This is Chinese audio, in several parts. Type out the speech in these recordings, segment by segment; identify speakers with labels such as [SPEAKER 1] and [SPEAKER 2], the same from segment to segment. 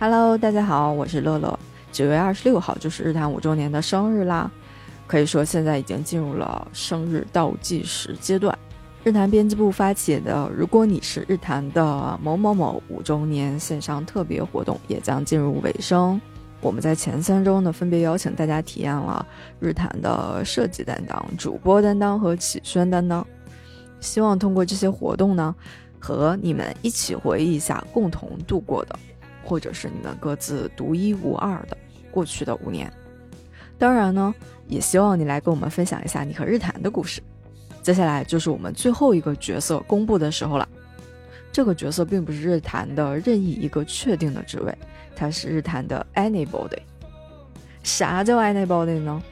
[SPEAKER 1] Hello，大家好，我是乐乐。九月二十六号就是日坛五周年的生日啦，可以说现在已经进入了生日倒计时阶段。日坛编辑部发起的“如果你是日坛的某某某五周年”线上特别活动也将进入尾声。我们在前三周呢，分别邀请大家体验了日坛的设计担当、主播担当和企宣担当，希望通过这些活动呢，和你们一起回忆一下共同度过的或者是你们各自独一无二的过去的五年。当然呢，也希望你来跟我们分享一下你和日坛的故事。接下来就是我们最后一个角色公布的时候了。这个角色并不是日坛的任意一个确定的职位，它是日坛的 anybody。啥叫 anybody 呢？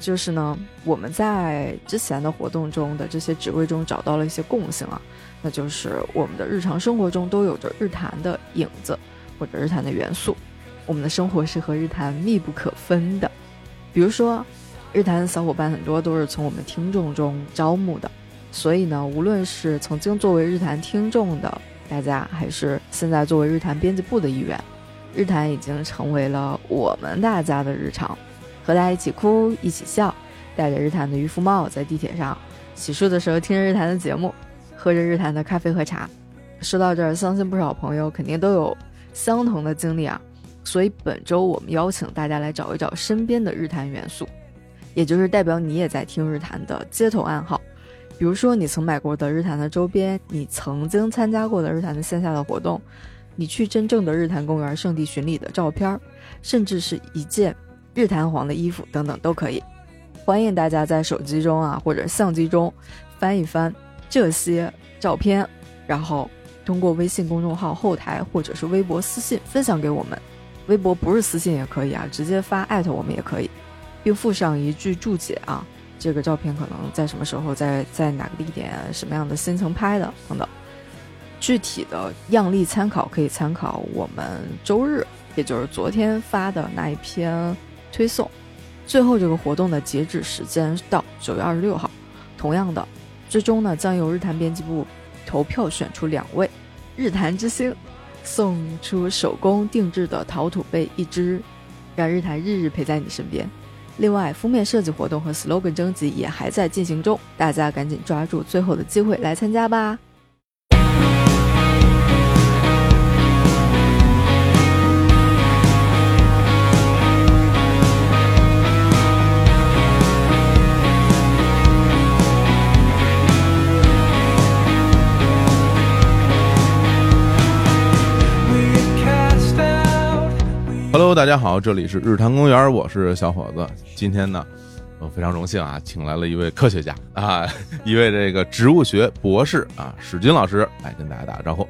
[SPEAKER 1] 就是呢，我们在之前的活动中的这些职位中找到了一些共性啊，那就是我们的日常生活中都有着日坛的影子。或者日坛的元素，我们的生活是和日坛密不可分的。比如说，日坛的小伙伴很多都是从我们听众中招募的，所以呢，无论是曾经作为日坛听众的大家，还是现在作为日坛编辑部的一员，日坛已经成为了我们大家的日常，和大家一起哭，一起笑，戴着日坛的渔夫帽在地铁上，洗漱的时候听着日坛的节目，喝着日坛的咖啡和茶。说到这儿，相信不少朋友肯定都有相同的经历啊，所以本周我们邀请大家来找一找身边的日坛元素，也就是代表你也在听日坛的街头暗号，比如说你曾买过的日坛的周边，你曾经参加过的日坛的线下的活动，你去真正的日坛公园圣地巡礼的照片，甚至是一件日坛黄的衣服等等都可以。欢迎大家在手机中啊或者相机中翻一翻这些照片，然后通过微信公众号后台或者是微博私信分享给我们。微博不是私信也可以啊，直接发艾特我们也可以，并附上一句注解啊，这个照片可能在什么时候，在在哪个地点，什么样的心情拍的等等。具体的样例参考可以参考我们周日，也就是昨天发的那一篇推送。最后这个活动的截止时间到九月二十六号。同样的，最终呢将由日坛编辑部投票选出两位日坛之星，送出手工定制的陶土杯一只，让日坛日日陪在你身边。另外，封面设计活动和 slogan 征集也还在进行中，大家赶紧抓住最后的机会来参加吧！
[SPEAKER 2] Hello，大家好，这里是日坛公园，我是小伙子。今天呢，我非常荣幸啊，请来了一位科学家啊， 一位这个植物学博士啊，史军老师来跟大家打个招呼。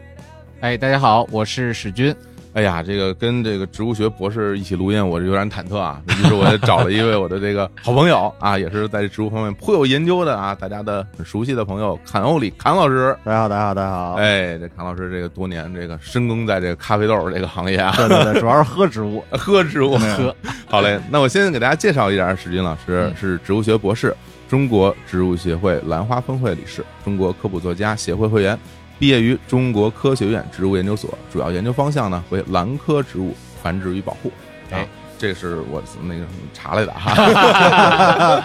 [SPEAKER 3] 哎，大家好，我是史军。
[SPEAKER 2] 哎呀，这个跟这个植物学博士一起录音，我是有点忐忑啊。于是我也找了一位我的这个好朋友啊，也是在植物方面颇有研究的啊，大家的很熟悉的朋友坎欧里坎老师。
[SPEAKER 4] 大家好，大家好，大家好。
[SPEAKER 2] 哎，这坎老师这个多年这个深耕在这个咖啡豆这个行业啊，
[SPEAKER 4] 对对对，主要是喝植 物。
[SPEAKER 2] 喝植物。
[SPEAKER 3] 喝
[SPEAKER 2] 好嘞，那我先给大家介绍一下，史军老师
[SPEAKER 3] 嗯
[SPEAKER 2] 是植物学博士，中国植物协会兰花分会理事，中国科普作家协会会员，毕业于中国科学院植物研究所，主要研究方向呢为兰科植物繁殖与保护。啊
[SPEAKER 3] 哎，
[SPEAKER 2] 这是我那个查来的哈。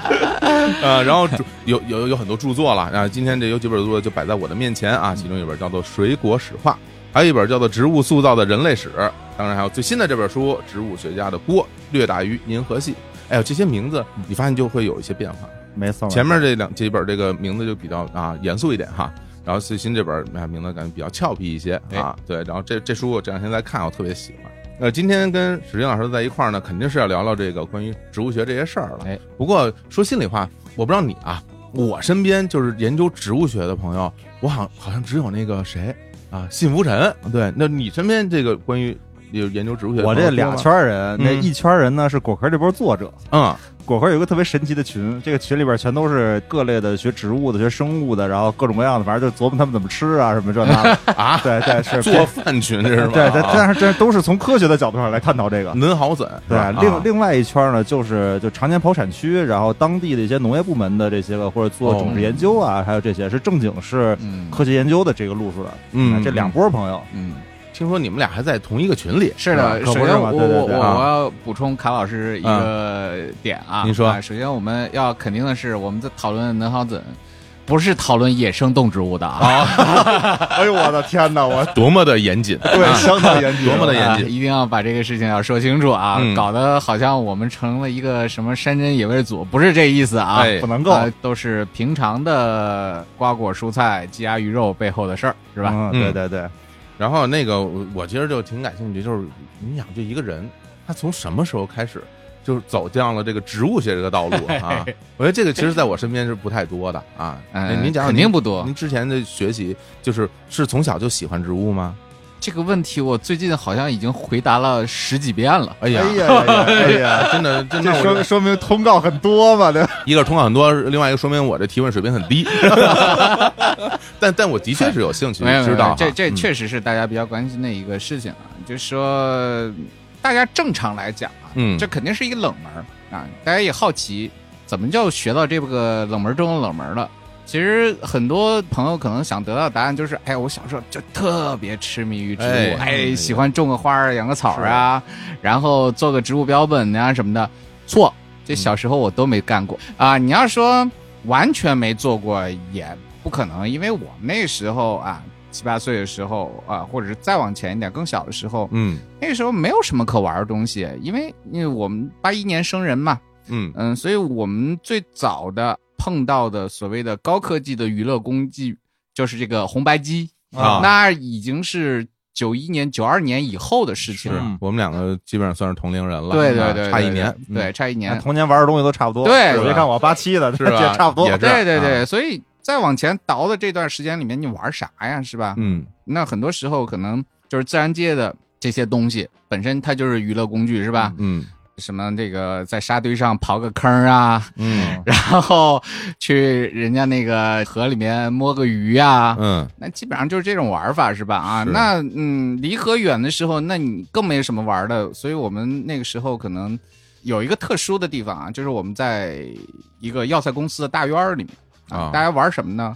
[SPEAKER 2] 呃，然后主有有有很多著作了，啊，今天这有几本著作就摆在我的面前啊，其中一本叫做《水果史话》，还有一本叫做《植物塑造的人类史》，当然还有最新的这本书《植物学家的锅略大于银河系》。哎呦，这些名字你发现就会有一些变化。
[SPEAKER 4] 没错，
[SPEAKER 2] 前面这两这一本这个名字就比较啊严肃一点哈，然后最新这本啊名字感觉比较俏皮一些啊，对，然后这这书我这两天在看，我特别喜欢。呃，今天跟史军老师在一块儿呢，肯定是要聊聊这个关于植物学这些事儿了。
[SPEAKER 3] 哎，
[SPEAKER 2] 不过说心里话，我不知道你啊，我身边就是研究植物学的朋友，我好像好像只有那个谁啊，信福臣。对，那你身边这个关于有研究植物学的
[SPEAKER 4] 我
[SPEAKER 2] 朋友
[SPEAKER 4] 这俩
[SPEAKER 2] 多吗，
[SPEAKER 4] 圈人，
[SPEAKER 2] 嗯
[SPEAKER 4] 那一圈人呢是果壳这波作者。
[SPEAKER 2] 嗯，
[SPEAKER 4] 果壳有一个特别神奇的群，这个群里边全都是各类的学植物的、学生物的，然后各种各样的，反正就琢磨他们怎么吃啊什么这那的
[SPEAKER 2] 啊
[SPEAKER 4] 对对是
[SPEAKER 2] 做饭群这是吧？
[SPEAKER 4] 对对，
[SPEAKER 2] 啊
[SPEAKER 4] 但是这都是从科学的角度上来探讨这个。
[SPEAKER 2] 能好怎？
[SPEAKER 4] 对，
[SPEAKER 2] 是吧
[SPEAKER 4] 另
[SPEAKER 2] 啊
[SPEAKER 4] 另外一圈呢，就是就常年跑产区，然后当地的一些农业部门的这些个，或者做
[SPEAKER 2] 哦
[SPEAKER 4] 种植研究啊，还有这些是正经是
[SPEAKER 3] 嗯啊
[SPEAKER 4] 科学研究的这个路数的。
[SPEAKER 2] 嗯
[SPEAKER 4] 这两波朋友，
[SPEAKER 3] 嗯，
[SPEAKER 2] 听说你们俩还在同一个群里，
[SPEAKER 3] 是
[SPEAKER 4] 啊
[SPEAKER 3] 的，
[SPEAKER 4] 可
[SPEAKER 3] 首
[SPEAKER 4] 不
[SPEAKER 3] 先
[SPEAKER 4] 是嘛
[SPEAKER 3] 我
[SPEAKER 4] 对对
[SPEAKER 3] 我我
[SPEAKER 4] 对
[SPEAKER 2] 啊
[SPEAKER 3] 我要补充卡老师一个点啊，
[SPEAKER 2] 您说
[SPEAKER 3] 啊首先我们要肯定的是，我们在讨论能好枕，不是讨论野生动植物的啊，
[SPEAKER 4] 哎呦我的天哪， 我
[SPEAKER 2] 多么的严谨，啊
[SPEAKER 4] 对相当严谨，
[SPEAKER 2] 多么的严
[SPEAKER 3] 啊
[SPEAKER 2] 谨
[SPEAKER 3] 一定要把这个事情要说清楚啊，
[SPEAKER 2] 嗯
[SPEAKER 3] 搞得好像我们成了一个什么山珍野味组，不是这意思啊，
[SPEAKER 2] 哎
[SPEAKER 4] 不能够
[SPEAKER 3] 啊都是平常的瓜果蔬菜、鸡鸭鱼肉背后的事儿，是
[SPEAKER 4] 是
[SPEAKER 3] 吧？
[SPEAKER 4] 吧？
[SPEAKER 2] 嗯
[SPEAKER 4] 对对对，
[SPEAKER 2] 然后那个我我其实就挺感兴趣，就是你想这一个人，他从什么时候开始就是走向了这个植物学这个道路 啊？我觉得这个其实在我身边是不太多的啊。
[SPEAKER 3] 嗯，
[SPEAKER 2] 您讲讲
[SPEAKER 3] 肯
[SPEAKER 2] 您
[SPEAKER 3] 定不多
[SPEAKER 2] 您。之前的学习就是是从小就喜欢植物吗？
[SPEAKER 3] 这个问题我最近好像已经回答了十几遍了。
[SPEAKER 2] 哎
[SPEAKER 4] 哎
[SPEAKER 2] 呀，
[SPEAKER 4] 呀呀 呀，哎呀，
[SPEAKER 2] 真的真的
[SPEAKER 4] 这，
[SPEAKER 2] 我
[SPEAKER 4] 说说明通告很多嘛，对吧？
[SPEAKER 2] 一个是通告很多，另外一个说明我这提问水平很低。 但但我的确是有兴趣
[SPEAKER 3] 没有没有
[SPEAKER 2] 知道哈，
[SPEAKER 3] 这这
[SPEAKER 2] 嗯
[SPEAKER 3] 确实是大家比较关心的一个事情啊，就是说大家正常来讲啊，
[SPEAKER 2] 嗯
[SPEAKER 3] 这肯定是一个冷门儿啊，大家也好奇怎么就学到这个冷门中的冷门了。其实很多朋友可能想得到答案就是，哎，我小时候就特别痴迷于植物，
[SPEAKER 2] 哎
[SPEAKER 3] 哎，
[SPEAKER 2] 嗯
[SPEAKER 3] 喜欢种个花儿、养个草儿啊，然后做个植物标本啊什么的。错，这小时候我都没干过啊。你要说完全没做过也不可能，因为我那时候啊，七八岁的时候啊，或者是再往前一点更小的时候，
[SPEAKER 2] 嗯
[SPEAKER 3] 那时候没有什么可玩的东西，因为因为我们八一年生人嘛，
[SPEAKER 2] 嗯
[SPEAKER 3] 嗯，所以我们最早的碰到的所谓的高科技的娱乐工具就是这个红白机，
[SPEAKER 2] 啊
[SPEAKER 3] 那已经是九一年、九二年以后的事情
[SPEAKER 2] 是
[SPEAKER 3] 了。
[SPEAKER 2] 我们两个基本上算是同龄人了，
[SPEAKER 3] 对
[SPEAKER 2] 啊
[SPEAKER 3] 对对，
[SPEAKER 2] 差一
[SPEAKER 3] 对
[SPEAKER 2] 年，嗯
[SPEAKER 3] 对，差一年。
[SPEAKER 4] 童年玩的东西都差不多，
[SPEAKER 3] 对
[SPEAKER 4] 我别看我八七的，
[SPEAKER 2] 是吧
[SPEAKER 4] 也差不多
[SPEAKER 2] 也。是
[SPEAKER 3] 对对
[SPEAKER 2] 啊
[SPEAKER 3] 对，所以再往前倒的这段时间里面，你玩啥呀？是吧？
[SPEAKER 2] 嗯
[SPEAKER 3] 那很多时候可能就是自然界的这些东西本身它就是娱乐工具，是吧？
[SPEAKER 2] 嗯
[SPEAKER 3] 什么这个在沙堆上刨个坑啊，
[SPEAKER 2] 嗯
[SPEAKER 3] 然后去人家那个河里面摸个鱼啊。
[SPEAKER 2] 嗯，
[SPEAKER 3] 那基本上就是这种玩法是吧？啊，
[SPEAKER 2] 是
[SPEAKER 3] 那嗯，离河远的时候，那你更没什么玩的。所以我们那个时候可能有一个特殊的地方啊，就是我们在一个药材公司的大院儿里面
[SPEAKER 2] 啊
[SPEAKER 3] 大家玩什么呢？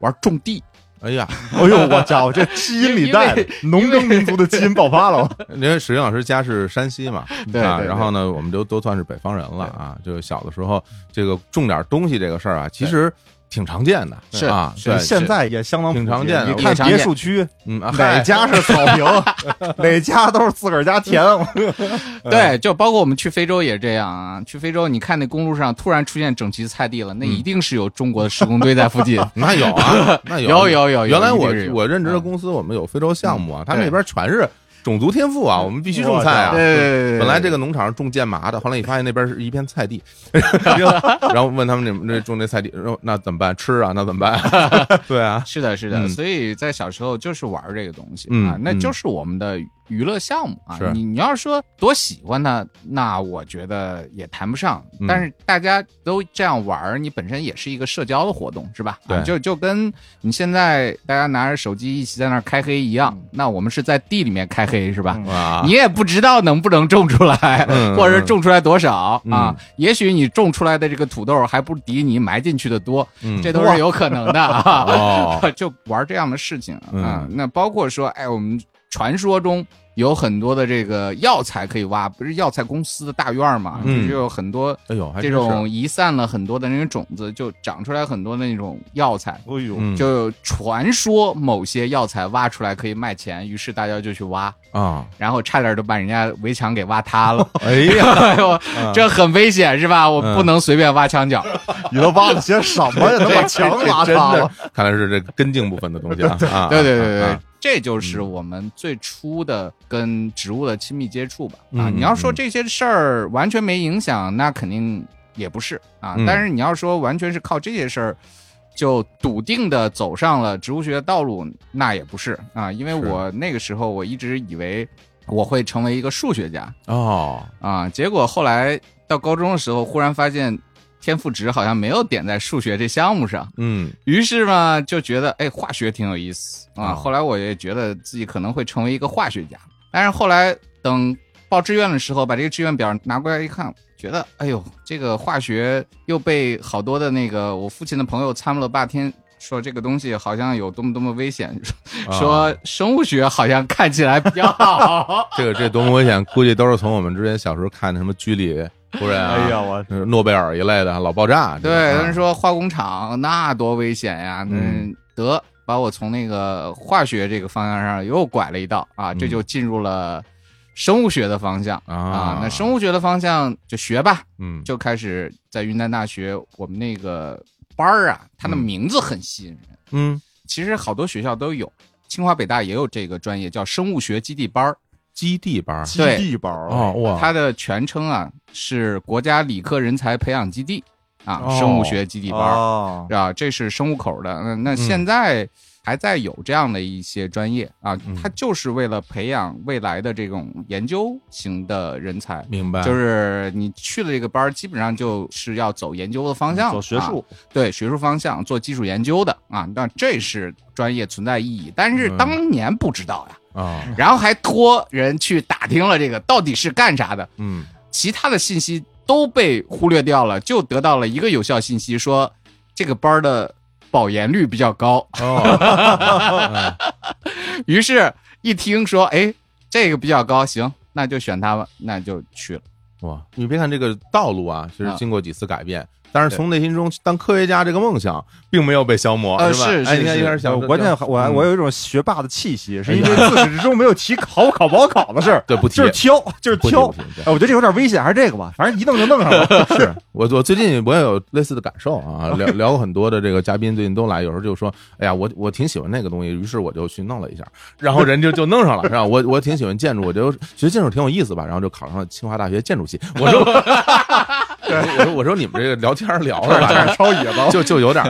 [SPEAKER 3] 玩种地。
[SPEAKER 2] 哎呀，
[SPEAKER 4] 哎呦，我家伙，这基因里带
[SPEAKER 3] 因为
[SPEAKER 4] 农耕民族的基因爆发了，
[SPEAKER 2] 因为史英老师家是山西嘛，
[SPEAKER 3] 对
[SPEAKER 2] 啊，
[SPEAKER 3] 对
[SPEAKER 2] 然后呢，我们就都算是北方人了啊。就是小的时候，这个种点东西这个事儿啊，其实挺常见的，
[SPEAKER 3] 是
[SPEAKER 2] 啊，
[SPEAKER 3] 是
[SPEAKER 2] 对，
[SPEAKER 4] 现在也相当
[SPEAKER 2] 挺常见的
[SPEAKER 4] 普及你看别墅区，
[SPEAKER 2] 嗯，啊
[SPEAKER 4] 哪
[SPEAKER 2] 嗨
[SPEAKER 4] 家是草坪， 哪家都是自个儿家田。
[SPEAKER 2] 嗯
[SPEAKER 3] 对，就包括我们去非洲也这样啊。去非洲，你看那公路上突然出现整齐菜地了，那
[SPEAKER 2] 嗯
[SPEAKER 3] 一定是有中国的施工队在附近。
[SPEAKER 2] 那 有 啊，那
[SPEAKER 3] 有有有
[SPEAKER 2] 原来我
[SPEAKER 3] 一定是有嗯
[SPEAKER 2] 我任职的公司，我们有非洲项目啊，他们
[SPEAKER 3] 对嗯
[SPEAKER 2] 那边全是种族天赋啊，我们必须种菜啊。
[SPEAKER 4] 我
[SPEAKER 3] 对对对对
[SPEAKER 2] 本来这个农场是种剑麻的，后来你发现那边是一片菜 地，然后问他们你们这种这菜地，然后那怎么办？吃啊，那怎么办？ 对啊，
[SPEAKER 3] 是的，是的，
[SPEAKER 2] 嗯
[SPEAKER 3] 所以在小时候就是玩这个东西、
[SPEAKER 2] 嗯
[SPEAKER 3] 啊，那就是我们的娱乐项目啊
[SPEAKER 2] 是。
[SPEAKER 3] 你你要说多喜欢它，那我觉得也谈不上。
[SPEAKER 2] 嗯
[SPEAKER 3] 但是大家都这样玩儿，你本身也是一个社交的活动，是吧？
[SPEAKER 2] 对
[SPEAKER 3] 啊、就就跟你现在大家拿着手机一起在那儿开黑
[SPEAKER 2] 嗯
[SPEAKER 3] 一样，那我们是在地里面开黑，是吧？
[SPEAKER 4] 嗯
[SPEAKER 2] 哇
[SPEAKER 3] 你，也不知道能不能种出来，
[SPEAKER 2] 嗯
[SPEAKER 3] 或者是种出来多少、
[SPEAKER 2] 嗯
[SPEAKER 3] 啊？也许你种出来的这个土豆还不敌你埋进去的多，
[SPEAKER 2] 嗯
[SPEAKER 3] 这都是有可能的啊。
[SPEAKER 2] 哦，
[SPEAKER 3] 就玩这样的事情
[SPEAKER 2] 嗯
[SPEAKER 3] 啊。那包括说，哎，我们传说中有很多的这个药材可以挖，不是药材公司的大院儿嘛，
[SPEAKER 2] 嗯
[SPEAKER 3] 就是有很多
[SPEAKER 2] 哎呦，还真
[SPEAKER 3] 这
[SPEAKER 2] 是
[SPEAKER 3] 种移散了很多的那种种子，就长出来很多的那种药材。
[SPEAKER 4] 哎呦
[SPEAKER 2] 嗯
[SPEAKER 3] 就传说某些药材挖出来可以卖钱，于是大家就去挖，
[SPEAKER 2] 啊，
[SPEAKER 3] 然后差点就把人家围墙给挖塌了。
[SPEAKER 2] 哎呀，
[SPEAKER 3] 哎呦，这很危险是吧？我
[SPEAKER 2] 嗯
[SPEAKER 3] 不能随便挖墙角。
[SPEAKER 4] 你都挖了些什么 呀？都把墙挖
[SPEAKER 2] 真
[SPEAKER 4] 塌
[SPEAKER 2] 的啊
[SPEAKER 4] 了。，
[SPEAKER 2] 看来是这根茎部分的东西啊，啊
[SPEAKER 3] 对对对对
[SPEAKER 2] 啊，
[SPEAKER 3] 这就是我们最初的跟植物的亲密接触吧。啊，
[SPEAKER 2] 嗯
[SPEAKER 3] 你要说这些事儿完全没影响，那肯定也不是啊
[SPEAKER 2] 嗯。
[SPEAKER 3] 但是你要说完全是靠这些事儿。就笃定的走上了植物学的道路，那也不是啊，因为
[SPEAKER 2] 是
[SPEAKER 3] 我那个时候我一直以为我会成为一个数学家
[SPEAKER 2] 哦，
[SPEAKER 3] 啊，结果后来到高中的时候，忽然发现天赋值好像没有点在数学这项目上，
[SPEAKER 2] 嗯
[SPEAKER 3] 于是嘛，就觉得哎，化学挺有意思啊。
[SPEAKER 2] 哦
[SPEAKER 3] 后来我也觉得自己可能会成为一个化学家，但是后来等报志愿的时候，把这个志愿表拿过来一看，觉得哎呦，这个化学又被好多的那个我父亲的朋友参谋了半天，说这个东西好像有多么多么危险，
[SPEAKER 2] 啊
[SPEAKER 3] 说 生物学好像看起来比较好。
[SPEAKER 2] 这个这多么危险，估计都是从我们之前小时候看的什么居里夫人啊，
[SPEAKER 4] 哎呀，我
[SPEAKER 2] 呃诺贝尔一类的老爆炸，
[SPEAKER 3] 对，
[SPEAKER 2] 这
[SPEAKER 3] 有
[SPEAKER 2] 种啊
[SPEAKER 3] 人说化工厂那多危险呀！
[SPEAKER 2] 嗯
[SPEAKER 3] 嗯，得把我从那个化学这个方向上又拐了一道啊，这
[SPEAKER 2] 嗯
[SPEAKER 3] 就进入了生物学的方向
[SPEAKER 2] 啊
[SPEAKER 3] 啊。那生物学的方向就学吧，
[SPEAKER 2] 嗯
[SPEAKER 3] 就开始在云南大学我们那个班儿啊，它的
[SPEAKER 2] 嗯
[SPEAKER 3] 名字很吸引人。
[SPEAKER 2] 嗯
[SPEAKER 3] 其实好多学校都有，清华北大也有这个专业叫生物学基地班儿。
[SPEAKER 2] 基地班儿
[SPEAKER 4] 基
[SPEAKER 3] 对
[SPEAKER 4] 地包
[SPEAKER 2] 哦哇，
[SPEAKER 3] 它的全称啊是国家理科人才培养基地啊，
[SPEAKER 2] 哦
[SPEAKER 3] 生物学基地班儿。
[SPEAKER 4] 哦
[SPEAKER 3] 啊，这是生物口的。那那
[SPEAKER 2] 嗯
[SPEAKER 3] 现在还在有这样的一些专业啊
[SPEAKER 2] 嗯，
[SPEAKER 3] 它就是为了培养未来的这种研究型的人才。
[SPEAKER 2] 明白，
[SPEAKER 3] 就是你去了这个班儿，基本上就是要走研究的方向，
[SPEAKER 4] 走学
[SPEAKER 3] 啊
[SPEAKER 4] 术，
[SPEAKER 3] 对学术方向做基础研究的啊。那这是专业存在意义，但是
[SPEAKER 2] 嗯
[SPEAKER 3] 当年不知道呀，
[SPEAKER 2] 啊，
[SPEAKER 3] 然后还托人去打听了这个到底是干啥的，
[SPEAKER 2] 嗯
[SPEAKER 3] 其他的信息都被忽略掉了，就得到了一个有效信息，说这个班儿的保研率比较高。
[SPEAKER 2] 哦，
[SPEAKER 3] 于是，一听说，哎，这个比较高，行，那就选它吧，那就去了。
[SPEAKER 2] 哇！你别看这个道路啊，其实
[SPEAKER 3] 啊
[SPEAKER 2] 经过几次改变，但是从内心中当科学家这个梦想并没有被消磨，
[SPEAKER 3] 呃
[SPEAKER 2] 是吧？
[SPEAKER 3] 是
[SPEAKER 2] 哎，
[SPEAKER 3] 是
[SPEAKER 2] 你看
[SPEAKER 3] 是
[SPEAKER 2] 有点想
[SPEAKER 4] 我关键我还
[SPEAKER 2] 嗯
[SPEAKER 4] 我有一种学霸的气息，是因为自始至终没有提考不考不好考的事儿，
[SPEAKER 2] 对 不提
[SPEAKER 4] 就是挑，就是
[SPEAKER 2] 不提
[SPEAKER 4] 挑
[SPEAKER 2] 不。提对
[SPEAKER 4] 哎，我觉得这有点危险，还是这个吧，反正一弄就弄上 了。是，
[SPEAKER 2] 我我最近我也有类似的感受啊， 聊聊过很多的这个嘉宾最近都来，有时候就说，哎呀，我我挺喜欢那个东西，于是我就去弄了一下，然后人就就弄上了，是吧？我我挺喜欢建筑，我就学建筑挺有意思吧，然后就考上了清华大学建筑系。我说， 我说我 说你们这个聊天聊 的吧，
[SPEAKER 4] 超野 吧。
[SPEAKER 2] 就就有点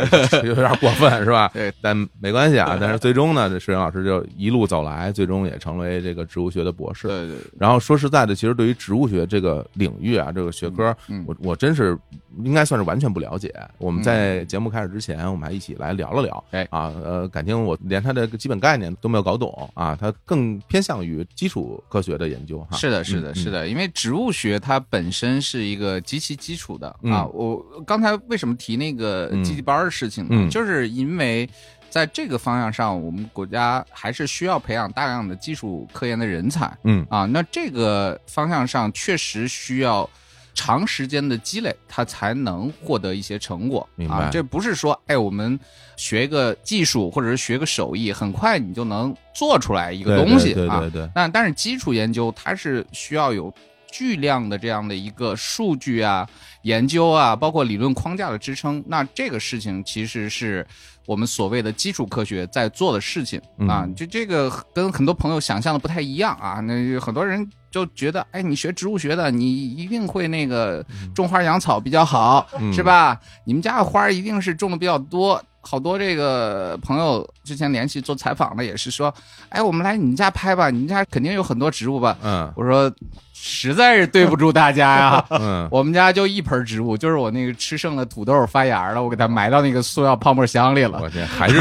[SPEAKER 2] 有点过分是 吧？
[SPEAKER 3] 对，
[SPEAKER 2] 但没关系啊，但是最终呢，这石岩老师就一路走来，最终也成为这个植物学的博士。
[SPEAKER 3] 对对
[SPEAKER 2] 然后说实在的，其实对于植物学这个领域啊，这个学科，
[SPEAKER 3] 嗯嗯
[SPEAKER 2] 我我真是应该算是完全不了解。我们在节目开始之前，我们还一起来聊了聊，
[SPEAKER 3] 嗯哎
[SPEAKER 2] 啊，呃，感情我连它的基本概念都没有搞懂啊，它更偏向于基础科学的研究哈。
[SPEAKER 3] 是的，是的，
[SPEAKER 2] 嗯
[SPEAKER 3] 是，的，因为植物学它本身是一个极其基础的啊。
[SPEAKER 2] 嗯
[SPEAKER 3] 我刚才为什么提那个
[SPEAKER 2] 嗯
[SPEAKER 3] 基地班儿的事情呢？
[SPEAKER 2] 嗯
[SPEAKER 3] 就是因为在这个方向上，我们国家还是需要培养大量的基础科研的人才。
[SPEAKER 2] 嗯
[SPEAKER 3] 啊，那这个方向上确实需要长时间的积累，它才能获得一些成果
[SPEAKER 2] 明白
[SPEAKER 3] 啊。这不是说，哎，我们学一个技术或者是学个手艺，很快你就能做出来一
[SPEAKER 2] 一
[SPEAKER 3] 个东西
[SPEAKER 2] 对对
[SPEAKER 3] 啊
[SPEAKER 2] 对。对，
[SPEAKER 3] 那但是基础研究它是需要有巨量的这样的一个数据啊、研究啊，包括理论框架的支撑。那这个事情其实是我们所谓的基础科学在做的事情啊
[SPEAKER 2] 嗯，
[SPEAKER 3] 就这个跟很多朋友想象的不太一样啊。那很多人就觉得，哎，你学植物学的，你一定会那个种花养草比较好，
[SPEAKER 2] 嗯
[SPEAKER 3] 是吧？你们家的花儿一定是种的比较多。好多这个朋友之前联系做采访的也是说，哎，我们来你们家拍吧，你们家肯定有很多植物吧？
[SPEAKER 2] 嗯
[SPEAKER 3] 我说，实在是对不住大家呀、
[SPEAKER 2] 嗯，
[SPEAKER 3] 我们家就一盆植物，就是我那个吃剩的土豆发芽了，我给它埋到那个塑料泡沫箱里 了。
[SPEAKER 2] 我天，还是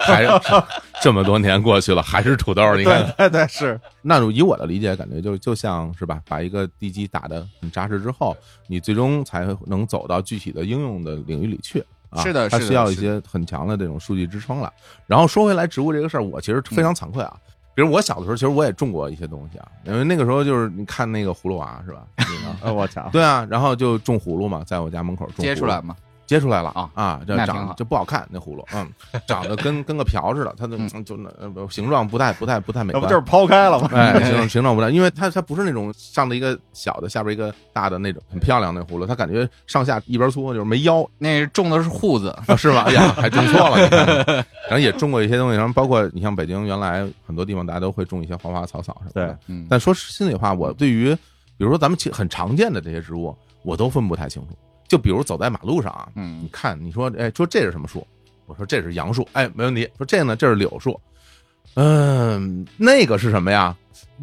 [SPEAKER 2] 还是这么多年过去了，还是土豆儿，你看
[SPEAKER 4] 对对对， 是
[SPEAKER 2] 那以我的理解，感觉就就像是吧，把一个地基打得很扎实之后，你最终才能走到具体的应用的领域里去。啊、
[SPEAKER 3] 是的
[SPEAKER 2] 它
[SPEAKER 3] 是的
[SPEAKER 2] 需要一
[SPEAKER 3] 是
[SPEAKER 2] 些很强的这种数据支撑了。然后说回来，植物这个事儿，我其实非
[SPEAKER 3] 嗯
[SPEAKER 2] 常惭愧啊。比如我小的时候，其实我也种过一些东西啊，因为那个时候就是你看那个葫芦娃 是吧？你呢
[SPEAKER 4] 呃，我操，
[SPEAKER 2] 对啊，然后就种葫芦嘛，在我家门口种
[SPEAKER 3] 接
[SPEAKER 2] 葫
[SPEAKER 3] 出
[SPEAKER 2] 芦
[SPEAKER 3] 来嘛，
[SPEAKER 2] 接出来了
[SPEAKER 3] 啊
[SPEAKER 2] 啊，这
[SPEAKER 3] 那挺
[SPEAKER 2] 长
[SPEAKER 3] 好
[SPEAKER 2] 就不好看那葫芦，嗯，长得跟跟个瓢似的，它的
[SPEAKER 3] 嗯
[SPEAKER 2] 就那呃形状不太不太不太美
[SPEAKER 4] 要
[SPEAKER 2] 观，
[SPEAKER 4] 不就是抛开了吗？
[SPEAKER 2] 哎，形状形状不大，因为它它不是那种上了一个小的，下边一个大的那种很漂亮的葫芦，它感觉上下一边粗，就是没腰，
[SPEAKER 3] 那种的是瓠子，
[SPEAKER 2] 啊是吧？哎呀，还种错了。你看然后也种过一些东西，然后包括你像北京原来很多地方大家都会种一些花花草草什么的。
[SPEAKER 4] 对
[SPEAKER 3] 嗯，
[SPEAKER 2] 但说心里话，我对于比如说咱们其很常见的这些植物，我都分不太清楚。就比如走在马路上啊，
[SPEAKER 3] 嗯
[SPEAKER 2] 你看，你说，哎，说这是什么树？我说这是杨树，哎，没问题。说这呢，这是柳树，嗯，那个是什么呀？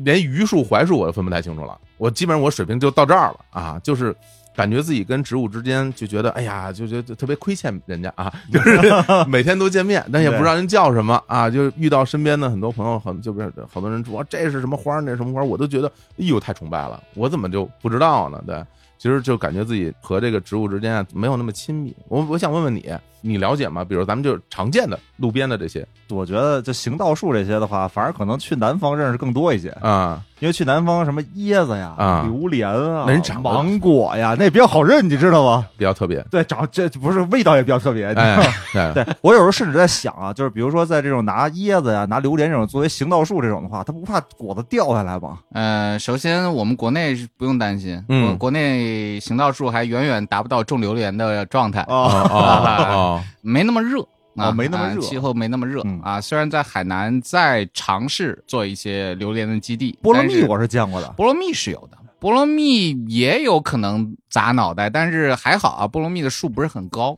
[SPEAKER 2] 连榆树、槐树我都分不太清楚了。我基本上我水平就到这儿了啊，就是感觉自己跟植物之间就觉得，哎呀，就觉得特别亏欠人家啊，就是 每天都见面，但也不知道人叫什么啊。就是遇到身边的很多朋友，很就不是好多人说哦这是什么花儿，那是什么花儿，我都觉得，哎呦，太崇拜了，我怎么就不知道呢？对。其实就感觉自己和这个植物之间啊没有那么亲密。我我想问问你，你了解吗？比如咱们就常见的路边的这些
[SPEAKER 4] 我觉得就行道树这些的话，反而可能去南方认识更多一些，
[SPEAKER 2] 啊，
[SPEAKER 4] 因为去南方什么椰子呀、
[SPEAKER 2] 啊
[SPEAKER 4] 榴莲啊、
[SPEAKER 2] 那人长得
[SPEAKER 4] 芒果呀，那比较好认，你知道吗？
[SPEAKER 2] 比较特别。
[SPEAKER 4] 对，长这不是味道也比较特别。
[SPEAKER 2] 哎， 哎
[SPEAKER 4] 对我有时候甚至在想啊，就是比如说在这种拿椰子呀、拿榴莲这种作为行道树这种的话，它不怕果子掉下来吗？
[SPEAKER 3] 呃，首先我们国内是不用担心，
[SPEAKER 2] 嗯
[SPEAKER 3] 国国内行道树还远远达不到种榴莲的状态，
[SPEAKER 4] 啊，
[SPEAKER 2] 哦哦
[SPEAKER 3] 没那么热啊、
[SPEAKER 4] 哦没那么
[SPEAKER 3] 啊
[SPEAKER 4] 热
[SPEAKER 3] 气候没那么热、
[SPEAKER 4] 嗯
[SPEAKER 3] 啊。虽然在海南在尝试做一些榴莲的基地，
[SPEAKER 4] 菠萝
[SPEAKER 3] 但
[SPEAKER 4] 蜜
[SPEAKER 3] 是
[SPEAKER 4] 我是见过的。
[SPEAKER 3] 菠萝蜜是有的，菠萝蜜也有可能砸脑袋，但是还好啊，菠萝蜜的树不是很 高，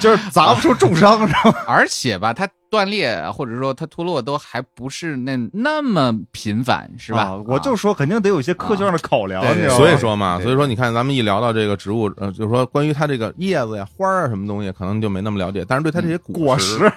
[SPEAKER 4] 就是砸不出重伤，是吧？
[SPEAKER 3] 而且吧，它断裂或者说它脱落都还不是那那么频繁，是吧？
[SPEAKER 4] 啊我就
[SPEAKER 3] 啊
[SPEAKER 4] 说肯定得有一些科学上的考量，
[SPEAKER 3] 啊
[SPEAKER 4] 你知
[SPEAKER 3] 对
[SPEAKER 4] 道吗
[SPEAKER 2] 所以说嘛，
[SPEAKER 3] 对
[SPEAKER 2] 所以说你看，咱们一聊到这个植物，呃，就是说关于它这个叶子呀、花儿啊什么东西，可能就没那么了解，但是对它这些
[SPEAKER 4] 嗯果
[SPEAKER 2] 实
[SPEAKER 4] 实，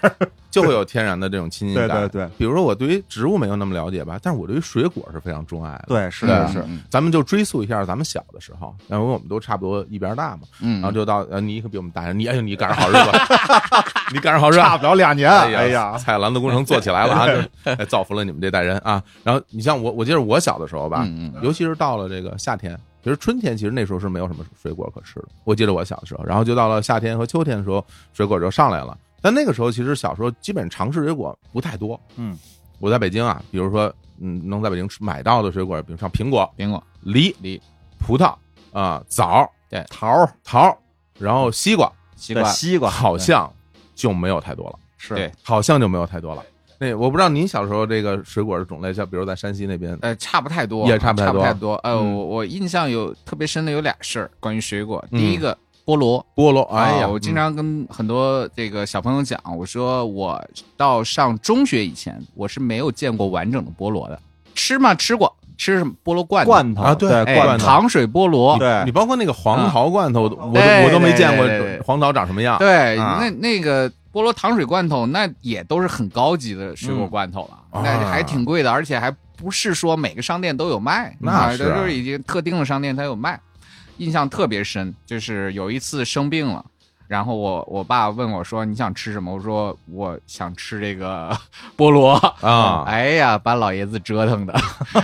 [SPEAKER 2] 就会有天然的这种亲近
[SPEAKER 4] 对
[SPEAKER 2] 感。
[SPEAKER 4] 对对
[SPEAKER 2] 比如说我对于植物没有那么了解吧，但是我对于水果是非常钟爱的。，
[SPEAKER 4] 对是
[SPEAKER 2] 对
[SPEAKER 4] 是是，
[SPEAKER 3] 嗯
[SPEAKER 2] 咱们就追溯一下咱们小的时候，然后我们都差不多一边大嘛，
[SPEAKER 3] 嗯，
[SPEAKER 2] 然
[SPEAKER 4] 啊
[SPEAKER 2] 后就到呃，你可比我们大，你哎呦，你赶上好日子， 你赶上好日子，
[SPEAKER 4] 差不了俩年，哎呀，
[SPEAKER 2] 菜篮子工程做起来了 啊，这哎造福了你们这代人啊。然后你像我，我记得我小的时候吧，
[SPEAKER 3] 嗯嗯
[SPEAKER 2] 尤其是到了这个夏天，其实春天其实那时候是没有什么水果可吃的。我记得我小的时候，然后就到了夏天和秋天的时候，水果就上来了。但那个时候其实小时候基本尝试水果不太多。
[SPEAKER 4] 嗯，
[SPEAKER 2] 我在北京啊，比如说嗯，能在北京吃买到的水果，比如像苹果、
[SPEAKER 3] 苹果、
[SPEAKER 2] 梨、
[SPEAKER 3] 梨、
[SPEAKER 2] 葡萄啊、枣、
[SPEAKER 4] 桃儿
[SPEAKER 2] 桃，然后西瓜，
[SPEAKER 3] 西
[SPEAKER 4] 对
[SPEAKER 3] 瓜，
[SPEAKER 4] 西瓜
[SPEAKER 2] 好像就没有太多了。
[SPEAKER 4] 是
[SPEAKER 3] 对
[SPEAKER 2] 好像就没有太多了。那我不知道您小时候这个水果的种类，像比如在山西那边，
[SPEAKER 3] 呃，差不太多，
[SPEAKER 2] 也差不太
[SPEAKER 3] 太
[SPEAKER 2] 多
[SPEAKER 3] 多。呃，
[SPEAKER 2] 嗯
[SPEAKER 3] 我我印象有特别深的有俩事儿，关于水果。
[SPEAKER 2] 嗯
[SPEAKER 3] 第一个菠萝，
[SPEAKER 2] 菠萝，
[SPEAKER 3] 啊
[SPEAKER 2] 哎呀，
[SPEAKER 3] 我经常跟很多这个小朋友讲，我说我到上中学以前，我是没有见过完整的菠萝的。吃嘛吃过，吃什么菠萝罐头
[SPEAKER 4] 罐头
[SPEAKER 2] 啊对
[SPEAKER 4] 对
[SPEAKER 3] 哎
[SPEAKER 2] 罐
[SPEAKER 4] 罐
[SPEAKER 2] 头
[SPEAKER 4] 头，
[SPEAKER 3] 糖水菠萝。
[SPEAKER 4] 对
[SPEAKER 2] 你包括那个黄桃罐头，我都我都
[SPEAKER 3] 啊对
[SPEAKER 2] 我都没见过
[SPEAKER 3] 对对对对
[SPEAKER 2] 黄桃长什么样。
[SPEAKER 3] 对，
[SPEAKER 2] 啊
[SPEAKER 3] 那那个菠萝糖水罐头，那也都是很高级的水果罐头了，
[SPEAKER 2] 嗯
[SPEAKER 3] 那
[SPEAKER 2] 啊
[SPEAKER 3] 还挺贵的，而且还不是说每个商店都有卖，
[SPEAKER 2] 那
[SPEAKER 3] 啊
[SPEAKER 2] 是
[SPEAKER 3] 都
[SPEAKER 2] 啊
[SPEAKER 3] 是已经特定的商店它有卖。印象特别深，就是有一次生病了。然后我我爸问我说你想吃什么？我说我想吃这个菠萝
[SPEAKER 2] 啊
[SPEAKER 3] 哎呀，把老爷子折腾的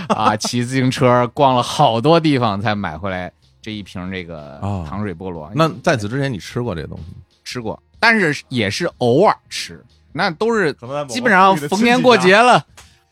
[SPEAKER 3] 啊！骑自行车逛了好多地方才买回来这一瓶这个
[SPEAKER 2] 啊
[SPEAKER 3] 糖水菠萝。
[SPEAKER 2] 那在此之前，你吃过这个东西吗？
[SPEAKER 3] 吃过，但是也是偶尔吃，那都是
[SPEAKER 4] 可能在某个
[SPEAKER 3] 基本上
[SPEAKER 4] 地区的
[SPEAKER 3] 逢年过
[SPEAKER 4] 亲戚
[SPEAKER 3] 节了，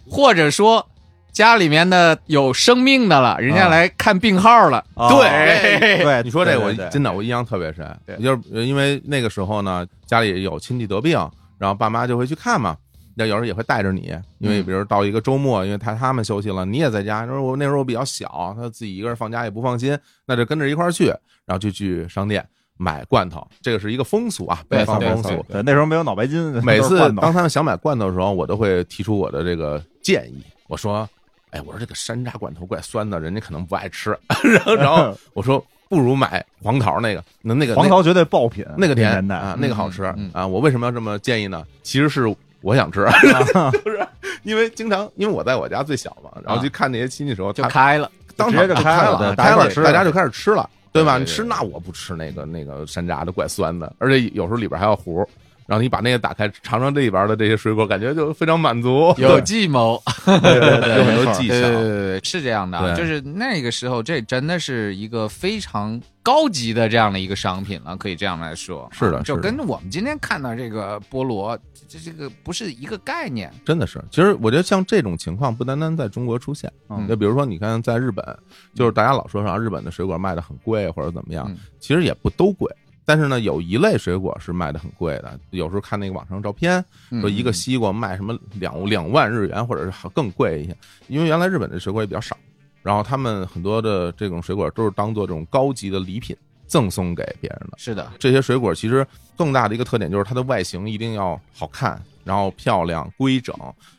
[SPEAKER 3] 或者说家里面的有生病的了，人家
[SPEAKER 4] 啊
[SPEAKER 3] 来看病号了，
[SPEAKER 2] 哦
[SPEAKER 4] 啊，
[SPEAKER 3] 对哎
[SPEAKER 4] 对，
[SPEAKER 2] 哎你说这个我
[SPEAKER 4] 对对对
[SPEAKER 2] 真的我印象特别深
[SPEAKER 3] 对，
[SPEAKER 2] 就是呃因为那个时候呢，家里有亲戚得病，然后爸妈就会去看嘛。那有时候也会带着你，因为
[SPEAKER 3] 嗯
[SPEAKER 2] 比如到一个周末，因为他他们休息了，你也在家。就是我那时候我比较小，他自己一个人放假也不放心，那就跟着一块儿去，然后就去商店买罐头，这个是一个风俗啊，
[SPEAKER 3] 对
[SPEAKER 2] 北方
[SPEAKER 3] 对
[SPEAKER 2] 风
[SPEAKER 3] 对
[SPEAKER 2] 俗。
[SPEAKER 4] 对，那时候没有脑白金，
[SPEAKER 2] 每
[SPEAKER 4] 都是
[SPEAKER 2] 次
[SPEAKER 4] 罐头
[SPEAKER 2] 当他们想买罐头的时候，我都会提出我的这个建议，我说：“哎，我说这个山楂罐头怪酸的，人家可能不爱吃。” 然后，然 后我说不如买黄桃那个，那那个
[SPEAKER 4] 黄桃绝对爆品，
[SPEAKER 2] 那个
[SPEAKER 4] 那
[SPEAKER 2] 甜
[SPEAKER 4] 年代
[SPEAKER 2] 啊，
[SPEAKER 3] 嗯
[SPEAKER 2] 那个好吃
[SPEAKER 3] 嗯
[SPEAKER 2] 啊。我为什么要这么建议呢？其实是我想 吃， 就是因为经常因为我在我家最小嘛，然
[SPEAKER 4] 啊
[SPEAKER 2] 后去看那些亲戚的时候，
[SPEAKER 3] 就
[SPEAKER 2] 他
[SPEAKER 3] 开了。
[SPEAKER 2] 当
[SPEAKER 4] 直
[SPEAKER 2] 场
[SPEAKER 4] 接
[SPEAKER 2] 就
[SPEAKER 4] 就
[SPEAKER 2] 开
[SPEAKER 4] 开
[SPEAKER 2] 了，
[SPEAKER 4] 了对大
[SPEAKER 2] 开
[SPEAKER 4] 家
[SPEAKER 2] 了，
[SPEAKER 4] 就吃
[SPEAKER 2] 大家
[SPEAKER 4] 了
[SPEAKER 2] 就开始吃了，对吧？
[SPEAKER 3] 对对
[SPEAKER 2] 你
[SPEAKER 3] 对
[SPEAKER 2] 吃那我不吃那个那个山楂的，怪酸的，而且有时候里边还有核儿。然后你把那个打开，尝尝这里边的这些水果，感觉就非常满足，
[SPEAKER 3] 有计谋，
[SPEAKER 4] 对对对，
[SPEAKER 2] 有很
[SPEAKER 4] 没
[SPEAKER 2] 多
[SPEAKER 4] 错
[SPEAKER 2] 技
[SPEAKER 3] 对对
[SPEAKER 2] 巧。
[SPEAKER 3] 对，是这样的啊，
[SPEAKER 2] 对
[SPEAKER 3] 就是那个时候，这真的是一个非常高级的这样的一个商品了，可以这样来说，
[SPEAKER 2] 是的
[SPEAKER 3] 就是
[SPEAKER 2] 的
[SPEAKER 3] 跟我们今天看到这个菠萝，这这个不是一个概念，
[SPEAKER 2] 真的是，其实我觉得像这种情况不单单在中国出现，
[SPEAKER 4] 嗯
[SPEAKER 2] 就比如说你看在日本，就是大家老说啥日本的水果卖的很贵或者怎么样
[SPEAKER 3] 嗯，
[SPEAKER 2] 其实也不都贵，但是呢有一类水果是卖的很贵的，有时候看那个网上照片，说一个
[SPEAKER 3] 嗯
[SPEAKER 2] 西瓜卖什么两两万日元或者是更贵一些，因为原来日本的水果也比较少，然后他们很多的这种水果都是当做这种高级的礼品赠送给别人的。
[SPEAKER 3] 是的，
[SPEAKER 2] 这些水果其实更大的一个特点就是它的外形一定要好看，然后漂亮规整，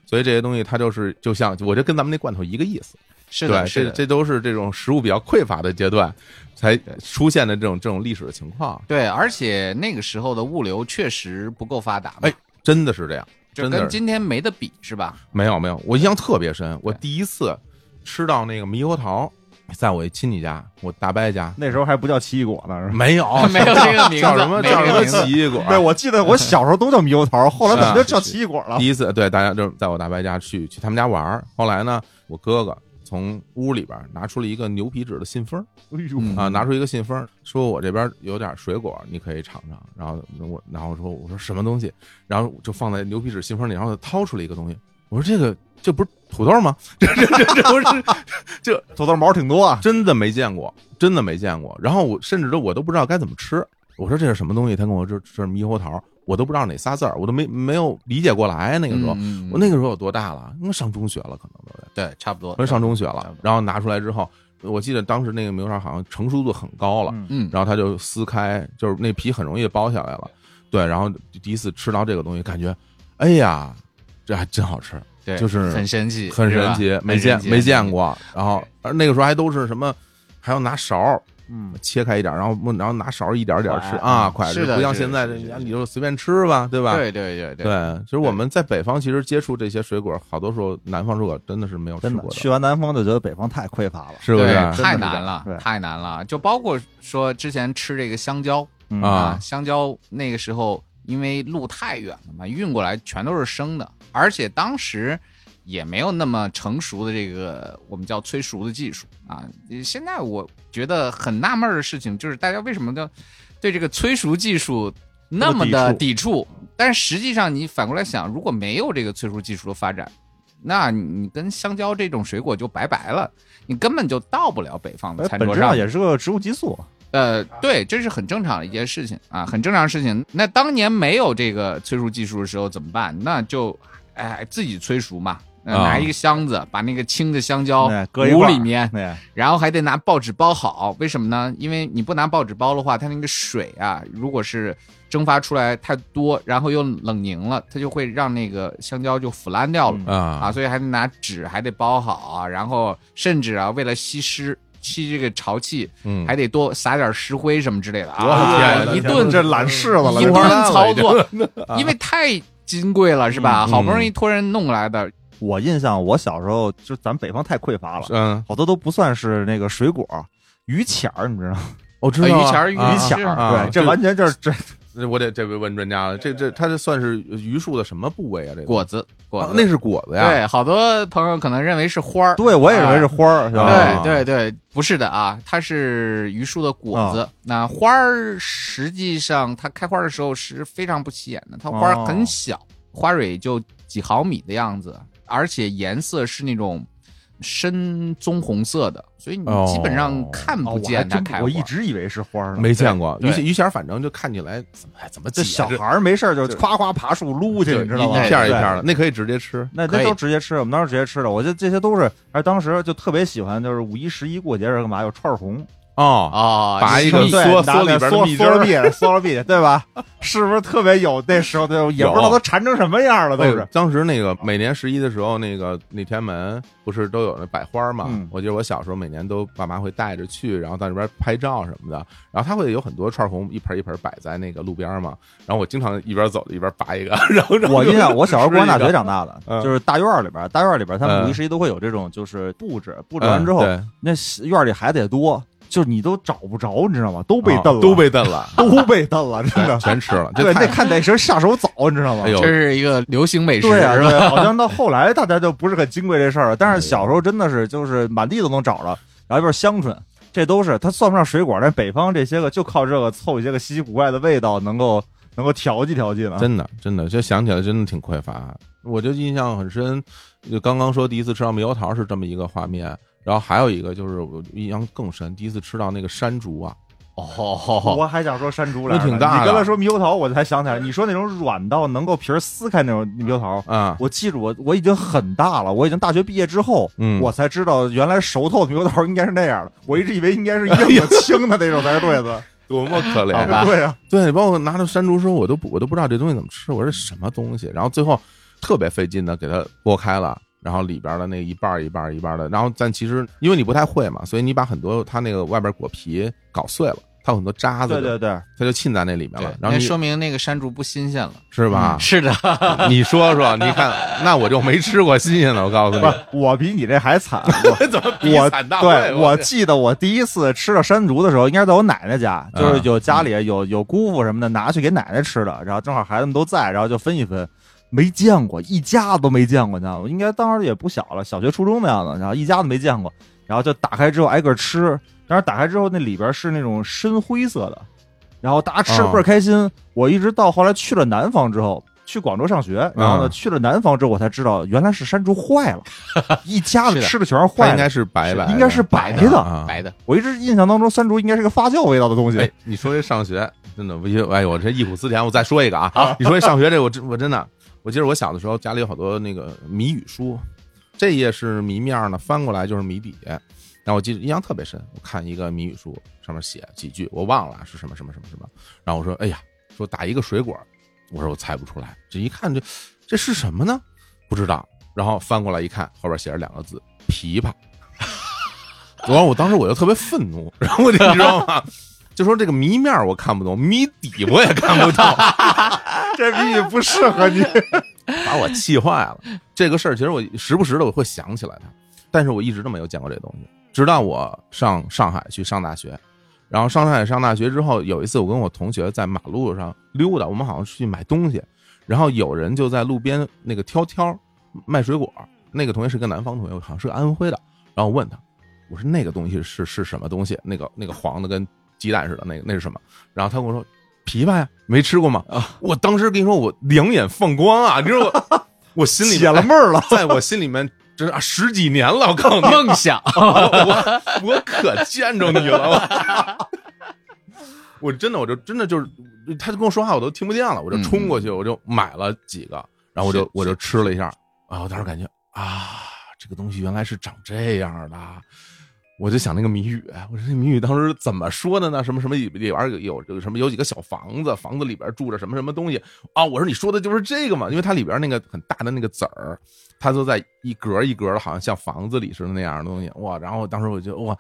[SPEAKER 2] 所以这些东西它就是就像我这跟咱们那罐头一个意思，
[SPEAKER 3] 是
[SPEAKER 2] 对
[SPEAKER 3] 的，
[SPEAKER 2] 吧，
[SPEAKER 3] 是
[SPEAKER 2] 这
[SPEAKER 3] 的，
[SPEAKER 2] 这都是这种食物比较匮乏的阶段才出现的这种这种历史的情况，
[SPEAKER 3] 对，而且那个时候的物流确实不够发达嘛，
[SPEAKER 2] 哎真的是这样，
[SPEAKER 3] 就
[SPEAKER 2] 真
[SPEAKER 3] 跟
[SPEAKER 2] 的是
[SPEAKER 3] 今天没得比，是吧？
[SPEAKER 2] 没有没有，我印象特别深，我第一次吃到那个猕猴桃，在我一亲戚家，我大伯家
[SPEAKER 4] 那时候还不叫奇异果呢，是吧？
[SPEAKER 2] 没有
[SPEAKER 3] 嗯 没有这个名
[SPEAKER 2] 哦
[SPEAKER 3] 字
[SPEAKER 2] 叫什么
[SPEAKER 3] 没有
[SPEAKER 2] 叫什
[SPEAKER 3] 这个
[SPEAKER 2] 么
[SPEAKER 3] 名字
[SPEAKER 2] 奇异嗯果。
[SPEAKER 4] 对，我记得我小时候都叫猕猴桃，后来怎么就叫奇异果了？
[SPEAKER 2] 第一次对大家就是在我大伯家去去他们家玩儿后来呢，我哥哥从屋里边儿拿出了一个牛皮纸的信封儿
[SPEAKER 4] 哎呦
[SPEAKER 3] 嗯
[SPEAKER 2] 啊，拿出一个信封儿，说我这边有点水果，你可以尝尝。然后我然后说我说什么东西，然后就放在牛皮纸信封里，然后掏出了一个东西，我说这个这不是土豆吗？ 这这这这不是
[SPEAKER 4] 土豆毛挺多啊！
[SPEAKER 2] 真的没见过，真的没见过。然后我甚至都我都不知道该怎么吃。我说这是什么东西？他跟我说这这是猕猴桃，我都不知道哪仨字儿，我都没没有理解过来。那个时候，
[SPEAKER 3] 嗯嗯嗯嗯
[SPEAKER 2] 我那个时候有多大了？应该上中学了，可能都得
[SPEAKER 3] 对差不多，
[SPEAKER 2] 可能上中学
[SPEAKER 3] 差
[SPEAKER 2] 了
[SPEAKER 3] 不。多
[SPEAKER 2] 然后拿出来之后，我记得当时那个猕猴桃好像成熟度很高了，
[SPEAKER 4] 嗯，
[SPEAKER 3] 嗯，
[SPEAKER 2] 然后它就撕开，就是那皮很容易剥下来了。对，然后第一次吃到这个东西，感觉，哎呀，这还真好吃。
[SPEAKER 3] 对，
[SPEAKER 2] 就是
[SPEAKER 3] 很神奇，
[SPEAKER 2] 很
[SPEAKER 3] 是
[SPEAKER 2] 神
[SPEAKER 3] 吧
[SPEAKER 2] 奇，没
[SPEAKER 3] 很神
[SPEAKER 2] 见
[SPEAKER 3] 奇
[SPEAKER 2] 没见。过。然后而那个时候还都是什么，还要拿勺儿
[SPEAKER 4] 嗯
[SPEAKER 2] 切开一点儿，然后然后拿勺儿一点儿一点儿吃
[SPEAKER 4] 快
[SPEAKER 2] 啊，快
[SPEAKER 3] 是的
[SPEAKER 2] 不像
[SPEAKER 3] 是的
[SPEAKER 2] 现在这
[SPEAKER 3] 是的是的
[SPEAKER 2] 你就随便吃吧，对吧？
[SPEAKER 3] 对对对对，
[SPEAKER 2] 对，其实我们在北方其实接触这些水果，好多时候南方水果真的是没有吃
[SPEAKER 4] 真
[SPEAKER 2] 过
[SPEAKER 4] 的，去完南方就觉得北方太匮乏了。
[SPEAKER 2] 是不啊是？
[SPEAKER 4] 真的
[SPEAKER 3] 太
[SPEAKER 4] 是这
[SPEAKER 3] 难
[SPEAKER 4] 样
[SPEAKER 3] 了
[SPEAKER 4] 对，
[SPEAKER 3] 太难了。就包括说之前吃这个香蕉
[SPEAKER 4] 嗯
[SPEAKER 2] 啊
[SPEAKER 3] 香蕉那个时候因为路太远了嘛，运过来全都是生的，而且当时也没有那么成熟的这个我们叫催熟的技术啊。现在我觉得很纳闷儿的事情就是，大家为什么叫对这个催熟技术那么的抵触？但实际上，你反过来想，如果没有这个催熟技术的发展，那你跟香蕉这种水果就拜拜了，你根本就到不了北方的
[SPEAKER 4] 哎
[SPEAKER 3] 餐
[SPEAKER 4] 本
[SPEAKER 3] 桌
[SPEAKER 4] 质
[SPEAKER 3] 上
[SPEAKER 4] 上。也是个植物激素，
[SPEAKER 3] 呃，对，这是很正常的一件事情啊，很正常的事情。那当年没有这个催熟技术的时候怎么办？那就哎自己催熟嘛，呃
[SPEAKER 2] 啊
[SPEAKER 3] 拿一个箱子把那个青的香蕉
[SPEAKER 4] 哎搁一
[SPEAKER 3] 捂
[SPEAKER 4] 块儿
[SPEAKER 3] 里面，
[SPEAKER 4] 对，
[SPEAKER 3] 然后还得拿报纸包好。为什么呢？因为你不拿报纸包的话，它那个水啊，如果是蒸发出来太多，然后又冷凝了，它就会让那个香蕉就腐烂掉了。
[SPEAKER 4] 嗯
[SPEAKER 2] 啊
[SPEAKER 3] 啊，，所以还得拿纸，还得包好啊，然后甚至啊，为了吸湿、吸这个潮气，
[SPEAKER 2] 嗯
[SPEAKER 3] 还得多撒点石灰什么之类的
[SPEAKER 4] 我的
[SPEAKER 3] 啊，
[SPEAKER 4] 天
[SPEAKER 3] 一顿
[SPEAKER 4] 哎这懒柿子了，
[SPEAKER 3] 一
[SPEAKER 4] 这
[SPEAKER 3] 顿
[SPEAKER 4] 是
[SPEAKER 3] 操作，因为太金贵了是吧？
[SPEAKER 2] 嗯
[SPEAKER 3] 好不容易托人弄来的，
[SPEAKER 4] 我印象，我小时候就咱北方太匮乏了，
[SPEAKER 2] 嗯，
[SPEAKER 4] 好多都不算是那个水果，榆钱儿，哦你知道吗？
[SPEAKER 2] 我知
[SPEAKER 3] 呃
[SPEAKER 2] 道
[SPEAKER 3] 榆
[SPEAKER 2] 啊
[SPEAKER 3] 钱儿、榆
[SPEAKER 2] 啊
[SPEAKER 4] 榆钱
[SPEAKER 2] 啊
[SPEAKER 4] 儿，
[SPEAKER 2] 啊
[SPEAKER 4] 对，这
[SPEAKER 2] 这
[SPEAKER 4] 完全就是这
[SPEAKER 2] 这我得这位问专家了，这这它这算是榆树的什么部位啊？这个
[SPEAKER 3] 果
[SPEAKER 4] 嗯
[SPEAKER 3] 子果
[SPEAKER 2] 啊
[SPEAKER 3] 子
[SPEAKER 2] 那是果子呀，
[SPEAKER 3] 对，好多朋友可能认为是花儿，
[SPEAKER 4] 对我也认为是花儿，是吧
[SPEAKER 2] 啊
[SPEAKER 3] 对对对，不是的啊，它是榆树的果
[SPEAKER 4] 啊
[SPEAKER 3] 子。那花儿实际上它开花的时候是非常不起眼的，它花儿很小，花蕊就几毫米的样子，而且颜色是那种深棕红色的，所以你
[SPEAKER 2] 哦
[SPEAKER 3] 基本上看
[SPEAKER 4] 哦
[SPEAKER 3] 不
[SPEAKER 4] 我还
[SPEAKER 3] 见它
[SPEAKER 4] 真
[SPEAKER 3] 开花。
[SPEAKER 4] 我一直以为是花儿呢。
[SPEAKER 2] 没见过
[SPEAKER 3] 对
[SPEAKER 2] 榆
[SPEAKER 3] 对
[SPEAKER 2] 榆钱儿，反正就看起来怎么哎怎么
[SPEAKER 4] 这
[SPEAKER 2] 解
[SPEAKER 4] 小
[SPEAKER 2] 这
[SPEAKER 4] 孩儿没事儿就
[SPEAKER 2] 对
[SPEAKER 4] 夸夸爬树撸去，
[SPEAKER 2] 对
[SPEAKER 4] 你知道吗？
[SPEAKER 2] 一片儿一
[SPEAKER 4] 对
[SPEAKER 2] 片儿的，那可以直接吃。
[SPEAKER 4] 那
[SPEAKER 3] 可
[SPEAKER 4] 那
[SPEAKER 3] 以
[SPEAKER 4] 都直接吃，我们当时直接吃的。我觉得这些都是，而当时就特别喜欢，就是五一、十一过节时候干嘛？有串儿红，
[SPEAKER 2] 哦，
[SPEAKER 3] 哦，
[SPEAKER 2] 拔一个
[SPEAKER 3] 是
[SPEAKER 2] 缩
[SPEAKER 4] 啊对
[SPEAKER 2] 缩
[SPEAKER 4] 拿
[SPEAKER 2] 里边的
[SPEAKER 4] 那缩
[SPEAKER 2] 蜜汁
[SPEAKER 4] 缩
[SPEAKER 2] 儿
[SPEAKER 4] 了 币，缩了币，对吧？是不是特别有那时候的？也不知道都馋成什么样了，都
[SPEAKER 2] 对
[SPEAKER 4] 是。
[SPEAKER 2] 哎当时那个每年十一的时候，那个那天门不是都有那百花嘛？
[SPEAKER 4] 嗯
[SPEAKER 2] 我记得我小时候每年都爸妈会带着去，然后到那边拍照什么的。然后他会有很多串红，一盆一盆摆在那个路边嘛。然后我经常一边走一边拔一个，然后然后
[SPEAKER 4] 我印象，我小时候
[SPEAKER 2] 吃一
[SPEAKER 4] 上大
[SPEAKER 2] 个
[SPEAKER 4] 学长大的，
[SPEAKER 2] 嗯
[SPEAKER 4] 就是大院儿里边儿，大院儿里边儿，他们
[SPEAKER 2] 嗯
[SPEAKER 4] 五一、十一都会有这种，就是布置，布
[SPEAKER 2] 嗯
[SPEAKER 4] 置完之后，
[SPEAKER 2] 对
[SPEAKER 4] 那院儿里孩子也多，就是你都找不着，你知道吗？都被
[SPEAKER 2] 啊
[SPEAKER 4] 蹬了，
[SPEAKER 2] 都被蹬了，
[SPEAKER 4] 都被蹬了，真 的。
[SPEAKER 2] 全吃了。这
[SPEAKER 4] 对，
[SPEAKER 2] 太
[SPEAKER 4] 那看那时候下手早，你知道吗？
[SPEAKER 2] 哎呦
[SPEAKER 3] 这是一个流行美食，
[SPEAKER 4] 对啊，
[SPEAKER 3] 是吧？
[SPEAKER 4] 对啊，好像到后来大家就不是很金贵这事儿了。但是小时候真的是就是满地都能找着，然后一边香椿，这都是它算不上水果，但北方这些个就靠这个凑一些个稀奇古怪的味道，能够能够调剂调剂呢。
[SPEAKER 2] 真的，真的，这想起来真的挺匮乏。我就印象很深，就刚刚说第一次吃到猕猴桃是这么一个画面，然后还有一个就是我印象更深，第一次吃到那个山竹啊，
[SPEAKER 3] 哦，
[SPEAKER 4] 我还想说山竹来着，
[SPEAKER 2] 那挺大的
[SPEAKER 4] 你刚才说猕猴桃，我才想起来，你说那种软到能够皮儿撕开那种猕猴桃，
[SPEAKER 2] 啊，
[SPEAKER 4] 我记住我我已经很大了，我已经大学毕业之后，
[SPEAKER 2] 嗯
[SPEAKER 4] 我才知道原来熟透的猕猴桃应该是那样的，我一直以为应该是硬的青的那种才是对的。
[SPEAKER 2] 多么可怜
[SPEAKER 3] 好吧
[SPEAKER 4] 对啊，
[SPEAKER 2] 哎 对，包括拿到山竹时候，我都不我都不知道这东西怎么吃，我说这什么东西，然后最后特别费劲的给它剥开了。然后里边的那一半儿一半儿一半儿的，然后但其实因为你不太会嘛，所以你把很多它那个外边果皮搞碎了，它有很多渣子
[SPEAKER 4] 对
[SPEAKER 2] 的，
[SPEAKER 4] 对对，
[SPEAKER 2] 它就浸在那里面
[SPEAKER 3] 对
[SPEAKER 2] 了，，然后
[SPEAKER 3] 那
[SPEAKER 2] 你
[SPEAKER 3] 说明那个山竹不新鲜了。
[SPEAKER 2] 是
[SPEAKER 4] 啊
[SPEAKER 2] 吧？
[SPEAKER 3] 是的，
[SPEAKER 2] 你说说，你看，那我就没吃过新 鲜的，我告诉你
[SPEAKER 4] 不，是我比你这还惨，我
[SPEAKER 2] 怎么比
[SPEAKER 4] 我
[SPEAKER 2] 惨大会？
[SPEAKER 4] 对，我
[SPEAKER 2] 我
[SPEAKER 4] 记得我第一次吃到山竹的时候，应该是在我奶奶家，就是
[SPEAKER 2] 嗯
[SPEAKER 4] 有家里有有姑父什么的拿去给奶奶吃的，然后正好孩子们都在，然后就分一分。没见过，一家子都没见过，你知道吗？应该当时也不小了，小学、初中那样的，然后一家子没见过，然后就打开之后挨个吃，但是打开之后那里边是那种深灰色的，然后大家
[SPEAKER 2] 嗯
[SPEAKER 4] 吃得倍儿开心。我一直到后来去了南方之后，去广州上学，然后呢、
[SPEAKER 2] 嗯
[SPEAKER 4] 去了南方之后，我才知道原来是山竹坏 了，一家子
[SPEAKER 3] 是的
[SPEAKER 4] 吃的全
[SPEAKER 2] 它
[SPEAKER 4] 是坏
[SPEAKER 2] 应
[SPEAKER 4] 的
[SPEAKER 2] 该。是白白的，
[SPEAKER 4] 应该是白的。
[SPEAKER 2] 啊。
[SPEAKER 3] 白的，
[SPEAKER 4] 我一直印象当中，山竹应该是个发酵味道的东西。
[SPEAKER 2] 哎，你说这上学真的，我一哎呦，我这忆苦思甜，我再说一个啊！你说这上学这，我真我真的，我记得我小的时候家里有好多那个谜语书，这页是谜面儿呢，翻过来就是谜底。然后我记得印象特别深，我看一个谜语书上面写几句，我忘了是什么什么什么什么。然后我说，哎呀，说打一个水果，我说我猜不出来，这一看这这是什么呢？不知道。然后翻过来一看，后边写着两个字“琵琶”。 然后我当时我就特别愤怒，然后我就你知道吗？就说这个谜面儿我看不懂，谜底我也看不懂，
[SPEAKER 4] 这比喻 不适合你。
[SPEAKER 2] 把我气坏了。这个事儿其实我时不时的我会想起来它，但是我一直都没有见过这东西，直到我上上海去上大学。然后上上海上大学之后，有一次我跟我同学在马路上溜达，我们好像是去买东西，然后有人就在路边那个挑挑卖水果。那个同学是个南方同学，好像是个安徽的。然后我问他，我说那个东西是是什么东西？那个那个黄的跟鸡蛋似的，那个那是什么？然后他跟我说枇杷呀，没吃过吗？我当时跟你说，我两眼放光啊！你说我，我心里
[SPEAKER 4] 解了闷儿了，
[SPEAKER 2] 在我心里面，这啊十几年了，我告诉你，
[SPEAKER 3] 梦想
[SPEAKER 2] 我我可见着你了，我我真的我就真的就是，他就跟我说话我都听不见了，我就冲过去，我就买了几个，然后我
[SPEAKER 3] 是
[SPEAKER 2] 就我就吃了一下，啊，我当时感觉啊，这个东西原来是长这样的。我就想那个谜语，我说这谜语当时怎么说的呢？什么什么里里边儿有有有什么有几个小房子，房子里边住着什么什么东西啊？我说你说的就是这个嘛，因为它里边那个很大的那个籽儿，它都在一格一格的，好像像房子里似的那样的东西。哇！然后当时我就哇，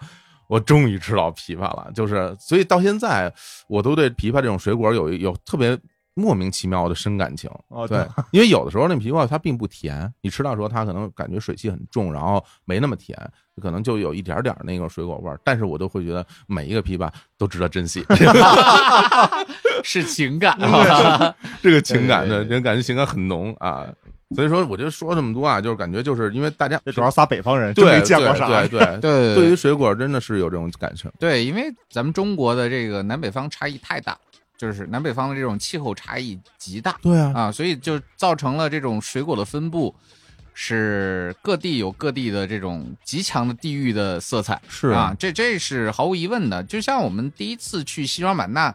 [SPEAKER 2] 我终于吃到枇杷了，就是所以到现在我都对枇杷这种水果有有特别莫名其妙的深感情。
[SPEAKER 4] 哦
[SPEAKER 2] 对， 因为有的时候那枇杷它并不甜，你吃到的时候它可能感觉水汽很重，然后没那么甜，可能就有一点点那个水果味儿。但是我都会觉得每一个枇杷都值得珍惜，
[SPEAKER 3] 是情感。啊
[SPEAKER 2] 这个情感的
[SPEAKER 3] 对对对
[SPEAKER 2] 人感觉情感很浓啊。所以说，我觉得说这么多啊，就是感觉就是因为大家
[SPEAKER 4] 这 主要仨北方 人，真
[SPEAKER 2] 对
[SPEAKER 4] 没见过啥。
[SPEAKER 2] 对对对
[SPEAKER 3] 对
[SPEAKER 2] 对于水果真的是有这种感受。
[SPEAKER 3] 对，因为咱们中国的这个南北方差异太大，就是南北方的这种气候差异极大
[SPEAKER 2] 对啊，
[SPEAKER 3] 啊，所以就造成了这种水果的分布是各地有各地的这种极强的地域的色彩。
[SPEAKER 2] 是
[SPEAKER 3] 啊，，这这是毫无疑问的。就像我们第一次去西双版纳，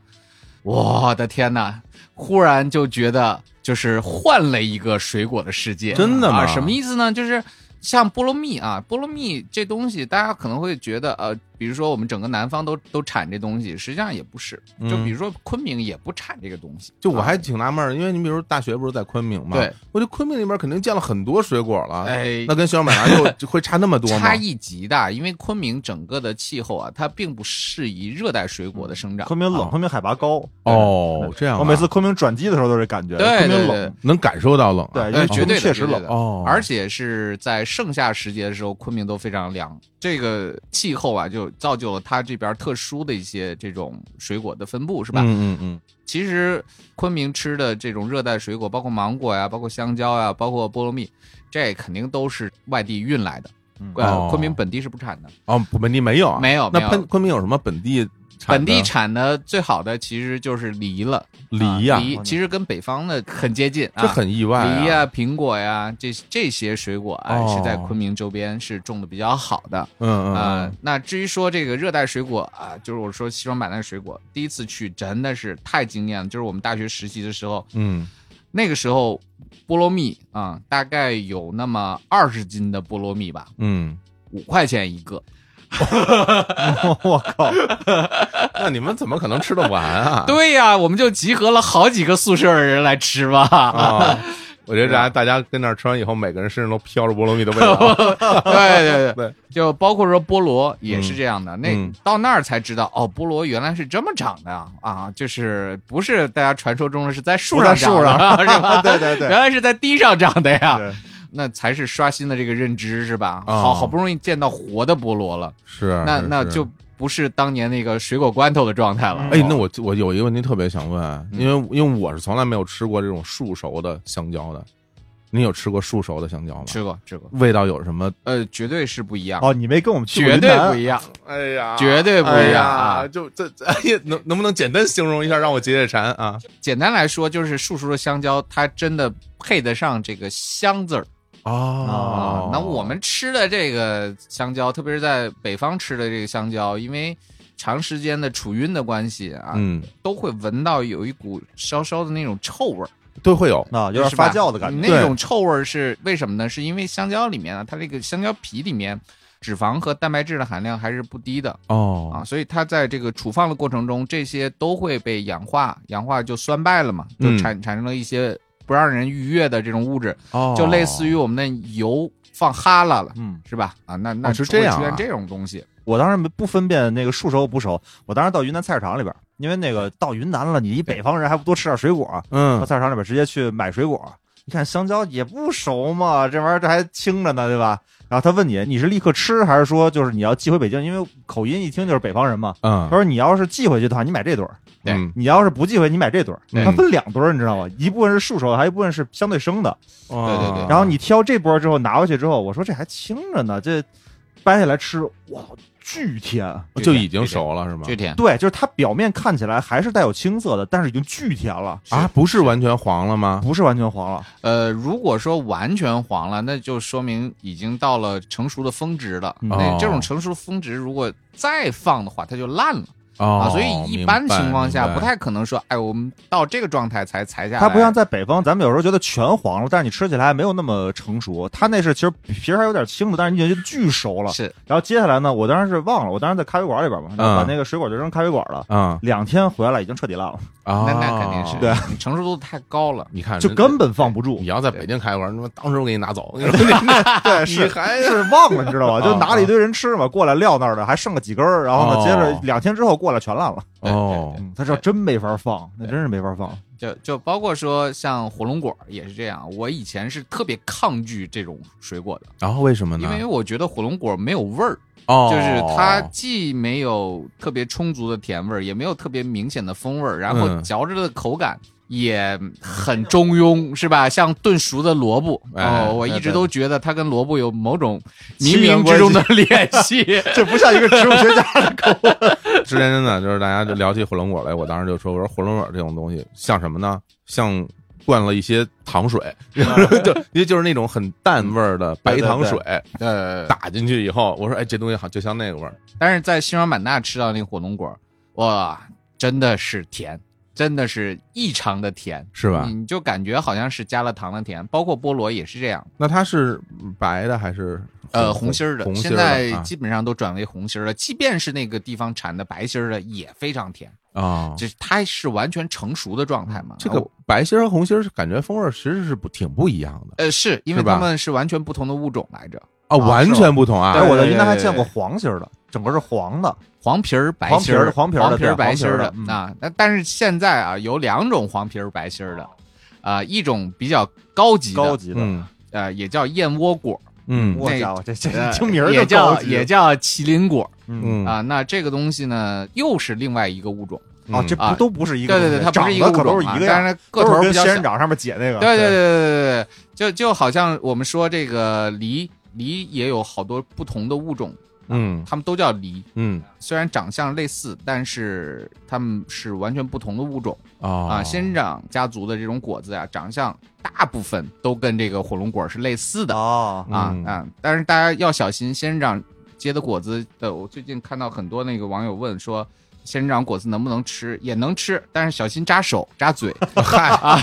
[SPEAKER 3] 我的天呐，忽然就觉得就是换了一个水果的世界，
[SPEAKER 2] 真的吗
[SPEAKER 3] 啊？什么意思呢？就是像菠萝蜜啊，菠萝蜜这东西，大家可能会觉得呃，比如说我们整个南方都都产这东西，实际上也不是。就
[SPEAKER 2] 嗯
[SPEAKER 3] 比如说昆明也不产这个东西，
[SPEAKER 2] 就我还
[SPEAKER 3] 啊
[SPEAKER 2] 挺纳闷儿，因为你比如大学不是在昆明嘛，
[SPEAKER 3] 对，
[SPEAKER 2] 我觉得昆明那边肯定见了很多水果了，
[SPEAKER 3] 哎
[SPEAKER 2] 那跟西双版纳又就会差那么多吗？
[SPEAKER 3] 差异极大，因为昆明整个的气候啊，它并不适宜热带水果的生长。
[SPEAKER 4] 昆明冷，
[SPEAKER 3] 啊
[SPEAKER 4] 昆明海拔高。
[SPEAKER 2] 哦，这样啊，
[SPEAKER 4] 我每次昆明转机的时候都是感觉，
[SPEAKER 3] 对
[SPEAKER 4] 昆
[SPEAKER 3] 对
[SPEAKER 4] 明
[SPEAKER 3] 对
[SPEAKER 4] 冷，。
[SPEAKER 2] 能感受到冷啊，
[SPEAKER 4] 对，因
[SPEAKER 3] 呃
[SPEAKER 4] 为
[SPEAKER 3] 绝
[SPEAKER 4] 昆
[SPEAKER 3] 对
[SPEAKER 4] 明
[SPEAKER 3] 的
[SPEAKER 4] 确实
[SPEAKER 3] 绝对
[SPEAKER 4] 冷
[SPEAKER 3] 的。
[SPEAKER 2] 哦，
[SPEAKER 3] 而且是在盛夏时节的时候，昆明都非常凉，这个气候啊，就造就了它这边特殊的一些这种水果的分布，是吧？
[SPEAKER 2] 嗯嗯嗯，
[SPEAKER 3] 其实昆明吃的这种热带水果，包括芒果呀，包括香蕉呀，包括菠萝蜜，这肯定都是外地运来的，
[SPEAKER 4] 嗯
[SPEAKER 3] 呃
[SPEAKER 2] 哦，
[SPEAKER 3] 昆明本地是不产的。
[SPEAKER 2] 哦，本地没有啊，
[SPEAKER 3] 没有
[SPEAKER 2] 那
[SPEAKER 3] 没有
[SPEAKER 2] 昆昆明有什么本地产的
[SPEAKER 3] 本地产的最好的其实就是梨了，
[SPEAKER 2] 梨呀哦
[SPEAKER 3] 啊，梨其实跟北方的很接近啊，
[SPEAKER 2] 这很意外啊
[SPEAKER 3] 梨呀、苹果呀，这这些水果啊、
[SPEAKER 2] 哦
[SPEAKER 3] 是在昆明周边是种的比较好的啊、
[SPEAKER 2] 嗯嗯
[SPEAKER 3] 呃
[SPEAKER 2] 嗯，
[SPEAKER 3] 那至于说这个热带水果啊、就是我说西双版纳水果，第一次去真的是太惊艳了。就是我们大学实习的时候，
[SPEAKER 2] 嗯，
[SPEAKER 3] 那个时候菠萝蜜啊、大概有那么二十斤的菠萝蜜吧，
[SPEAKER 2] 嗯，
[SPEAKER 3] 五块钱一个。
[SPEAKER 4] 我靠，
[SPEAKER 2] 那你们怎么可能吃 得完啊？
[SPEAKER 3] 对呀、我们就集合了好几个宿舍的人来吃吧。
[SPEAKER 2] 啊， 我觉得大家大家跟那儿吃完以后，每个人身上都飘着菠萝蜜的味道 啊。
[SPEAKER 3] 对对
[SPEAKER 2] 对，
[SPEAKER 3] 就包括说菠萝也是这样的，
[SPEAKER 2] 嗯
[SPEAKER 3] 那到那儿才知道哦，菠萝原来是这么长的啊啊，就是不是大家传说中的是在树上
[SPEAKER 4] 不在树
[SPEAKER 3] 长的啊， 是 吧？
[SPEAKER 4] 对对
[SPEAKER 3] 原
[SPEAKER 4] 对，
[SPEAKER 3] 来是在地上长的呀，
[SPEAKER 4] 对
[SPEAKER 3] 那才是刷新了这个认知是吧？
[SPEAKER 2] 哦
[SPEAKER 3] 好好不容易见到活的菠萝了，
[SPEAKER 2] 是，
[SPEAKER 3] 那
[SPEAKER 2] 啊是
[SPEAKER 3] 那
[SPEAKER 2] 是
[SPEAKER 3] 就不是当年那个水果罐头的状态了。
[SPEAKER 2] 哎，那我我有一个问题特别想问，啊
[SPEAKER 3] 嗯
[SPEAKER 2] 因为因为我是从来没有吃过这种树熟的香蕉的，你有吃过树熟的香蕉吗？
[SPEAKER 3] 吃过吃过，
[SPEAKER 2] 味道有什么？
[SPEAKER 3] 呃，绝对是不一样，
[SPEAKER 4] 哦，你没跟我们去过
[SPEAKER 3] 绝
[SPEAKER 4] 云
[SPEAKER 3] 对不
[SPEAKER 4] 南，
[SPEAKER 3] 一样。
[SPEAKER 2] 哎呀
[SPEAKER 3] 绝对不一样
[SPEAKER 2] 哎呀
[SPEAKER 3] 啊
[SPEAKER 2] 就这 这，哎呀，能能不能简单形容一下，让我解解馋啊？
[SPEAKER 3] 简单来说，就是树熟的香蕉，它真的配得上这个“香”字儿
[SPEAKER 2] 哦
[SPEAKER 3] 啊。那我们吃的这个香蕉，特别是在北方吃的这个香蕉，因为长时间的储运的关系啊，
[SPEAKER 2] 嗯，
[SPEAKER 3] 都会闻到有一股稍稍的那种臭味儿，
[SPEAKER 2] 都会有
[SPEAKER 4] 啊，有点
[SPEAKER 3] 是吧
[SPEAKER 4] 发酵的感觉。
[SPEAKER 3] 那种臭味儿是为什么呢？是因为香蕉里面啊，它这个香蕉皮里面脂肪和蛋白质的含量还是不低的。啊，
[SPEAKER 2] 哦，
[SPEAKER 3] 所以它在这个储放的过程中，这些都会被氧化，氧化就酸败了嘛，就
[SPEAKER 2] 嗯
[SPEAKER 3] 产产生了一些不让人愉悦的这种物质，
[SPEAKER 2] 哦
[SPEAKER 3] 就类似于我们的油放哈喇了，
[SPEAKER 4] 嗯，
[SPEAKER 3] 是吧？啊，那那
[SPEAKER 2] 是
[SPEAKER 3] 就会
[SPEAKER 2] 这样
[SPEAKER 3] 出现
[SPEAKER 2] 啊
[SPEAKER 3] 这种东西，
[SPEAKER 4] 我当时不分辨那个树熟不熟，我当时到云南菜市场里边，因为那个到云南了，你一北方人还不多吃点水果？啊到
[SPEAKER 2] 嗯，
[SPEAKER 4] 菜市场里边直接去买水果，你看香蕉也不熟嘛，这玩意儿这还青着呢，对吧？然后他问你，你是立刻吃还是说就是你要寄回北京？因为口音一听就是北方人嘛。他
[SPEAKER 2] 嗯，
[SPEAKER 4] 说你要是寄回去的话，你买这对儿；
[SPEAKER 3] 对
[SPEAKER 2] 嗯
[SPEAKER 4] 你要是不寄回，你买这对儿。
[SPEAKER 2] 对
[SPEAKER 4] 它分两波儿，你知道吗？一部分是树熟的，还有一部分是相对生的。
[SPEAKER 3] 对对
[SPEAKER 2] 哦
[SPEAKER 3] 对
[SPEAKER 4] 然后你挑这波儿之后拿回去之后，我说这还青着呢，这掰下来吃，哇，巨甜！
[SPEAKER 2] 哦就已经熟了是吗？
[SPEAKER 3] 巨甜，
[SPEAKER 4] 对，就是它表面看起来还是带有青色的，但是已经巨甜了，
[SPEAKER 2] 啊，不是完全黄了吗？
[SPEAKER 4] 不是完全黄了。
[SPEAKER 3] 呃，如果说完全黄了，那就说明已经到了成熟的峰值了。
[SPEAKER 4] 嗯
[SPEAKER 3] 那这
[SPEAKER 2] 哦
[SPEAKER 3] 种成熟的峰值，如果再放的话，它就烂了、
[SPEAKER 2] 哦
[SPEAKER 3] 啊。，所以一般
[SPEAKER 2] 明白
[SPEAKER 3] 情况下
[SPEAKER 2] 明白
[SPEAKER 3] 不太可能说，哎，我们到这个状态才裁下来。
[SPEAKER 4] 它不像在北方，咱们有时候觉得全黄了，但是你吃起来还没有那么成熟。它那是其实皮儿还有点青的，但是你已经巨熟了。
[SPEAKER 3] 是
[SPEAKER 4] 然后接下来呢，我当时是忘了，我当时在咖啡馆里边嘛，然后把
[SPEAKER 2] 嗯
[SPEAKER 4] 那个水果就扔咖啡馆了。
[SPEAKER 2] 啊
[SPEAKER 4] 两天回来已经彻底烂了，
[SPEAKER 2] 啊，
[SPEAKER 3] 那那肯定是，
[SPEAKER 4] 对，
[SPEAKER 3] 你成熟度太高了。
[SPEAKER 2] 你看
[SPEAKER 4] 就
[SPEAKER 2] 人家
[SPEAKER 4] 根本放不 住
[SPEAKER 2] 你。要在北京开馆，他妈当时我给你拿 走。我跟你说，你
[SPEAKER 4] 对，
[SPEAKER 2] 你
[SPEAKER 4] 是
[SPEAKER 2] 还
[SPEAKER 4] 是忘了，你知道 吧？
[SPEAKER 2] 啊
[SPEAKER 4] 就拿了一堆人吃嘛，过来撂那儿的，还剩了几根儿，然后
[SPEAKER 2] 哦
[SPEAKER 4] 呢，接着两天之后过来全烂了。哎
[SPEAKER 3] 对对
[SPEAKER 2] 哦
[SPEAKER 3] 对
[SPEAKER 4] 嗯，他这真没法放，那真是没法放。
[SPEAKER 3] 就就包括说像火龙果也是这样，我以前是特别抗拒这种水果的，
[SPEAKER 2] 然哦后为什么呢
[SPEAKER 3] 因？为我觉得火龙果没有味儿，
[SPEAKER 2] 哦，
[SPEAKER 3] 就是它既没有特别充足的甜味儿，也没有特别明显的风味儿，然后
[SPEAKER 2] 嗯
[SPEAKER 3] 嚼着的口感。也很中庸，是吧？像炖熟的萝卜，
[SPEAKER 2] 哎
[SPEAKER 3] 哦，我一直
[SPEAKER 4] 对
[SPEAKER 3] 都觉得它跟萝卜有某种冥
[SPEAKER 4] 亲缘
[SPEAKER 3] 冥
[SPEAKER 4] 关
[SPEAKER 3] 之
[SPEAKER 4] 系
[SPEAKER 3] 中的联 系。
[SPEAKER 4] 这不像一个植物学家。
[SPEAKER 2] 之前真的 就是大家就聊起火龙果来，我当时就说，我说火龙果这种东西像什么呢？像灌了一些糖水， 就因为就是那种很淡味儿的白糖水
[SPEAKER 3] 呃，
[SPEAKER 2] 打进去以后，我说哎，这东西好就像那个味儿。
[SPEAKER 3] 但是在西双版纳吃到那个火龙果，哇，真的是甜，真的是异常的甜，
[SPEAKER 2] 是吧
[SPEAKER 3] 你就感觉好像是加了糖的甜，包括菠萝也是这样，
[SPEAKER 2] 那它是白的还是
[SPEAKER 3] 呃，红心儿的，
[SPEAKER 2] 红心
[SPEAKER 3] 现
[SPEAKER 2] 儿
[SPEAKER 3] 在
[SPEAKER 2] 的啊
[SPEAKER 3] 基本上都转为红心儿了。即便是那个地方产的白心儿的，也非常甜，
[SPEAKER 2] 哦
[SPEAKER 3] 就是它是完全成熟的状态嘛。啊
[SPEAKER 4] 嗯
[SPEAKER 2] 这个白心儿和红心儿是感觉风味儿其实是不挺不一样的
[SPEAKER 3] 呃，是因为
[SPEAKER 2] 是吧
[SPEAKER 3] 它们是完全不同的物种来着，
[SPEAKER 2] 啊，完全不同
[SPEAKER 4] 哎，
[SPEAKER 2] 啊。
[SPEAKER 4] 我在云南还见过黄心儿的，整个是黄的。
[SPEAKER 3] 黄皮儿、白
[SPEAKER 4] 黄
[SPEAKER 3] 心
[SPEAKER 4] 皮儿
[SPEAKER 3] 儿、
[SPEAKER 4] 的黄皮儿的
[SPEAKER 3] 黄皮
[SPEAKER 4] 对
[SPEAKER 3] 儿、白
[SPEAKER 4] 黄
[SPEAKER 3] 心
[SPEAKER 4] 皮
[SPEAKER 3] 儿
[SPEAKER 4] 儿的
[SPEAKER 3] 的
[SPEAKER 4] 嗯
[SPEAKER 3] 啊。那但是现在啊，有两种黄皮儿、白心儿的，啊，一种比较高级的，
[SPEAKER 4] 高级的。
[SPEAKER 2] 嗯
[SPEAKER 3] 呃，也叫燕窝果，
[SPEAKER 2] 嗯
[SPEAKER 4] 我
[SPEAKER 3] 那
[SPEAKER 4] 家伙，这这
[SPEAKER 3] 呃
[SPEAKER 4] 听名儿
[SPEAKER 3] 也
[SPEAKER 4] 就
[SPEAKER 3] 叫
[SPEAKER 4] 高级
[SPEAKER 3] 也叫麒麟果
[SPEAKER 4] 嗯
[SPEAKER 2] 嗯
[SPEAKER 3] 啊。那这个东西呢，又是另外一个物种。
[SPEAKER 2] 嗯
[SPEAKER 4] 啊，这
[SPEAKER 3] 啊
[SPEAKER 4] 不都不是一
[SPEAKER 3] 对
[SPEAKER 4] 个
[SPEAKER 3] 对
[SPEAKER 4] 东
[SPEAKER 3] 对，
[SPEAKER 4] 西，
[SPEAKER 3] 它不是一个
[SPEAKER 4] 长得
[SPEAKER 3] 物种
[SPEAKER 4] 可都是
[SPEAKER 3] 啊
[SPEAKER 4] 一个，样，
[SPEAKER 3] 但是它个头
[SPEAKER 4] 都
[SPEAKER 3] 儿
[SPEAKER 4] 是
[SPEAKER 3] 比
[SPEAKER 4] 跟
[SPEAKER 3] 较
[SPEAKER 4] 仙
[SPEAKER 3] 小
[SPEAKER 4] 人。掌上面解 那个，
[SPEAKER 3] 对对对对对对，就就好像我们说这个梨，梨也有好多不同的物种，
[SPEAKER 2] 嗯
[SPEAKER 3] 它们都叫梨，
[SPEAKER 2] 嗯
[SPEAKER 3] 虽然长相类似，但是它们是完全不同的物种。
[SPEAKER 2] 啊
[SPEAKER 3] 啊，仙人掌家族的这种果子啊，长相大部分都跟这个火龙果是类似的
[SPEAKER 4] 啊，
[SPEAKER 3] 啊
[SPEAKER 2] 嗯
[SPEAKER 3] 啊！但是大家要小心，仙人掌结的果子的，我最近看到很多那个网友问说。仙人掌果子能不能吃？也能吃，但是小心扎手、扎 嘴。嗨啊，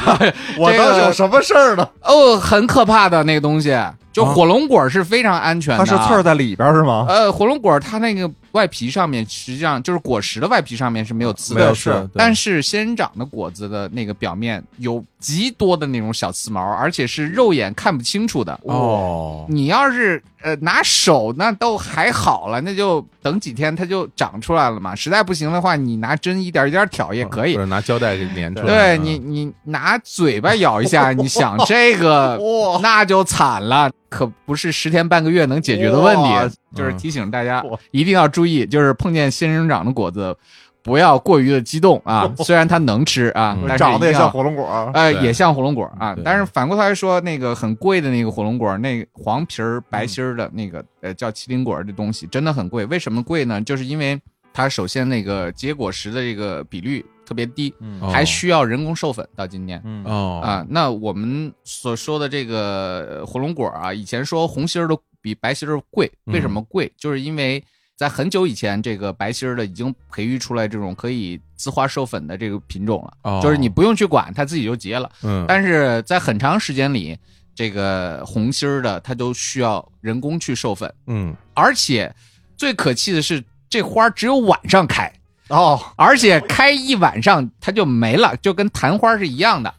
[SPEAKER 4] 我
[SPEAKER 3] 这
[SPEAKER 4] 当时
[SPEAKER 3] 个
[SPEAKER 4] 有什么事儿呢？
[SPEAKER 3] 哦，很可怕的那个东西，就火龙果是非常安全的。
[SPEAKER 4] 啊它是刺儿在里边儿是吗？
[SPEAKER 3] 呃，火龙果它那个外皮上面，实际上就是果实的外皮上面是没有刺
[SPEAKER 4] 没
[SPEAKER 3] 的
[SPEAKER 4] 有，
[SPEAKER 2] 是
[SPEAKER 4] 是，
[SPEAKER 2] 但
[SPEAKER 3] 但
[SPEAKER 2] 是
[SPEAKER 3] 是仙人掌的果子的那个表面有极多的那种小刺毛，而且是肉眼看不清楚的。，
[SPEAKER 2] 哦，
[SPEAKER 3] 你要是呃拿手那都还好了，那就等几天它就长出来了嘛。实在不行的话，你拿针一点一点挑
[SPEAKER 4] 啊
[SPEAKER 3] 也可以
[SPEAKER 2] 或。者拿胶带给粘出来。
[SPEAKER 3] 对你，
[SPEAKER 2] 嗯，
[SPEAKER 3] 你拿嘴巴咬一下，你想这个
[SPEAKER 4] 哇，
[SPEAKER 3] 那就惨了，可不是十天半个月能解决的问
[SPEAKER 4] 哇嗯
[SPEAKER 3] 题。就是提醒大家
[SPEAKER 4] 哇
[SPEAKER 3] 一定要注意，就是碰见仙人掌的果子，不要过于的激动啊。虽然它能吃啊
[SPEAKER 2] 嗯，
[SPEAKER 3] 但是
[SPEAKER 4] 长得
[SPEAKER 3] 一
[SPEAKER 4] 也
[SPEAKER 3] 定
[SPEAKER 4] 像
[SPEAKER 3] 要
[SPEAKER 4] 火龙果，
[SPEAKER 3] 呃，
[SPEAKER 2] 对嗯
[SPEAKER 3] 也像火龙果啊
[SPEAKER 2] 对，
[SPEAKER 3] 但是反过头来说，那个很贵的那个火龙果，那个黄皮儿
[SPEAKER 2] 嗯
[SPEAKER 3] 白心儿的那个、呃叫麒麟果儿的东西，真的很贵。为什么贵呢？就是因为它首先那个结果实的这个比率特别低，
[SPEAKER 2] 哦
[SPEAKER 4] 嗯
[SPEAKER 3] 还需要人工授粉到今天。
[SPEAKER 4] 嗯
[SPEAKER 2] 哦
[SPEAKER 3] 啊、，那我们所说的这个呃火龙果啊，以前说红心儿的比白心儿贵，为什么
[SPEAKER 2] 嗯
[SPEAKER 3] 贵？就是因为在很久以前，这个白心儿的已经培育出来这种可以自花授粉的这个品种了，
[SPEAKER 2] 哦
[SPEAKER 3] 就是你不用去管，它自己就结了。
[SPEAKER 2] 嗯，
[SPEAKER 3] 但是在很长时间里，这个红心儿的它都需要人工去授粉，
[SPEAKER 2] 嗯，
[SPEAKER 3] 而且最可气的是，这花儿只有晚上开，
[SPEAKER 4] 哦，
[SPEAKER 3] 而且开一晚上它就没了，就跟昙花是一样的。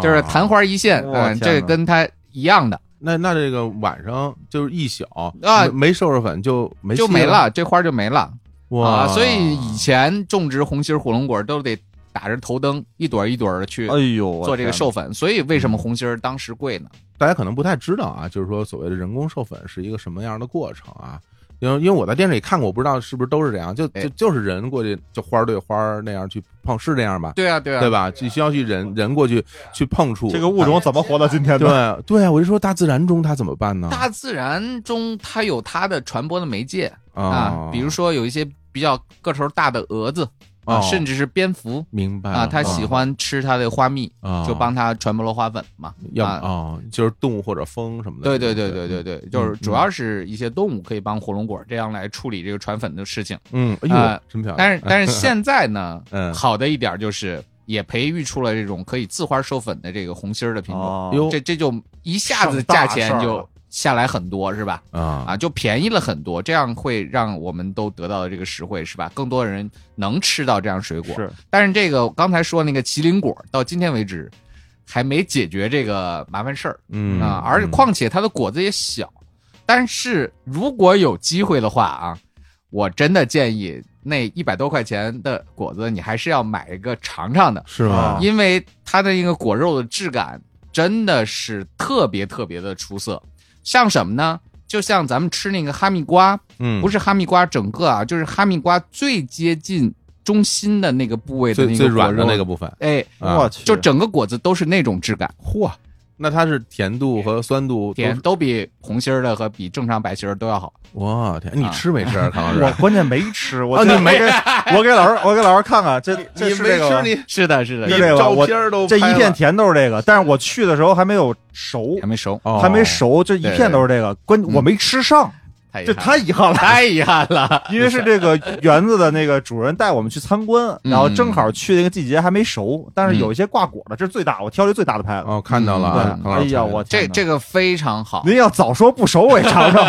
[SPEAKER 3] 就是
[SPEAKER 2] 哦
[SPEAKER 3] 昙花一现，
[SPEAKER 4] 我
[SPEAKER 3] 嗯，
[SPEAKER 4] 天
[SPEAKER 3] 这
[SPEAKER 4] 哪
[SPEAKER 3] 跟它一样的
[SPEAKER 2] 那那这个晚上就是一宿
[SPEAKER 3] 啊
[SPEAKER 2] 没没收拾粉就没
[SPEAKER 3] 就
[SPEAKER 2] 戏
[SPEAKER 3] 没了，这花就没了
[SPEAKER 2] 哇！
[SPEAKER 3] 啊。所以以前种植红心儿火龙果都得打着头灯一朵一朵的去
[SPEAKER 4] 哎呦，我
[SPEAKER 3] 做这个
[SPEAKER 4] 天
[SPEAKER 3] 授粉，所以为
[SPEAKER 2] 嗯
[SPEAKER 3] 什么红心儿当时贵呢？
[SPEAKER 2] 大家可能不太知道啊，就是说所谓的人工授粉是一个什么样的过程啊？因为因为我在电视里看过，我不知道是不是都是这样，就就
[SPEAKER 3] 哎
[SPEAKER 2] 就是人过去就花儿对花儿那样去碰，是这样吧？
[SPEAKER 3] 对啊，对啊，
[SPEAKER 2] 对？吧？就需要去人人过去去碰触啊
[SPEAKER 4] 哪这个
[SPEAKER 3] 哎
[SPEAKER 4] 物种，怎么活到今天的？
[SPEAKER 2] 对对啊！我就说大自然中它怎么办呢？
[SPEAKER 3] 大自然中它有它的传播的媒介
[SPEAKER 2] 啊
[SPEAKER 3] 啊，，比如说有一些比较个头大的蛾子啊，
[SPEAKER 2] 哦哎
[SPEAKER 3] 甚至是蝙蝠
[SPEAKER 2] 明白哦
[SPEAKER 3] 啊，它喜欢吃它的花蜜，
[SPEAKER 2] 啊，
[SPEAKER 3] 就帮它传播了花粉嘛。
[SPEAKER 2] 要
[SPEAKER 3] 啊
[SPEAKER 2] 啊，就是动物或者风什么的。
[SPEAKER 3] 对对对对对对，就是
[SPEAKER 2] 嗯
[SPEAKER 3] 主要是一些动物可以帮火龙果这样来处理这个传粉的事情。
[SPEAKER 2] 嗯，哎呦
[SPEAKER 3] 啊，
[SPEAKER 2] 真漂亮！，
[SPEAKER 3] 但是但是现在呢
[SPEAKER 2] 嗯
[SPEAKER 3] 好的一点就是也培育出了这种可以自花授粉的这个红心儿的品种，
[SPEAKER 4] 哦
[SPEAKER 2] 哟
[SPEAKER 3] 这这就一下子
[SPEAKER 4] 上大
[SPEAKER 3] 价
[SPEAKER 4] 事
[SPEAKER 3] 钱
[SPEAKER 4] 儿
[SPEAKER 3] 就
[SPEAKER 4] 了
[SPEAKER 3] 下来很多是吧？
[SPEAKER 2] 啊
[SPEAKER 3] 啊，就便宜了很多，这样会让我们都得到这个实惠是吧？更多人能吃到这样水果。
[SPEAKER 4] 是
[SPEAKER 3] 但是这个刚才说那个麒麟果，到今天为止还没解决这个麻烦事儿。
[SPEAKER 2] 嗯
[SPEAKER 3] 啊，而况且它的果子也小。但是如果有机会的话啊，我真的建议那一百多块钱的果子，你还是要买一个尝尝的，
[SPEAKER 2] 是吗
[SPEAKER 4] 啊？
[SPEAKER 3] 因为它的那个果肉的质感真的是特别特别的出色。像什么呢？就像咱们吃那个哈密瓜，
[SPEAKER 2] 嗯，
[SPEAKER 3] 不
[SPEAKER 2] 是
[SPEAKER 3] 是哈密瓜整个啊，就是哈密瓜最接近中心的那个部位的
[SPEAKER 2] 最
[SPEAKER 3] 那
[SPEAKER 2] 最
[SPEAKER 3] 个
[SPEAKER 2] 软的
[SPEAKER 3] 果肉
[SPEAKER 2] 那个，部分。
[SPEAKER 3] 哎，
[SPEAKER 2] 啊
[SPEAKER 4] 我去，
[SPEAKER 3] 就整个果子都是那种质感。
[SPEAKER 2] 嚯，那它是甜度和酸度都
[SPEAKER 3] 甜
[SPEAKER 2] 是，
[SPEAKER 3] 都比红心儿的和比正常白心儿都要好。
[SPEAKER 2] 哇天！你
[SPEAKER 3] 啊
[SPEAKER 2] 吃没吃啊，康老
[SPEAKER 4] 我
[SPEAKER 2] 师？
[SPEAKER 4] 关键没吃，我
[SPEAKER 2] 啊
[SPEAKER 4] 这
[SPEAKER 2] 你没
[SPEAKER 4] 我给，我给老师，我给老师看看，这这
[SPEAKER 2] 你
[SPEAKER 4] 是
[SPEAKER 2] 没
[SPEAKER 4] 这个
[SPEAKER 2] 吃
[SPEAKER 4] 吗
[SPEAKER 2] 你
[SPEAKER 3] 是的，是的，
[SPEAKER 2] 你
[SPEAKER 4] 是这个
[SPEAKER 2] 照
[SPEAKER 4] 我
[SPEAKER 2] 片儿都
[SPEAKER 4] 这一
[SPEAKER 2] 拍了
[SPEAKER 4] 片甜都是这个，但是我去的时候还没有熟，
[SPEAKER 3] 还没熟，
[SPEAKER 2] 哦
[SPEAKER 4] 还没熟，这一片都是这个，关
[SPEAKER 3] 嗯
[SPEAKER 4] 我没吃上，
[SPEAKER 3] 太遗
[SPEAKER 4] 这
[SPEAKER 3] 憾
[SPEAKER 4] 太遗 憾了。
[SPEAKER 3] 太遗憾了。
[SPEAKER 4] 因为是这个园子的那个主人带我们去参观，
[SPEAKER 3] 嗯
[SPEAKER 4] 然后正好去那个季节还没熟，但是有一些挂果的，这是最大，我挑这最大的拍了。
[SPEAKER 2] 哦，看到了啊，
[SPEAKER 3] 嗯
[SPEAKER 2] 康老
[SPEAKER 4] 哎
[SPEAKER 2] 师
[SPEAKER 4] 呀，
[SPEAKER 2] 拍的
[SPEAKER 4] 我
[SPEAKER 3] 这
[SPEAKER 4] 天哪
[SPEAKER 3] 这个非常好，
[SPEAKER 4] 您要早说不熟我也尝尝。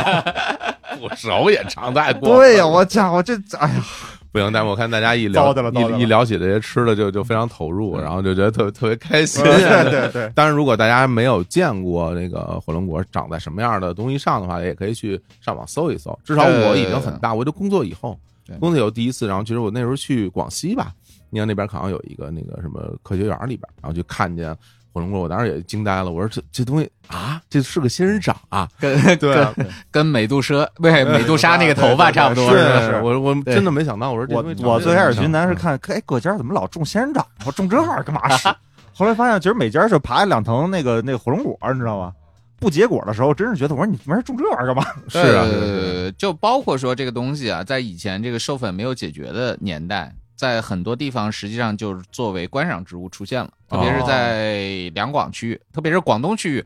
[SPEAKER 2] 不熟也尝太过分了。
[SPEAKER 4] 对呀，我家伙这哎呀，
[SPEAKER 2] 不行，但我看大家一聊
[SPEAKER 4] 糟蹋了糟蹋了嗯
[SPEAKER 2] 一一聊起这些吃的就就非常投入，然后就觉得特别特别开心。
[SPEAKER 4] 对对对，
[SPEAKER 2] 当然，如果大家没有见过那个火龙果长在什么样的东西上的话，也可以去上网搜一搜。至少我已经很大，我就工作以后
[SPEAKER 3] 对，
[SPEAKER 2] 工作以后第一次，然后其实我那时候去广西吧，你看那边好像有一个那个什么科学园里边，然后就看见火龙果，我当时也惊呆了，我说这这东西啊，这是个仙人掌啊！
[SPEAKER 3] 跟
[SPEAKER 2] 对啊
[SPEAKER 3] 跟跟美杜莎不是美杜莎那个头发差不多，
[SPEAKER 4] 对
[SPEAKER 2] 是
[SPEAKER 4] 对
[SPEAKER 3] 吧
[SPEAKER 4] 对是
[SPEAKER 2] 我我
[SPEAKER 3] 对
[SPEAKER 2] 真的没想到，我说这
[SPEAKER 4] 我
[SPEAKER 2] 东西长嗯
[SPEAKER 4] 我
[SPEAKER 2] 这
[SPEAKER 4] 最开始
[SPEAKER 2] 样
[SPEAKER 4] 去云南是看，哎，各家怎么老种仙人掌？我种这玩意儿干嘛使？后来发现，其实每家是爬两层那个那个火龙果，你知道吗？不结果的时候，真是觉得我说你们种这玩意儿干嘛？
[SPEAKER 2] 是啊，是啊是啊
[SPEAKER 3] 呃，就包括说这个东西啊，在以前这个授粉没有解决的年代，在很多地方实际上就是作为观赏植物出现了，特别是
[SPEAKER 4] 哦
[SPEAKER 3] 在两广区域，特别是广东区域。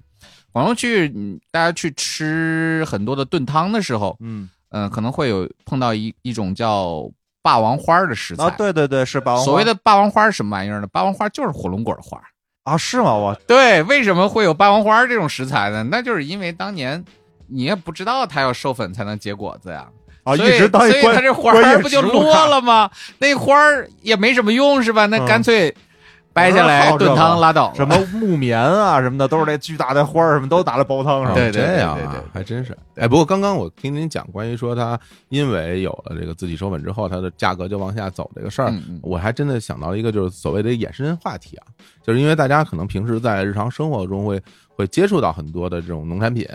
[SPEAKER 3] 广东区域，嗯大家去吃很多的炖汤的时候，
[SPEAKER 4] 嗯
[SPEAKER 3] 嗯、可能会有碰到一一种叫霸王花的食材。
[SPEAKER 4] 啊，对对对，是霸王花
[SPEAKER 3] 所谓的霸王花是什么玩意儿呢？霸王花就是火龙果的花。
[SPEAKER 4] 啊，是吗？我
[SPEAKER 3] 对，为什么会有霸王花这种食材呢？那就是因为当年你也不知道它要授粉才能结果子呀。
[SPEAKER 4] 啊，一
[SPEAKER 3] 所以
[SPEAKER 4] 直当
[SPEAKER 3] 所
[SPEAKER 4] 一
[SPEAKER 3] 以它
[SPEAKER 4] 观
[SPEAKER 3] 这花
[SPEAKER 4] 观
[SPEAKER 3] 儿
[SPEAKER 4] 叶
[SPEAKER 3] 不就
[SPEAKER 4] 植物
[SPEAKER 3] 落
[SPEAKER 4] 看
[SPEAKER 3] 了吗？那花儿也没什么用是吧？那
[SPEAKER 4] 嗯
[SPEAKER 3] 干脆掰下来
[SPEAKER 4] 好这
[SPEAKER 3] 炖汤
[SPEAKER 4] 个
[SPEAKER 3] 拉倒了。
[SPEAKER 4] 什么木棉啊什么的，都是那巨大的花儿，什么都拿来煲汤是吧？
[SPEAKER 3] 对对
[SPEAKER 2] 这
[SPEAKER 3] 对
[SPEAKER 2] 样
[SPEAKER 3] 对对
[SPEAKER 2] 啊
[SPEAKER 3] 对，
[SPEAKER 2] 还真是。哎，不过刚刚我听您讲关于说它因为有了这个自己授粉之后，它的价格就往下走这个事儿
[SPEAKER 3] 嗯嗯，
[SPEAKER 2] 我还真的想到了一个就是所谓的衍生话题啊，就是因为大家可能平时在日常生活中会会接触到很多的这种农产品。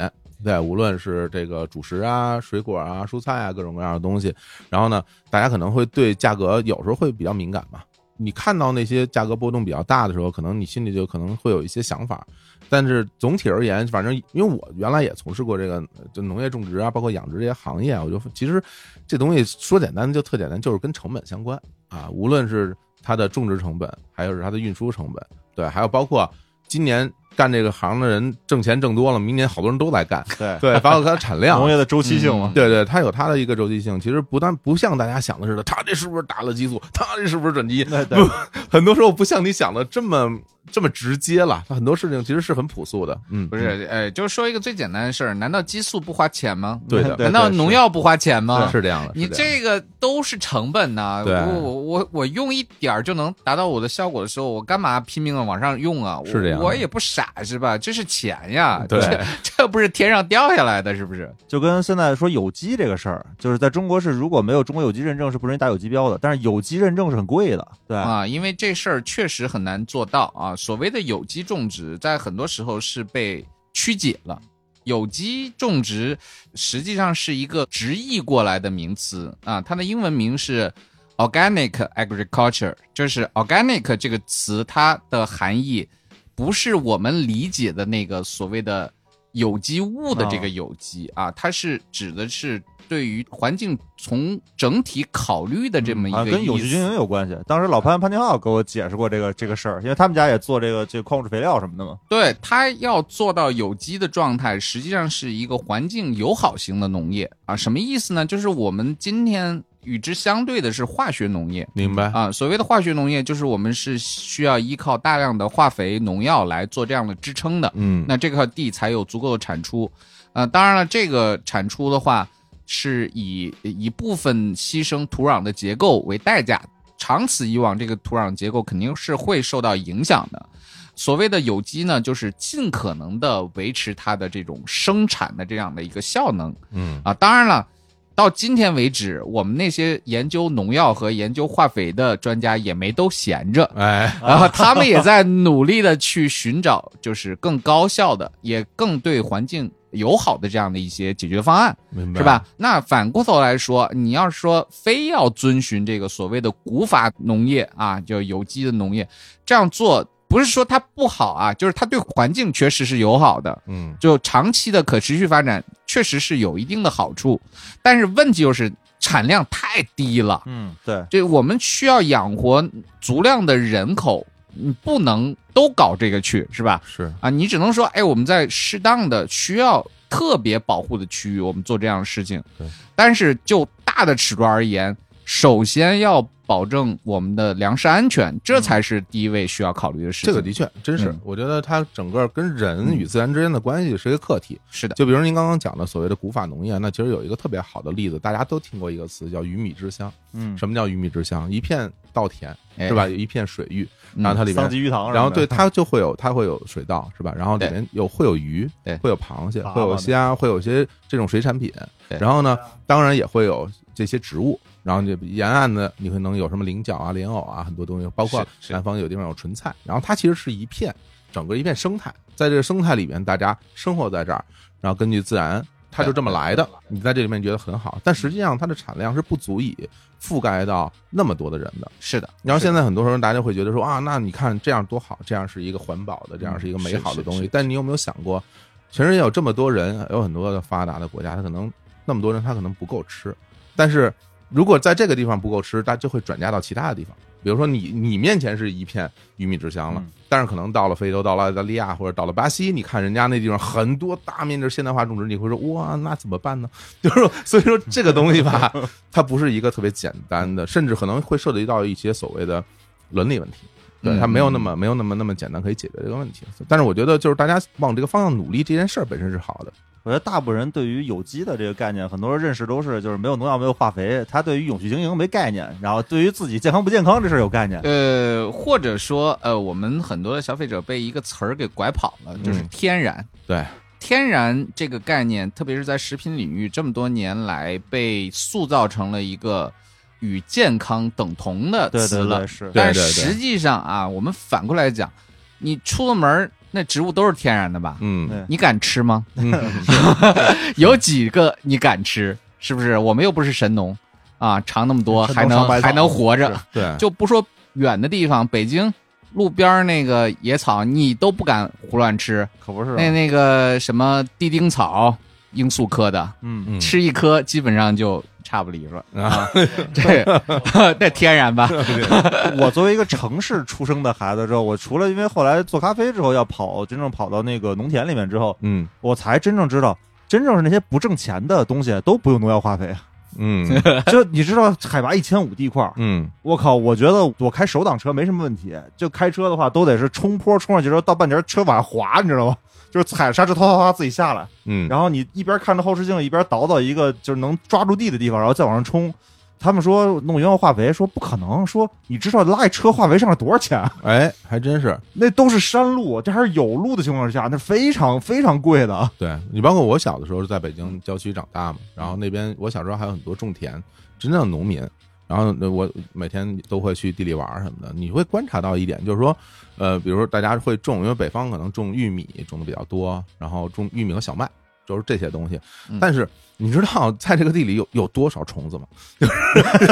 [SPEAKER 2] 对，无论是这个主食啊、水果啊、蔬菜啊，各种各样的东西，然后呢，大家可能会对价格有时候会比较敏感嘛。你看到那些价格波动比较大的时候，可能你心里就可能会有一些想法。但是总体而言，反正因为我原来也从事过这个呃就农业种植啊，包括养殖这些行业啊，我就其实这东西说简单就特简单，就是跟成本相关啊，无论是它的种植成本，还有是它的运输成本，对，还有包括今年干这个行的人挣钱挣多了，明年好多人都来干，
[SPEAKER 4] 对，
[SPEAKER 2] 对，包括它的产量，
[SPEAKER 4] 农业的周期性嘛
[SPEAKER 3] 嗯，
[SPEAKER 2] 对对，它有它的一个周期性，其实不但不像大家想的似的，它这是不是打了激素，它这是不是转基因，
[SPEAKER 4] 对对
[SPEAKER 2] 不，很多时候不像你想的这么这么直接了，它很多事情其实是很朴素的，嗯，
[SPEAKER 3] 不是，呃，就说一个最简单的事儿，难道激素不花钱吗？
[SPEAKER 2] 对的，
[SPEAKER 4] 对啊
[SPEAKER 3] 难道农药不花钱吗？
[SPEAKER 2] 是这样的，
[SPEAKER 3] 你
[SPEAKER 2] 是样的
[SPEAKER 3] 这个都是成本呐、
[SPEAKER 2] 对
[SPEAKER 3] 我我我我用一点儿就能达到我的效果的时候，我干嘛拼命的往上用啊？我
[SPEAKER 2] 是这样的
[SPEAKER 3] 我也不傻是吧？这是钱呀，
[SPEAKER 2] 对
[SPEAKER 3] 这这不是天上掉下来的，是不是？
[SPEAKER 4] 就跟现在说有机这个事儿，就是在中国是如果没有中国有机认证是不允许打有机标的，但是有机认证是很贵的，对，
[SPEAKER 3] 啊，因为这事儿确实很难做到啊。所谓的有机种植，在很多时候是被曲解了。有机种植实际上是一个直译过来的名词啊，它的英文名是 organic agriculture，就是 organic 这个词它的含义不是我们理解的那个所谓的有机物的这个
[SPEAKER 4] 哦
[SPEAKER 3] 有机啊，它是指的是对于环境从整体考虑的这么一
[SPEAKER 4] 好
[SPEAKER 3] 个
[SPEAKER 4] 像嗯啊跟有
[SPEAKER 3] 意
[SPEAKER 4] 机
[SPEAKER 3] 思
[SPEAKER 4] 经营有关系。当时老潘潘天浩给我解释过这个这个事儿，因为他们家也做这个这个矿物质肥料什么的嘛。
[SPEAKER 3] 对，它要做到有机的状态，实际上是一个环境友好型的农业啊。什么意思呢？就是我们今天与之相对的是化学农业
[SPEAKER 2] 明白，
[SPEAKER 3] 啊。所谓的化学农业，就是我们是需要依靠大量的化肥、农药来做这样的支撑的，
[SPEAKER 2] 嗯，
[SPEAKER 3] 那这块地才有足够的产出。呃，当然了，这个产出的话，是以一部分牺牲土壤的结构为代价，长此以往，这个土壤结构肯定是会受到影响的。所谓的有机呢，就是尽可能的维持它的这种生产的这样的一个效能
[SPEAKER 2] 嗯
[SPEAKER 3] 啊。当然了，到今天为止，我们那些研究农药和研究化肥的专家也没都闲着，
[SPEAKER 2] 哎，
[SPEAKER 3] 然后他们也在努力的去寻找，就是更高效的，也更对环境友好的这样的一些解决方案，
[SPEAKER 2] 明白
[SPEAKER 3] 是吧？？那反过头来说，你要是说非要遵循这个所谓的古法农业啊，就有机的农业，这样做不是说它不好啊，就是它对环境确实是友好的，
[SPEAKER 2] 嗯，
[SPEAKER 3] 就长期的可持续发展确实是有一定的好处，但是问题就是产量太低了。
[SPEAKER 4] 嗯，对，
[SPEAKER 3] 这我们需要养活足量的人口，你不能都搞这个去，是吧？
[SPEAKER 2] 是，
[SPEAKER 3] 啊，你只能说，哎，我们在适当的需要特别保护的区域，我们做这样的事情
[SPEAKER 2] 对。
[SPEAKER 3] 但是就大的尺度而言，首先要保证我们的粮食安全，这才是第一位需要考虑的
[SPEAKER 2] 嗯
[SPEAKER 3] 事
[SPEAKER 2] 这
[SPEAKER 3] 情。
[SPEAKER 2] 个的确真是
[SPEAKER 3] 嗯，
[SPEAKER 2] 我觉得它整个跟人与自然之间的关系是一个课题。
[SPEAKER 3] 是的，
[SPEAKER 2] 就比如您刚刚讲的所谓的古法农业，那其实有一个特别好的例子，大家都听过一个词叫“鱼米之乡”。
[SPEAKER 4] 嗯，
[SPEAKER 2] 什么叫鱼米之乡？一片稻田
[SPEAKER 3] 哎
[SPEAKER 2] 是吧？？有一片水域，
[SPEAKER 3] 嗯
[SPEAKER 2] 然后它里
[SPEAKER 4] 桑
[SPEAKER 2] 边，
[SPEAKER 4] 吉鱼塘什么的，嗯
[SPEAKER 2] 然后对它就会有它会有水稻是吧？然后里
[SPEAKER 3] 对
[SPEAKER 2] 面有会有鱼
[SPEAKER 3] 对，
[SPEAKER 2] 会有螃蟹，
[SPEAKER 4] 粑粑
[SPEAKER 2] 会有虾，会有一些这种水产品。
[SPEAKER 3] 对
[SPEAKER 2] 然后呢，当然也会有这些植物。然后这沿岸的你可能有什么菱角啊、莲藕啊，很多东西，包括
[SPEAKER 3] 是是
[SPEAKER 2] 南方有地方有纯菜。然后它其实是一片整个一片生态，在这个生态里面，大家生活在这儿，然后根据自然，它就这么来的。你在这里面觉得很好，但实际上它的产量是不足以覆盖到那么多的人的。
[SPEAKER 3] 是的。
[SPEAKER 2] 然后现
[SPEAKER 3] 在
[SPEAKER 2] 在很多时候大家会觉得说啊，那你看这样多好，这样是一个环保的，这样是一个美好的东
[SPEAKER 3] 是
[SPEAKER 2] 西
[SPEAKER 3] 是。
[SPEAKER 2] 但你有没有想过，全世界有这么多人，有很多的发达的国家，他可能那么多人，他可能不够吃。但是如果在这个地方不够吃，他就会转嫁到其他的地方。比如说你你面前是一片鱼米之乡了，
[SPEAKER 4] 嗯
[SPEAKER 2] 但是可能到了非洲，到了澳大利亚或者到了巴西，你看人家那地方很多大面积现代化种植，你会说哇，那怎么办呢？ 就是说所以说这个东西吧，它不是一个特别简单的，甚至可能会涉及到一些所谓的伦理问题。对，
[SPEAKER 3] 嗯
[SPEAKER 2] 它没有那么没有那么那么简单可以解决这个问题。但是我觉得就是大家往这个方向努力，这件事儿本身是好的。
[SPEAKER 4] 我觉得大部分人对于有机的这个概念，很多人认识都是就是没有农药、没有化肥，他对于永续经营没概念，然后对于自己健康不健康这事儿有概念。
[SPEAKER 3] 呃，或者说，呃，我们很多的消费者被一个词儿给拐跑了，就是
[SPEAKER 2] 嗯
[SPEAKER 3] 天然。
[SPEAKER 2] 对，
[SPEAKER 3] 天然这个概念，特别是在食品领域，这么多年来被塑造成了一个与健康等同的
[SPEAKER 4] 对
[SPEAKER 3] 词
[SPEAKER 4] 对
[SPEAKER 3] 了。
[SPEAKER 4] 对，是
[SPEAKER 2] 对
[SPEAKER 3] 但实际上啊，我们反过来讲，你出了门儿，那植物都是天然的吧？
[SPEAKER 2] 嗯
[SPEAKER 4] 对
[SPEAKER 3] 你敢吃吗？
[SPEAKER 2] 嗯，
[SPEAKER 3] 有几个你敢吃？是不是？我们又不是神农啊，尝那么多
[SPEAKER 4] 神农
[SPEAKER 3] 还能
[SPEAKER 4] 尝百草
[SPEAKER 3] 还能活着，
[SPEAKER 2] 对，
[SPEAKER 3] 就不说远的地方，北京路边儿那个野草你都不敢胡乱吃，
[SPEAKER 4] 可
[SPEAKER 2] 啊
[SPEAKER 4] 不是吗。
[SPEAKER 3] 那那个什么地丁草，罂粟科的，
[SPEAKER 4] 嗯，
[SPEAKER 2] 嗯
[SPEAKER 3] 吃一颗基本上就差不离了。
[SPEAKER 2] 啊，
[SPEAKER 3] 这 那天然吧？
[SPEAKER 4] 我作为一个城市出生的孩子之后，我除了因为后来做咖啡之后要跑，真正跑到那个农田里面之后，
[SPEAKER 2] 嗯
[SPEAKER 4] 我才真正知道，真正是那些不挣钱的东西都不用农药化肥。啊
[SPEAKER 2] 嗯
[SPEAKER 4] 就你知道海拔一千五地块儿，
[SPEAKER 2] 嗯，
[SPEAKER 4] 我靠，我觉得我开手挡车没什么问题，就开车的话都得是冲坡冲上去之后到半截儿车往下滑，你知道吗？就是踩刹车，哗哗哗自己下来，
[SPEAKER 2] 嗯，
[SPEAKER 4] 然后你一边看着后视镜，一边倒到一个就是能抓住地的地方，然后再往上冲。他们说弄原料化肥，说不可能，说你知道拉一车化肥上了多少钱？
[SPEAKER 2] 哎，还真是，
[SPEAKER 4] 那都是山路，这还是有路的情况下，那非常非常贵的。
[SPEAKER 2] 对你包括我小的时候是在北
[SPEAKER 3] 嗯
[SPEAKER 2] 京郊区长大嘛，然后那边我小时候还有很多种田，真正的农民。然后呃我每天都会去地里玩儿什么的，你会观察到一点，就是说，呃，比如说大家会种，因为北方可能种玉米种的比较多，然后种玉米和小麦，就是这些东西
[SPEAKER 3] 嗯。
[SPEAKER 2] 但是你知道在这个地里有有多少虫子吗？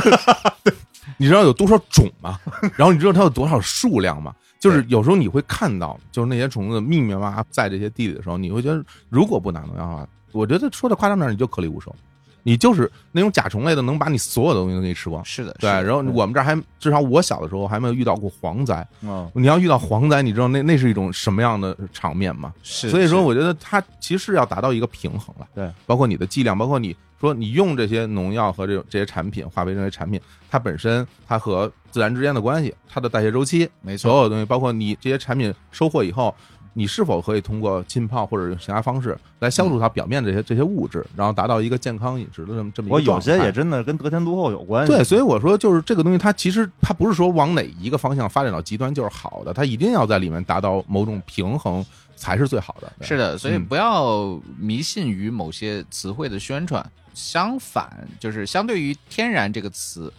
[SPEAKER 2] 你知道有多少种吗？然后你知道它有多少数量吗？就是有时候你会看到，就是那些虫子密密麻麻在这些地里的时候，你会觉得如果不拿农药的话，我觉得说的夸张点儿，你就颗粒无收，你就是那种甲虫类的，能把你所有的东西都给你吃光。
[SPEAKER 3] 是的，
[SPEAKER 2] 对，
[SPEAKER 3] 是的
[SPEAKER 2] 然后我们这儿还至少我小的时候还没有遇到过蝗灾。
[SPEAKER 4] 嗯，
[SPEAKER 2] 你要遇到蝗灾，你知道那那是一种什么样的场面吗？
[SPEAKER 3] 是
[SPEAKER 2] 所以说，
[SPEAKER 3] 是
[SPEAKER 2] 我觉得它其实要达到一个平衡了。
[SPEAKER 4] 对，
[SPEAKER 2] 包括你的剂量，包括你说你用这些农药和这种这些产品、化肥这些产品，它本身它和自然之间的关系，它的代谢周期，
[SPEAKER 3] 没错，
[SPEAKER 2] 所有东西，包括你这些产品收获以后，你是否可以通过浸泡或者用其他方式来消
[SPEAKER 4] 嗯
[SPEAKER 2] 除它表面这些这些物质，然后达到一个健康饮食的这么这么一
[SPEAKER 4] 我
[SPEAKER 2] 个状
[SPEAKER 4] 有
[SPEAKER 2] 态。
[SPEAKER 4] 些也真的跟得天独厚有关系。
[SPEAKER 2] 对，所以我说就是这个东西，它其实它不是说往哪一个方向发展到极端就是好的，它一定要在里面达到某种平衡才是最好的。对
[SPEAKER 3] 是的，所以
[SPEAKER 2] 嗯
[SPEAKER 3] 不要迷信于某些词汇的宣传。相反，就是相对于“天然”这个词，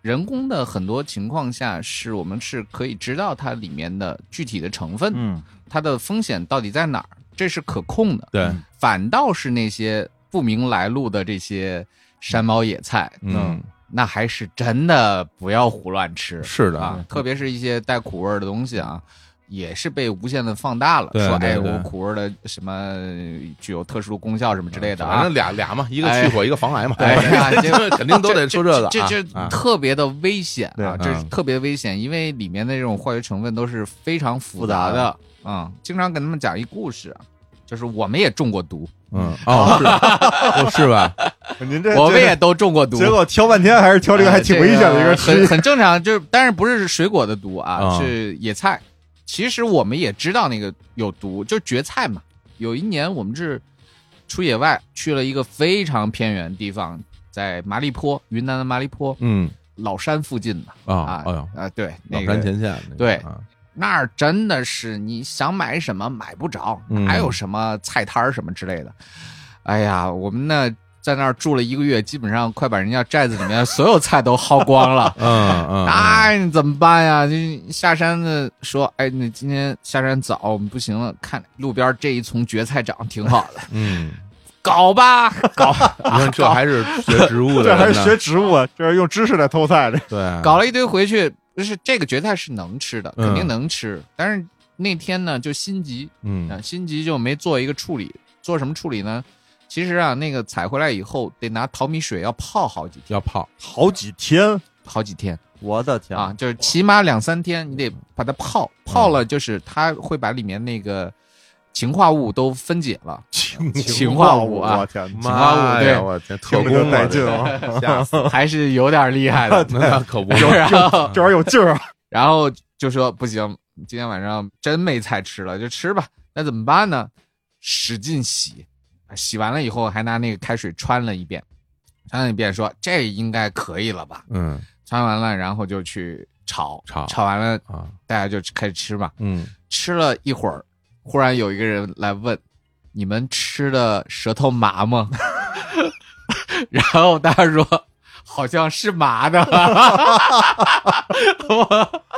[SPEAKER 3] 人工的很多情况下，是我们是可以知道它里面的具体的成分，
[SPEAKER 4] 嗯，
[SPEAKER 3] 它的风险到底在哪儿，这是可控的。
[SPEAKER 2] 对，
[SPEAKER 3] 反倒是那些不明来路的这些山猫野菜，
[SPEAKER 2] 嗯，
[SPEAKER 3] 那还是真的不要胡乱吃
[SPEAKER 2] 是的，
[SPEAKER 3] 啊！特别是一些带苦味儿的东西啊，也是被无限的放大了，
[SPEAKER 2] 对
[SPEAKER 3] 说
[SPEAKER 2] 对
[SPEAKER 3] 哎，
[SPEAKER 2] 对
[SPEAKER 3] 我苦味儿的什么具有特殊功效什么之类的
[SPEAKER 2] 嗯反
[SPEAKER 3] 啊
[SPEAKER 2] 正。俩俩嘛，一个去火，一个防癌嘛，
[SPEAKER 3] 哎呀，这个
[SPEAKER 2] 肯定都得说这个啊。
[SPEAKER 3] 这这
[SPEAKER 2] 啊
[SPEAKER 3] 特别的危险啊！
[SPEAKER 2] 对
[SPEAKER 3] 这
[SPEAKER 2] 嗯
[SPEAKER 3] 是特别危险，因为里面的这种化学成分都是非常复杂
[SPEAKER 4] 复杂
[SPEAKER 3] 的啊。经常跟他们讲一故事，啊就是我们也中过毒，
[SPEAKER 2] 嗯，哦，是哦，是吧？
[SPEAKER 4] 您这
[SPEAKER 3] 嗯我们
[SPEAKER 4] 这
[SPEAKER 3] 也都中过毒，
[SPEAKER 4] 结果挑半天还是挑这个还挺危险的一
[SPEAKER 3] 呃这
[SPEAKER 4] 个吃。
[SPEAKER 3] 很很正常。就是但是不是水果的毒啊，
[SPEAKER 2] 啊
[SPEAKER 3] 是野菜。其实我们也知道那个有毒，就是蕨菜嘛。有一年我们是出野外去了一个非常偏远的地方，在麻栗坡，云南的麻栗坡
[SPEAKER 2] 嗯
[SPEAKER 3] 老山附近吧。
[SPEAKER 2] 啊
[SPEAKER 3] 啊，
[SPEAKER 2] 哎呦，
[SPEAKER 3] 啊，对，
[SPEAKER 2] 老山
[SPEAKER 3] 那个
[SPEAKER 2] 前线那个
[SPEAKER 3] 对
[SPEAKER 2] 啊
[SPEAKER 3] 那儿真的是你想买什么买不着，
[SPEAKER 2] 嗯
[SPEAKER 3] 哪有什么菜摊儿什么之类的。哎呀，我们呢在那儿住了一个月，基本上快把人家寨子里面所有菜都薅 光了。
[SPEAKER 2] 嗯嗯，
[SPEAKER 3] 那你怎么办呀？就下山的说，哎，你今天下山早，我们不行了，看路边这一丛蕨菜长得挺好的，
[SPEAKER 2] 嗯，
[SPEAKER 3] 搞吧，搞，
[SPEAKER 2] 你看这还是学植物的人呢，
[SPEAKER 4] 这还是学植物，啊这是用知识在偷菜。这
[SPEAKER 2] 对，
[SPEAKER 3] 搞了一堆回去，就是这个蕨菜是能吃的，
[SPEAKER 2] 嗯
[SPEAKER 3] 肯定能吃，但是那天呢就心急，
[SPEAKER 2] 嗯
[SPEAKER 3] 啊，心急就没做一个处理，做什么处理呢？其实啊，那个采回来以后得拿淘米水要泡好几
[SPEAKER 2] 要泡，
[SPEAKER 4] 好几天，
[SPEAKER 3] 好几天
[SPEAKER 4] 我的天
[SPEAKER 3] 啊，！嗯就是起码两三天，你得把它泡泡了，就是它会把里面那个氰化物都分解了。
[SPEAKER 2] 情
[SPEAKER 3] 氰化物啊
[SPEAKER 4] 我天哪，
[SPEAKER 2] 妈
[SPEAKER 3] 对
[SPEAKER 2] 呀，我天，特
[SPEAKER 4] 听着
[SPEAKER 2] 工啊
[SPEAKER 4] 就带劲，啊！
[SPEAKER 2] 这吓死，。
[SPEAKER 3] 还是有点厉害的
[SPEAKER 2] 那可不，
[SPEAKER 3] 然后，
[SPEAKER 4] 这玩意儿有劲儿啊！
[SPEAKER 3] 然后就说不行，今天晚上真没菜吃了，就吃吧。那怎么办呢？使劲洗，洗完了以后还拿那个开水穿了一遍，穿了一遍说这应该可以了吧？
[SPEAKER 2] 嗯
[SPEAKER 3] 穿完了然后就去炒
[SPEAKER 2] 炒
[SPEAKER 3] 炒完了
[SPEAKER 2] 啊，
[SPEAKER 3] 大家就开始吃嘛，
[SPEAKER 2] 嗯，
[SPEAKER 3] 吃了一会儿，忽然有一个人来问：“你们吃的舌头麻吗？” 然后大家说：“好像是麻的。我”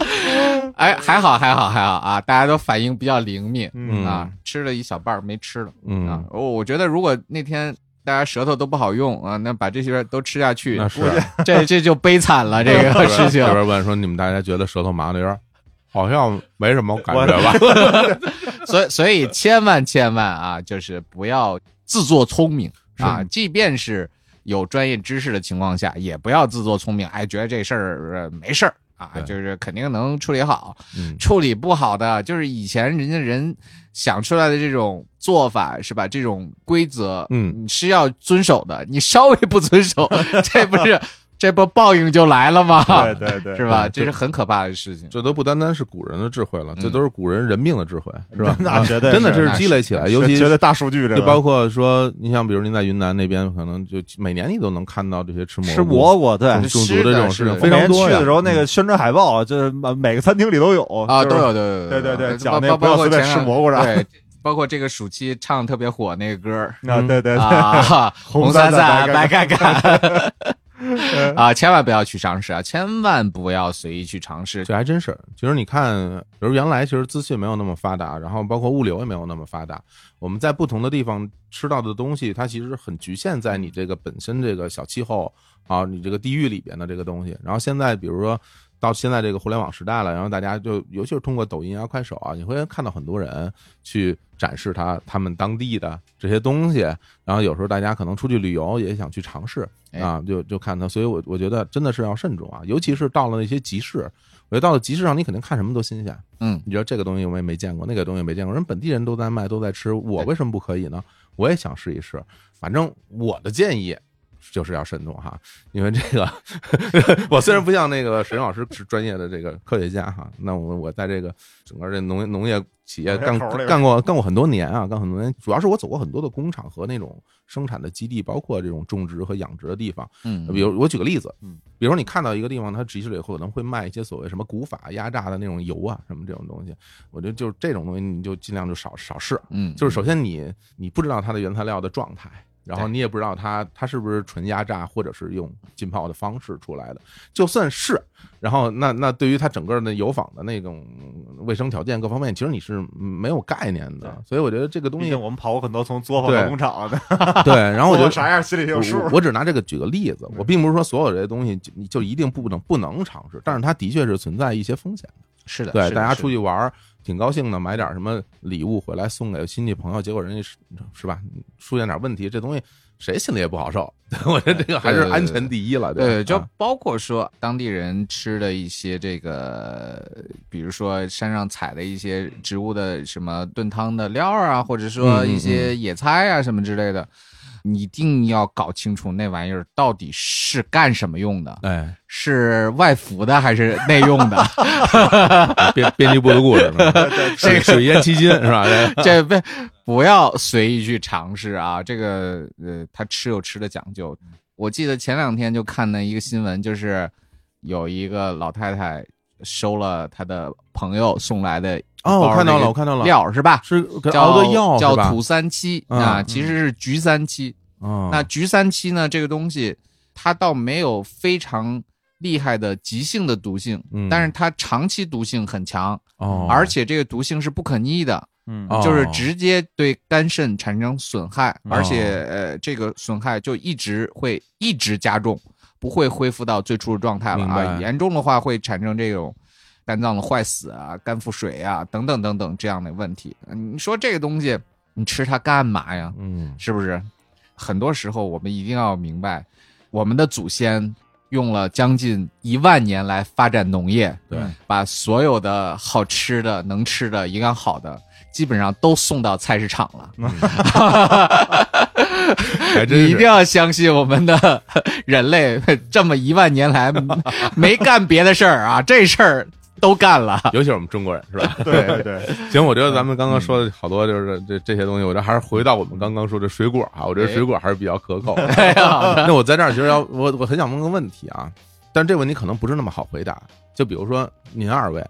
[SPEAKER 3] 哎，还好，还好，还好啊！大家都反应比较灵敏、
[SPEAKER 4] 嗯
[SPEAKER 3] 啊，吃了一小半儿没吃了、
[SPEAKER 2] 嗯
[SPEAKER 3] 啊。我我觉得如果那天。大家舌头都不好用啊，那把这些都吃下去，
[SPEAKER 2] 那是啊
[SPEAKER 3] 这这就悲惨了。这个事情
[SPEAKER 2] 这，边问说你们大家觉得舌头麻的有点儿，好像没什么感
[SPEAKER 4] 我
[SPEAKER 2] 觉吧？
[SPEAKER 3] 所以所以千万千万啊，就是不要自作聪明啊，即便是有专业知识的情况下，也不要自作聪明，哎，觉得这事儿、呃没事儿啊，
[SPEAKER 2] 对
[SPEAKER 3] 就是肯定能处理好。
[SPEAKER 2] 嗯
[SPEAKER 3] 处理不好的，就是以前人家人想出来的这种做法是吧？这种规则，
[SPEAKER 2] 嗯，
[SPEAKER 3] 是要遵守的。你稍微不遵 守，这不是这不报应就来了 吗？
[SPEAKER 4] 对对 对，？
[SPEAKER 3] 是吧？
[SPEAKER 2] 对
[SPEAKER 3] 这是很可怕的事情。
[SPEAKER 2] 这都不单单是古人的智慧了，这
[SPEAKER 3] 嗯
[SPEAKER 2] 都是古人人命的智慧，是吧啊
[SPEAKER 4] 那绝对
[SPEAKER 2] 真的
[SPEAKER 4] 是
[SPEAKER 2] 这
[SPEAKER 3] 那
[SPEAKER 2] 积累起来，
[SPEAKER 4] 是
[SPEAKER 2] 尤其
[SPEAKER 4] 绝对大数据这
[SPEAKER 2] 就
[SPEAKER 4] 个，
[SPEAKER 2] 包括说，你像比如您在云南那边，可能就每年你都能看到这些吃蘑菇、
[SPEAKER 4] 吃蘑菇，对。
[SPEAKER 2] 中中毒的这种事
[SPEAKER 3] 是的
[SPEAKER 2] 情
[SPEAKER 3] 是的
[SPEAKER 2] 非常多
[SPEAKER 4] 我每年去
[SPEAKER 2] 呀
[SPEAKER 4] 的时候，那个宣传海报啊就是每个餐厅里都有
[SPEAKER 3] 啊，
[SPEAKER 4] 哦就
[SPEAKER 3] 都
[SPEAKER 4] 是
[SPEAKER 3] 有，都有，
[SPEAKER 4] 对
[SPEAKER 3] 对
[SPEAKER 4] 对对
[SPEAKER 3] 有
[SPEAKER 4] 讲那
[SPEAKER 3] 包
[SPEAKER 4] 不要
[SPEAKER 3] 包括
[SPEAKER 4] 随便
[SPEAKER 3] 前两
[SPEAKER 4] 吃蘑菇啥
[SPEAKER 3] 对，包括这个暑期唱特别火那个歌儿
[SPEAKER 4] 啊，
[SPEAKER 2] 嗯
[SPEAKER 4] 对对对，
[SPEAKER 3] 啊，
[SPEAKER 4] 红
[SPEAKER 3] 伞
[SPEAKER 4] 伞伞
[SPEAKER 3] 白
[SPEAKER 4] 白
[SPEAKER 3] 杆杆啊，千万不要去尝试啊，千万不要随意去尝试。
[SPEAKER 2] 这还真是。其实你看，比如原来其实资讯没有那么发达，然后包括物流也没有那么发达，我们在不同的地方吃到的东西，它其实很局限在你这个本身这个小气候啊，你这个地域里边的这个东西。然后现在，比如说。到现在这个互联网时代了，然后大家就尤其是通过抖音啊、快手啊，你会看到很多人去展示他他们当地的这些东西。然后有时候大家可能出去旅游也想去尝试
[SPEAKER 3] 哎
[SPEAKER 2] 啊，就就看他。所以我我觉得真的是要慎重啊，尤其是到了那些集市，我觉得到了集市上，你肯定看什么都新鲜。
[SPEAKER 3] 嗯，
[SPEAKER 2] 你觉得这个东西我也没见过，那个东西也没见过，人本地人都在卖，都在吃，我
[SPEAKER 3] 对
[SPEAKER 2] 为什么不可以呢？我也想试一试。反正我的建议就是要慎重哈，因为这个 我虽然不像那个沈老师是专业的这个科学家哈，那我我在这个整个这农业农业企业干
[SPEAKER 4] 农业口儿里边
[SPEAKER 2] 干过干过很多年啊，干很多年，主要是我走过很多的工厂和那种生产的基地，包括这种种植和养殖的地方。
[SPEAKER 3] 嗯，
[SPEAKER 2] 比如我举个例子，
[SPEAKER 4] 嗯，
[SPEAKER 2] 比如说你看到一个地方，它集市里可能会卖一些所谓什么古法压榨的那种油啊，什么这种东西，我觉得就是这种东西你就尽量就少少试，
[SPEAKER 3] 嗯，
[SPEAKER 2] 就是首先你你不知道它的原材料的状态，然后
[SPEAKER 3] 对
[SPEAKER 2] 你也不知道它它是不是纯压榨或者是用浸泡的方式出来的，就算是，然后那那对于它整个的油坊的那种卫生条件各方面，其实你是没有概念的，所以我觉得这个东
[SPEAKER 4] 毕
[SPEAKER 2] 西
[SPEAKER 4] 竟我们跑过很多从作坊到
[SPEAKER 2] 对
[SPEAKER 4] 工厂的，
[SPEAKER 2] 对，然后我 觉
[SPEAKER 4] 做
[SPEAKER 2] 得
[SPEAKER 4] 啥样心里就有数
[SPEAKER 2] 我。我只拿这个举个例子，我并不是说所有这些东西就你就一定不能不能尝试，但是它的确是存在一些风险的。
[SPEAKER 3] 是的，
[SPEAKER 2] 对，
[SPEAKER 3] 是的
[SPEAKER 2] 大家
[SPEAKER 3] 是的
[SPEAKER 2] 出去玩儿挺高兴的，买点什么礼物回来送给亲戚朋友，结果人家是是吧，出现点问题，这东西谁心里也不好受。 我觉得这个还是
[SPEAKER 3] 对对对
[SPEAKER 2] 安全第一了。
[SPEAKER 3] 对，就
[SPEAKER 2] 啊
[SPEAKER 3] 包括说当地人吃的一些这个，比如说山上采的一些植物的什么炖汤的料儿啊，或者说
[SPEAKER 2] 嗯嗯
[SPEAKER 3] 一些野菜啊什么之类的，你一定要搞清楚那玩意儿到底是干什么用的，
[SPEAKER 2] 哎，
[SPEAKER 3] 是外服的还是内用的？
[SPEAKER 2] 编编辑部的故事， 水水淹七金是吧？哎这
[SPEAKER 3] 这不不要随意去尝试啊！这个呃，他吃有吃的讲究。我记得前两天就看了一个新闻，就是有一个老太太收了她的朋友送来的一
[SPEAKER 2] 哦我
[SPEAKER 3] 包
[SPEAKER 2] 看到
[SPEAKER 3] 那个
[SPEAKER 2] 了我看到了
[SPEAKER 3] 料是吧？
[SPEAKER 2] 是给
[SPEAKER 3] 叫
[SPEAKER 2] 熬的药
[SPEAKER 3] 叫
[SPEAKER 2] 是吧
[SPEAKER 3] 土？三七
[SPEAKER 2] 嗯
[SPEAKER 3] 啊，
[SPEAKER 2] 嗯
[SPEAKER 3] 其实是菊三七。
[SPEAKER 2] 嗯
[SPEAKER 3] 那菊三七呢，这个东西它倒没有非常厉害的急性的毒性，
[SPEAKER 2] 嗯
[SPEAKER 3] 但是它长期毒性很强，
[SPEAKER 2] 哦，
[SPEAKER 3] 而且这个毒性是不可逆的。
[SPEAKER 4] 嗯
[SPEAKER 2] 哦
[SPEAKER 3] 就是直接对肝肾产生损害，
[SPEAKER 4] 哦
[SPEAKER 3] 而且呃，这个损害就一直会一直加重，不会恢复到最初的状态了
[SPEAKER 2] 明
[SPEAKER 3] 啊。
[SPEAKER 2] 白
[SPEAKER 3] 严重的话会产生这种肝脏的坏死啊、肝腹水啊等等等等这样的问题。嗯你说这个东西，你吃它干嘛呀？
[SPEAKER 2] 嗯
[SPEAKER 3] 是不是？很多时候我们一定要明白，我们的祖先用了将近一万年来发展农业，
[SPEAKER 2] 对，
[SPEAKER 3] 把所有的好吃的、能吃的、营养好的，基本上都送到菜市场了。
[SPEAKER 2] 嗯 还真
[SPEAKER 3] 你
[SPEAKER 2] 是
[SPEAKER 3] 一定要相信我们的人类这么一万年来没干别的事儿啊，这事儿都干了。
[SPEAKER 2] 尤其是我们中国人，是吧？
[SPEAKER 4] 对对，
[SPEAKER 2] 行，我觉得咱们刚刚说的好多就是这这些东西，我觉得还是回到我们刚刚说的水果啊，我觉得水果还是比较可口。
[SPEAKER 3] 哎呀，
[SPEAKER 2] 那我在这儿其实要我我很想问个问题啊，但这问题可能不是那么好回答。就比如说您二位，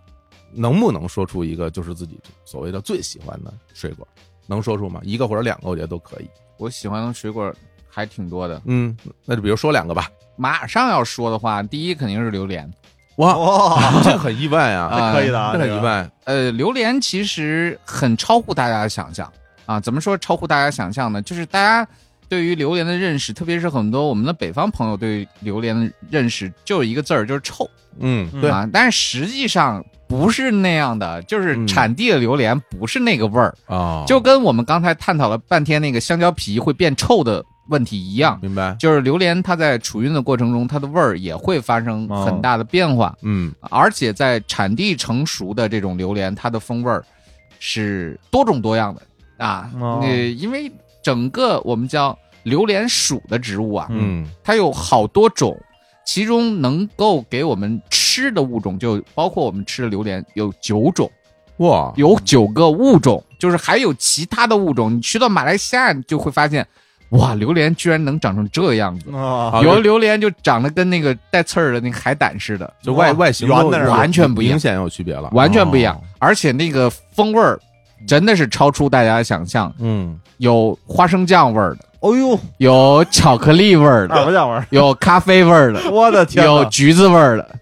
[SPEAKER 2] 能不能说出一个就是自己所谓的最喜欢的水果？能说出吗？一个或者两个，我觉得都可以。
[SPEAKER 3] 我喜欢的水果还挺多的。
[SPEAKER 2] 嗯，那就比如说两个吧。
[SPEAKER 3] 马上要说的话，第一肯定是榴莲。
[SPEAKER 2] 哇，
[SPEAKER 4] 哇，
[SPEAKER 2] 这很意外啊，
[SPEAKER 3] 啊
[SPEAKER 4] 可以的啊，
[SPEAKER 2] 这
[SPEAKER 4] 这
[SPEAKER 2] 很
[SPEAKER 4] 个
[SPEAKER 2] 意外。
[SPEAKER 3] 呃，榴莲其实很超乎大家的想象啊。怎么说超乎大家想象呢？就是大家对于榴莲的认识，特别是很多我们的北方朋友对于榴莲的认识，就有一个字儿，就是臭
[SPEAKER 2] 嗯，
[SPEAKER 4] 嗯
[SPEAKER 2] 对，
[SPEAKER 3] 啊。但是实际上不是那样的，就是
[SPEAKER 2] 嗯
[SPEAKER 3] 产地的榴莲不是那个味儿，
[SPEAKER 2] 哦，
[SPEAKER 3] 就跟我们刚才探讨了半天那个香蕉皮会变臭的问题一样。
[SPEAKER 2] 明白。
[SPEAKER 3] 就是榴莲，它在储运的过程中，它的味儿也会发生
[SPEAKER 2] 哦
[SPEAKER 3] 很大的变化。
[SPEAKER 2] 嗯
[SPEAKER 3] 而且在产地成熟的这种榴莲，它的风味儿是多种多样的啊。
[SPEAKER 4] 哦
[SPEAKER 3] 呃，因为整个我们叫榴莲属的植物啊，
[SPEAKER 2] 嗯
[SPEAKER 3] 它有好多种，其中能够给我们吃的物种，就包括我们吃的榴莲有九种，
[SPEAKER 4] 啊
[SPEAKER 2] 哇，
[SPEAKER 3] 有九个物种，就是还有其他的物种。你去到马来西亚，你就会发现，哇，榴莲居然能长成这样子。
[SPEAKER 4] 啊，
[SPEAKER 2] 好
[SPEAKER 3] 有的榴莲就长得跟那个带刺儿的那个海胆似的，
[SPEAKER 2] 就外
[SPEAKER 4] 哇
[SPEAKER 2] 外形
[SPEAKER 4] 圆
[SPEAKER 2] 都
[SPEAKER 4] 的是吧
[SPEAKER 3] 完全不一样
[SPEAKER 2] 明显有区别了。
[SPEAKER 3] 完全不一样
[SPEAKER 2] 哦，
[SPEAKER 3] 而且那个风味儿真的是超出大家的想象，
[SPEAKER 2] 嗯，
[SPEAKER 3] 有花生酱味儿的，
[SPEAKER 4] 哦呦，
[SPEAKER 3] 有巧克力味儿
[SPEAKER 4] 二
[SPEAKER 3] 的，
[SPEAKER 4] 不酱味儿，
[SPEAKER 3] 有咖啡味儿的，
[SPEAKER 4] 我的啊 天哪，
[SPEAKER 3] 有橘子味儿的，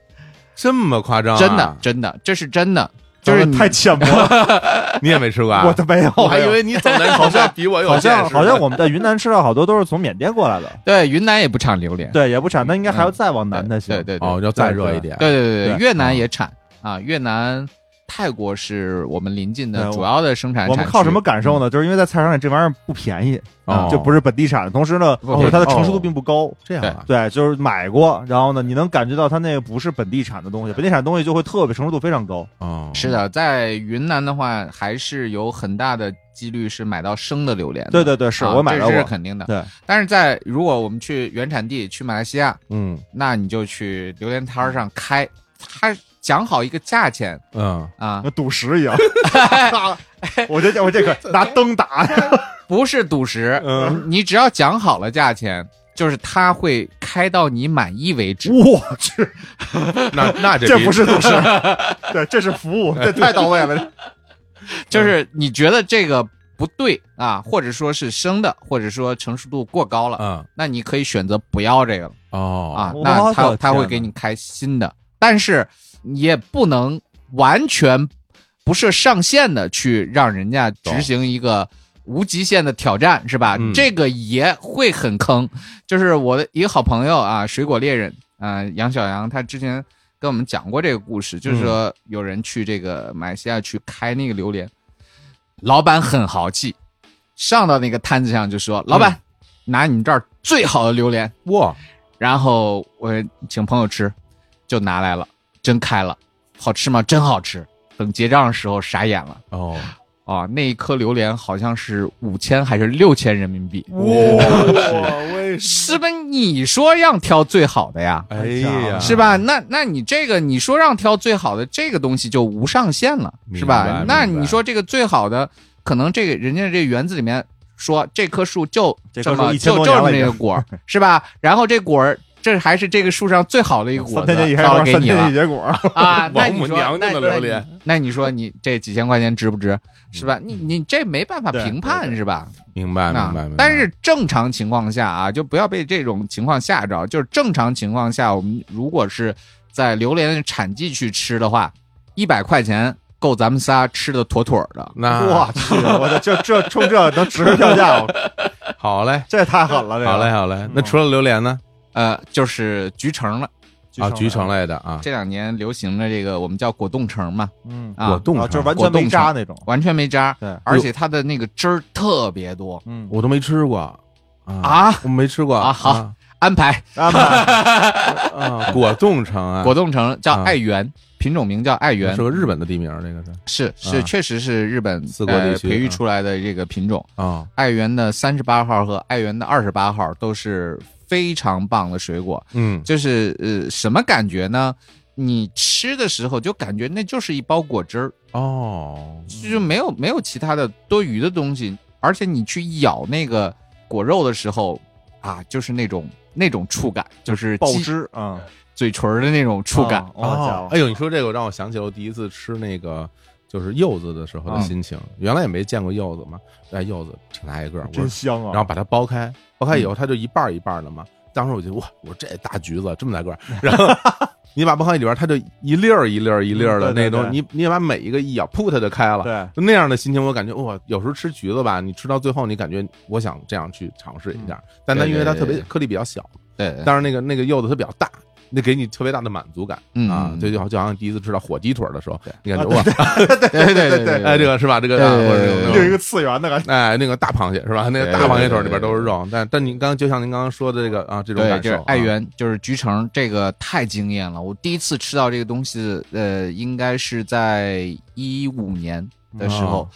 [SPEAKER 2] 这么夸张啊？
[SPEAKER 3] 真的真的，这是真的，就是你
[SPEAKER 4] 太浅薄了，
[SPEAKER 2] 你也没吃过啊？
[SPEAKER 4] 我都没有，
[SPEAKER 2] 我还以为你总 能好像比我有
[SPEAKER 4] 好像
[SPEAKER 2] 见识
[SPEAKER 4] 好像我们在云南吃到好多都是从缅甸过来 的，
[SPEAKER 3] 对云南也不产榴莲，
[SPEAKER 4] 对，也不产，那应该还要再往南才
[SPEAKER 3] 对
[SPEAKER 4] 行。
[SPEAKER 3] 对对对
[SPEAKER 2] 哦，要再热一点。
[SPEAKER 3] 对对对
[SPEAKER 4] 对
[SPEAKER 3] 对，越南也产啊，越南、泰国是我们邻近
[SPEAKER 4] 对
[SPEAKER 3] 的
[SPEAKER 4] 我
[SPEAKER 3] 主要的生产
[SPEAKER 4] 我
[SPEAKER 3] 产
[SPEAKER 4] 们
[SPEAKER 3] 区嗯
[SPEAKER 4] 靠什么感受呢？就是因为在菜市场里这玩意儿不便宜，
[SPEAKER 2] 哦
[SPEAKER 4] 啊就不是本地产的。同时呢，
[SPEAKER 3] 不
[SPEAKER 4] 就是它的成熟
[SPEAKER 2] 哦
[SPEAKER 4] 度并不高。
[SPEAKER 2] 这样啊，
[SPEAKER 4] 对，就是买过，然后呢，你能感觉到它那个不是本地产的东西，本地产的东西就会特别成熟度非常高。
[SPEAKER 2] 哦，
[SPEAKER 3] 嗯是的，在云南的话，还是有很大的几率是买到生的榴莲的。
[SPEAKER 4] 对对对，是
[SPEAKER 3] 啊
[SPEAKER 4] 我买到
[SPEAKER 3] 这是
[SPEAKER 4] 过。
[SPEAKER 3] 肯啊定的。
[SPEAKER 4] 对，
[SPEAKER 3] 但是在如果我们去原产地去马来西亚，
[SPEAKER 2] 嗯
[SPEAKER 3] 那你就去榴莲摊儿上开，他讲好一个价钱
[SPEAKER 2] 嗯，
[SPEAKER 3] 啊，
[SPEAKER 4] 跟赌 石一样，我这我这个拿灯打，
[SPEAKER 3] 不是赌石，
[SPEAKER 2] 嗯
[SPEAKER 3] 你只要讲好了价钱，就是他会开到你满意为止。
[SPEAKER 4] 我去，
[SPEAKER 2] 嗯那那这
[SPEAKER 4] 这
[SPEAKER 2] 比
[SPEAKER 4] 不是 赌石，对，这是服务，这太到位了。
[SPEAKER 3] 就是你觉得这个不对啊，或者说是生的，或者说成熟度过高了，
[SPEAKER 2] 嗯
[SPEAKER 3] 那你可以选择不要这个了
[SPEAKER 2] 哦
[SPEAKER 3] 啊
[SPEAKER 4] 我，
[SPEAKER 3] 那
[SPEAKER 4] 的
[SPEAKER 3] 他
[SPEAKER 4] 天
[SPEAKER 3] 他会
[SPEAKER 4] 哪
[SPEAKER 3] 给你开新的，但是你也不能完全不设上限的去让人家执行一个无极限的挑战，是吧？
[SPEAKER 2] 嗯
[SPEAKER 3] 这个也会很坑。就是我的一个好朋友啊，水果猎人，啊，杨小杨，他之前跟我们讲过这个故事，
[SPEAKER 2] 嗯
[SPEAKER 3] 就是说有人去这个马来西亚去开那个榴莲，老板很豪气，上到那个摊子上就
[SPEAKER 2] 嗯
[SPEAKER 3] 说：“老板，拿你们这儿最好的榴莲。”
[SPEAKER 2] 哇，
[SPEAKER 3] 然后我请朋友吃，就拿来了，真开了，好吃吗？真好吃。等结账的时候傻眼了
[SPEAKER 2] 哦，
[SPEAKER 3] 啊！那一颗榴莲好像是五千还是六千人民币，
[SPEAKER 2] 哇，为
[SPEAKER 3] 是不是？你说让挑最好的呀，
[SPEAKER 2] 哎呀，
[SPEAKER 4] 啊
[SPEAKER 3] 是？吧？那那你这个你说让挑最好的这个东西就无上限了，是吧
[SPEAKER 2] 明白？
[SPEAKER 3] 那
[SPEAKER 2] 明白
[SPEAKER 3] 你说这个最好的，可能这个人家这个园子里面说这棵树就
[SPEAKER 4] 这
[SPEAKER 3] 这
[SPEAKER 4] 棵
[SPEAKER 3] 么
[SPEAKER 4] 树一千
[SPEAKER 3] 就
[SPEAKER 4] 多
[SPEAKER 3] 就
[SPEAKER 4] 年
[SPEAKER 3] 是
[SPEAKER 4] 了
[SPEAKER 3] 那
[SPEAKER 4] 已
[SPEAKER 3] 个
[SPEAKER 4] 经
[SPEAKER 3] 果儿，是吧？然后这果儿。这还是这个树上最好的一个果子，
[SPEAKER 4] 三天前一开
[SPEAKER 3] 到
[SPEAKER 4] 始，
[SPEAKER 3] 给
[SPEAKER 4] 三
[SPEAKER 3] 你
[SPEAKER 4] 天前一
[SPEAKER 3] 了
[SPEAKER 4] 结果，
[SPEAKER 3] 啊！那
[SPEAKER 2] 王
[SPEAKER 3] 你
[SPEAKER 2] 母
[SPEAKER 3] 说
[SPEAKER 2] 娘
[SPEAKER 3] 那
[SPEAKER 2] 娘的榴
[SPEAKER 3] 那
[SPEAKER 2] 莲
[SPEAKER 3] 你那你说你这几千块钱值不值？是吧？你你这没办法
[SPEAKER 4] 对
[SPEAKER 3] 评
[SPEAKER 4] 对
[SPEAKER 3] 判
[SPEAKER 4] 对
[SPEAKER 3] 是吧？
[SPEAKER 2] 明白明
[SPEAKER 3] 那
[SPEAKER 2] 啊白明白，
[SPEAKER 3] 但是正常情况下啊，就不要被这种情况吓着。就是正常情况下，我们如果是在榴莲的产地去吃的话，一百块钱够咱们仨吃的妥妥的。
[SPEAKER 2] 那
[SPEAKER 4] 我去，我的这这冲这能值回票价，
[SPEAKER 2] 好嘞，
[SPEAKER 4] 这也太狠了，这个
[SPEAKER 2] 好嘞，好嘞。那除了榴莲呢？
[SPEAKER 3] 呃，就是橘橙了，
[SPEAKER 2] 啊，
[SPEAKER 4] 橘
[SPEAKER 2] 橘橙类的啊，
[SPEAKER 3] 这两年流行的这个我们叫果冻橙嘛，
[SPEAKER 4] 嗯
[SPEAKER 3] 啊，
[SPEAKER 2] 果冻
[SPEAKER 4] 啊，
[SPEAKER 2] 橙
[SPEAKER 4] 就是完
[SPEAKER 3] 果
[SPEAKER 4] 全
[SPEAKER 3] 冻
[SPEAKER 4] 没渣那种，
[SPEAKER 3] 完全没渣，
[SPEAKER 4] 对
[SPEAKER 3] 而且它的那个汁儿特别多。
[SPEAKER 4] 嗯，
[SPEAKER 2] 我都没吃过嗯
[SPEAKER 3] 啊，
[SPEAKER 2] 我没吃过
[SPEAKER 3] 啊好安排
[SPEAKER 4] 安排
[SPEAKER 2] 啊，果冻橙啊，
[SPEAKER 3] 果冻橙叫
[SPEAKER 2] 啊
[SPEAKER 3] 爱媛，品种名叫爱媛
[SPEAKER 2] 是，个日本的地名，这个是
[SPEAKER 3] 是
[SPEAKER 2] 啊
[SPEAKER 3] 是，确实是日本
[SPEAKER 2] 四国
[SPEAKER 3] 呃
[SPEAKER 2] 地区
[SPEAKER 3] 培育
[SPEAKER 2] 啊
[SPEAKER 3] 出来的这个品种。
[SPEAKER 2] 啊，
[SPEAKER 3] 爱媛的三十八号和爱媛的二十八号都是非常棒的水果。
[SPEAKER 2] 嗯
[SPEAKER 3] 就是呃，什么感觉呢？你吃的时候就感觉那就是一包果汁儿，
[SPEAKER 2] 哦，
[SPEAKER 3] 就是没有没有其他的多余的东西，而且你去咬那个果肉的时候啊，就是那种那种触感，就是
[SPEAKER 4] 爆
[SPEAKER 3] 鸡
[SPEAKER 4] 汁啊，
[SPEAKER 3] 嘴唇儿的那种触感。
[SPEAKER 4] 啊哦家
[SPEAKER 2] 哦
[SPEAKER 4] 伙，
[SPEAKER 2] 哎呦，你说这个让我想起了我第一次吃那个就是柚子的时候的
[SPEAKER 3] 嗯
[SPEAKER 2] 心情。原来也没见过柚子嘛，哎，柚子挺大一个儿，我
[SPEAKER 4] 真香嗯啊！
[SPEAKER 2] 然后把它剥开，剥开以后它就一半儿一半儿的嘛。当时我就哇，我说这大橘子这么大个儿， 然后你把剥开里边儿，它就一粒儿一粒儿一粒儿的
[SPEAKER 4] 嗯对
[SPEAKER 2] 那
[SPEAKER 4] 对
[SPEAKER 2] 种，
[SPEAKER 4] 对
[SPEAKER 2] 你你把每一个一咬，噗，它就开了。
[SPEAKER 4] 对，
[SPEAKER 2] 就那样的心情，我感觉哇，有时候吃橘子吧，你吃到最后，你感觉我想这样去尝试一下，但它因为它特
[SPEAKER 3] 嗯对对
[SPEAKER 2] 别
[SPEAKER 3] 对
[SPEAKER 2] 颗粒比较小，
[SPEAKER 3] 对，对
[SPEAKER 2] 但是那个那个柚子它比较大，那给你特别大的满足感
[SPEAKER 3] 嗯
[SPEAKER 2] 啊，
[SPEAKER 3] 嗯
[SPEAKER 2] 就就好就好像第一次吃到火鸡腿儿的时候
[SPEAKER 3] 对，
[SPEAKER 2] 你感觉哇，
[SPEAKER 3] 对对对
[SPEAKER 2] 哎，这个是吧？这个啊，
[SPEAKER 3] 对
[SPEAKER 2] 或
[SPEAKER 3] 对
[SPEAKER 2] 者
[SPEAKER 3] 对
[SPEAKER 2] 有那
[SPEAKER 3] 对
[SPEAKER 2] 种
[SPEAKER 4] 又一个次元的感觉，
[SPEAKER 2] 哎，那个大螃蟹是吧？那个
[SPEAKER 3] 对
[SPEAKER 2] 大螃蟹腿儿
[SPEAKER 3] 对对
[SPEAKER 2] 里边都是肉，但但您刚就像您刚刚说的这个啊，这种
[SPEAKER 3] 对，
[SPEAKER 2] 感
[SPEAKER 3] 就
[SPEAKER 2] 受
[SPEAKER 3] 是
[SPEAKER 2] 啊，
[SPEAKER 3] 爱媛，就是菊城，这个太惊艳了！我第一次吃到这个东西，呃，应该是在一五年的时候，
[SPEAKER 2] 哦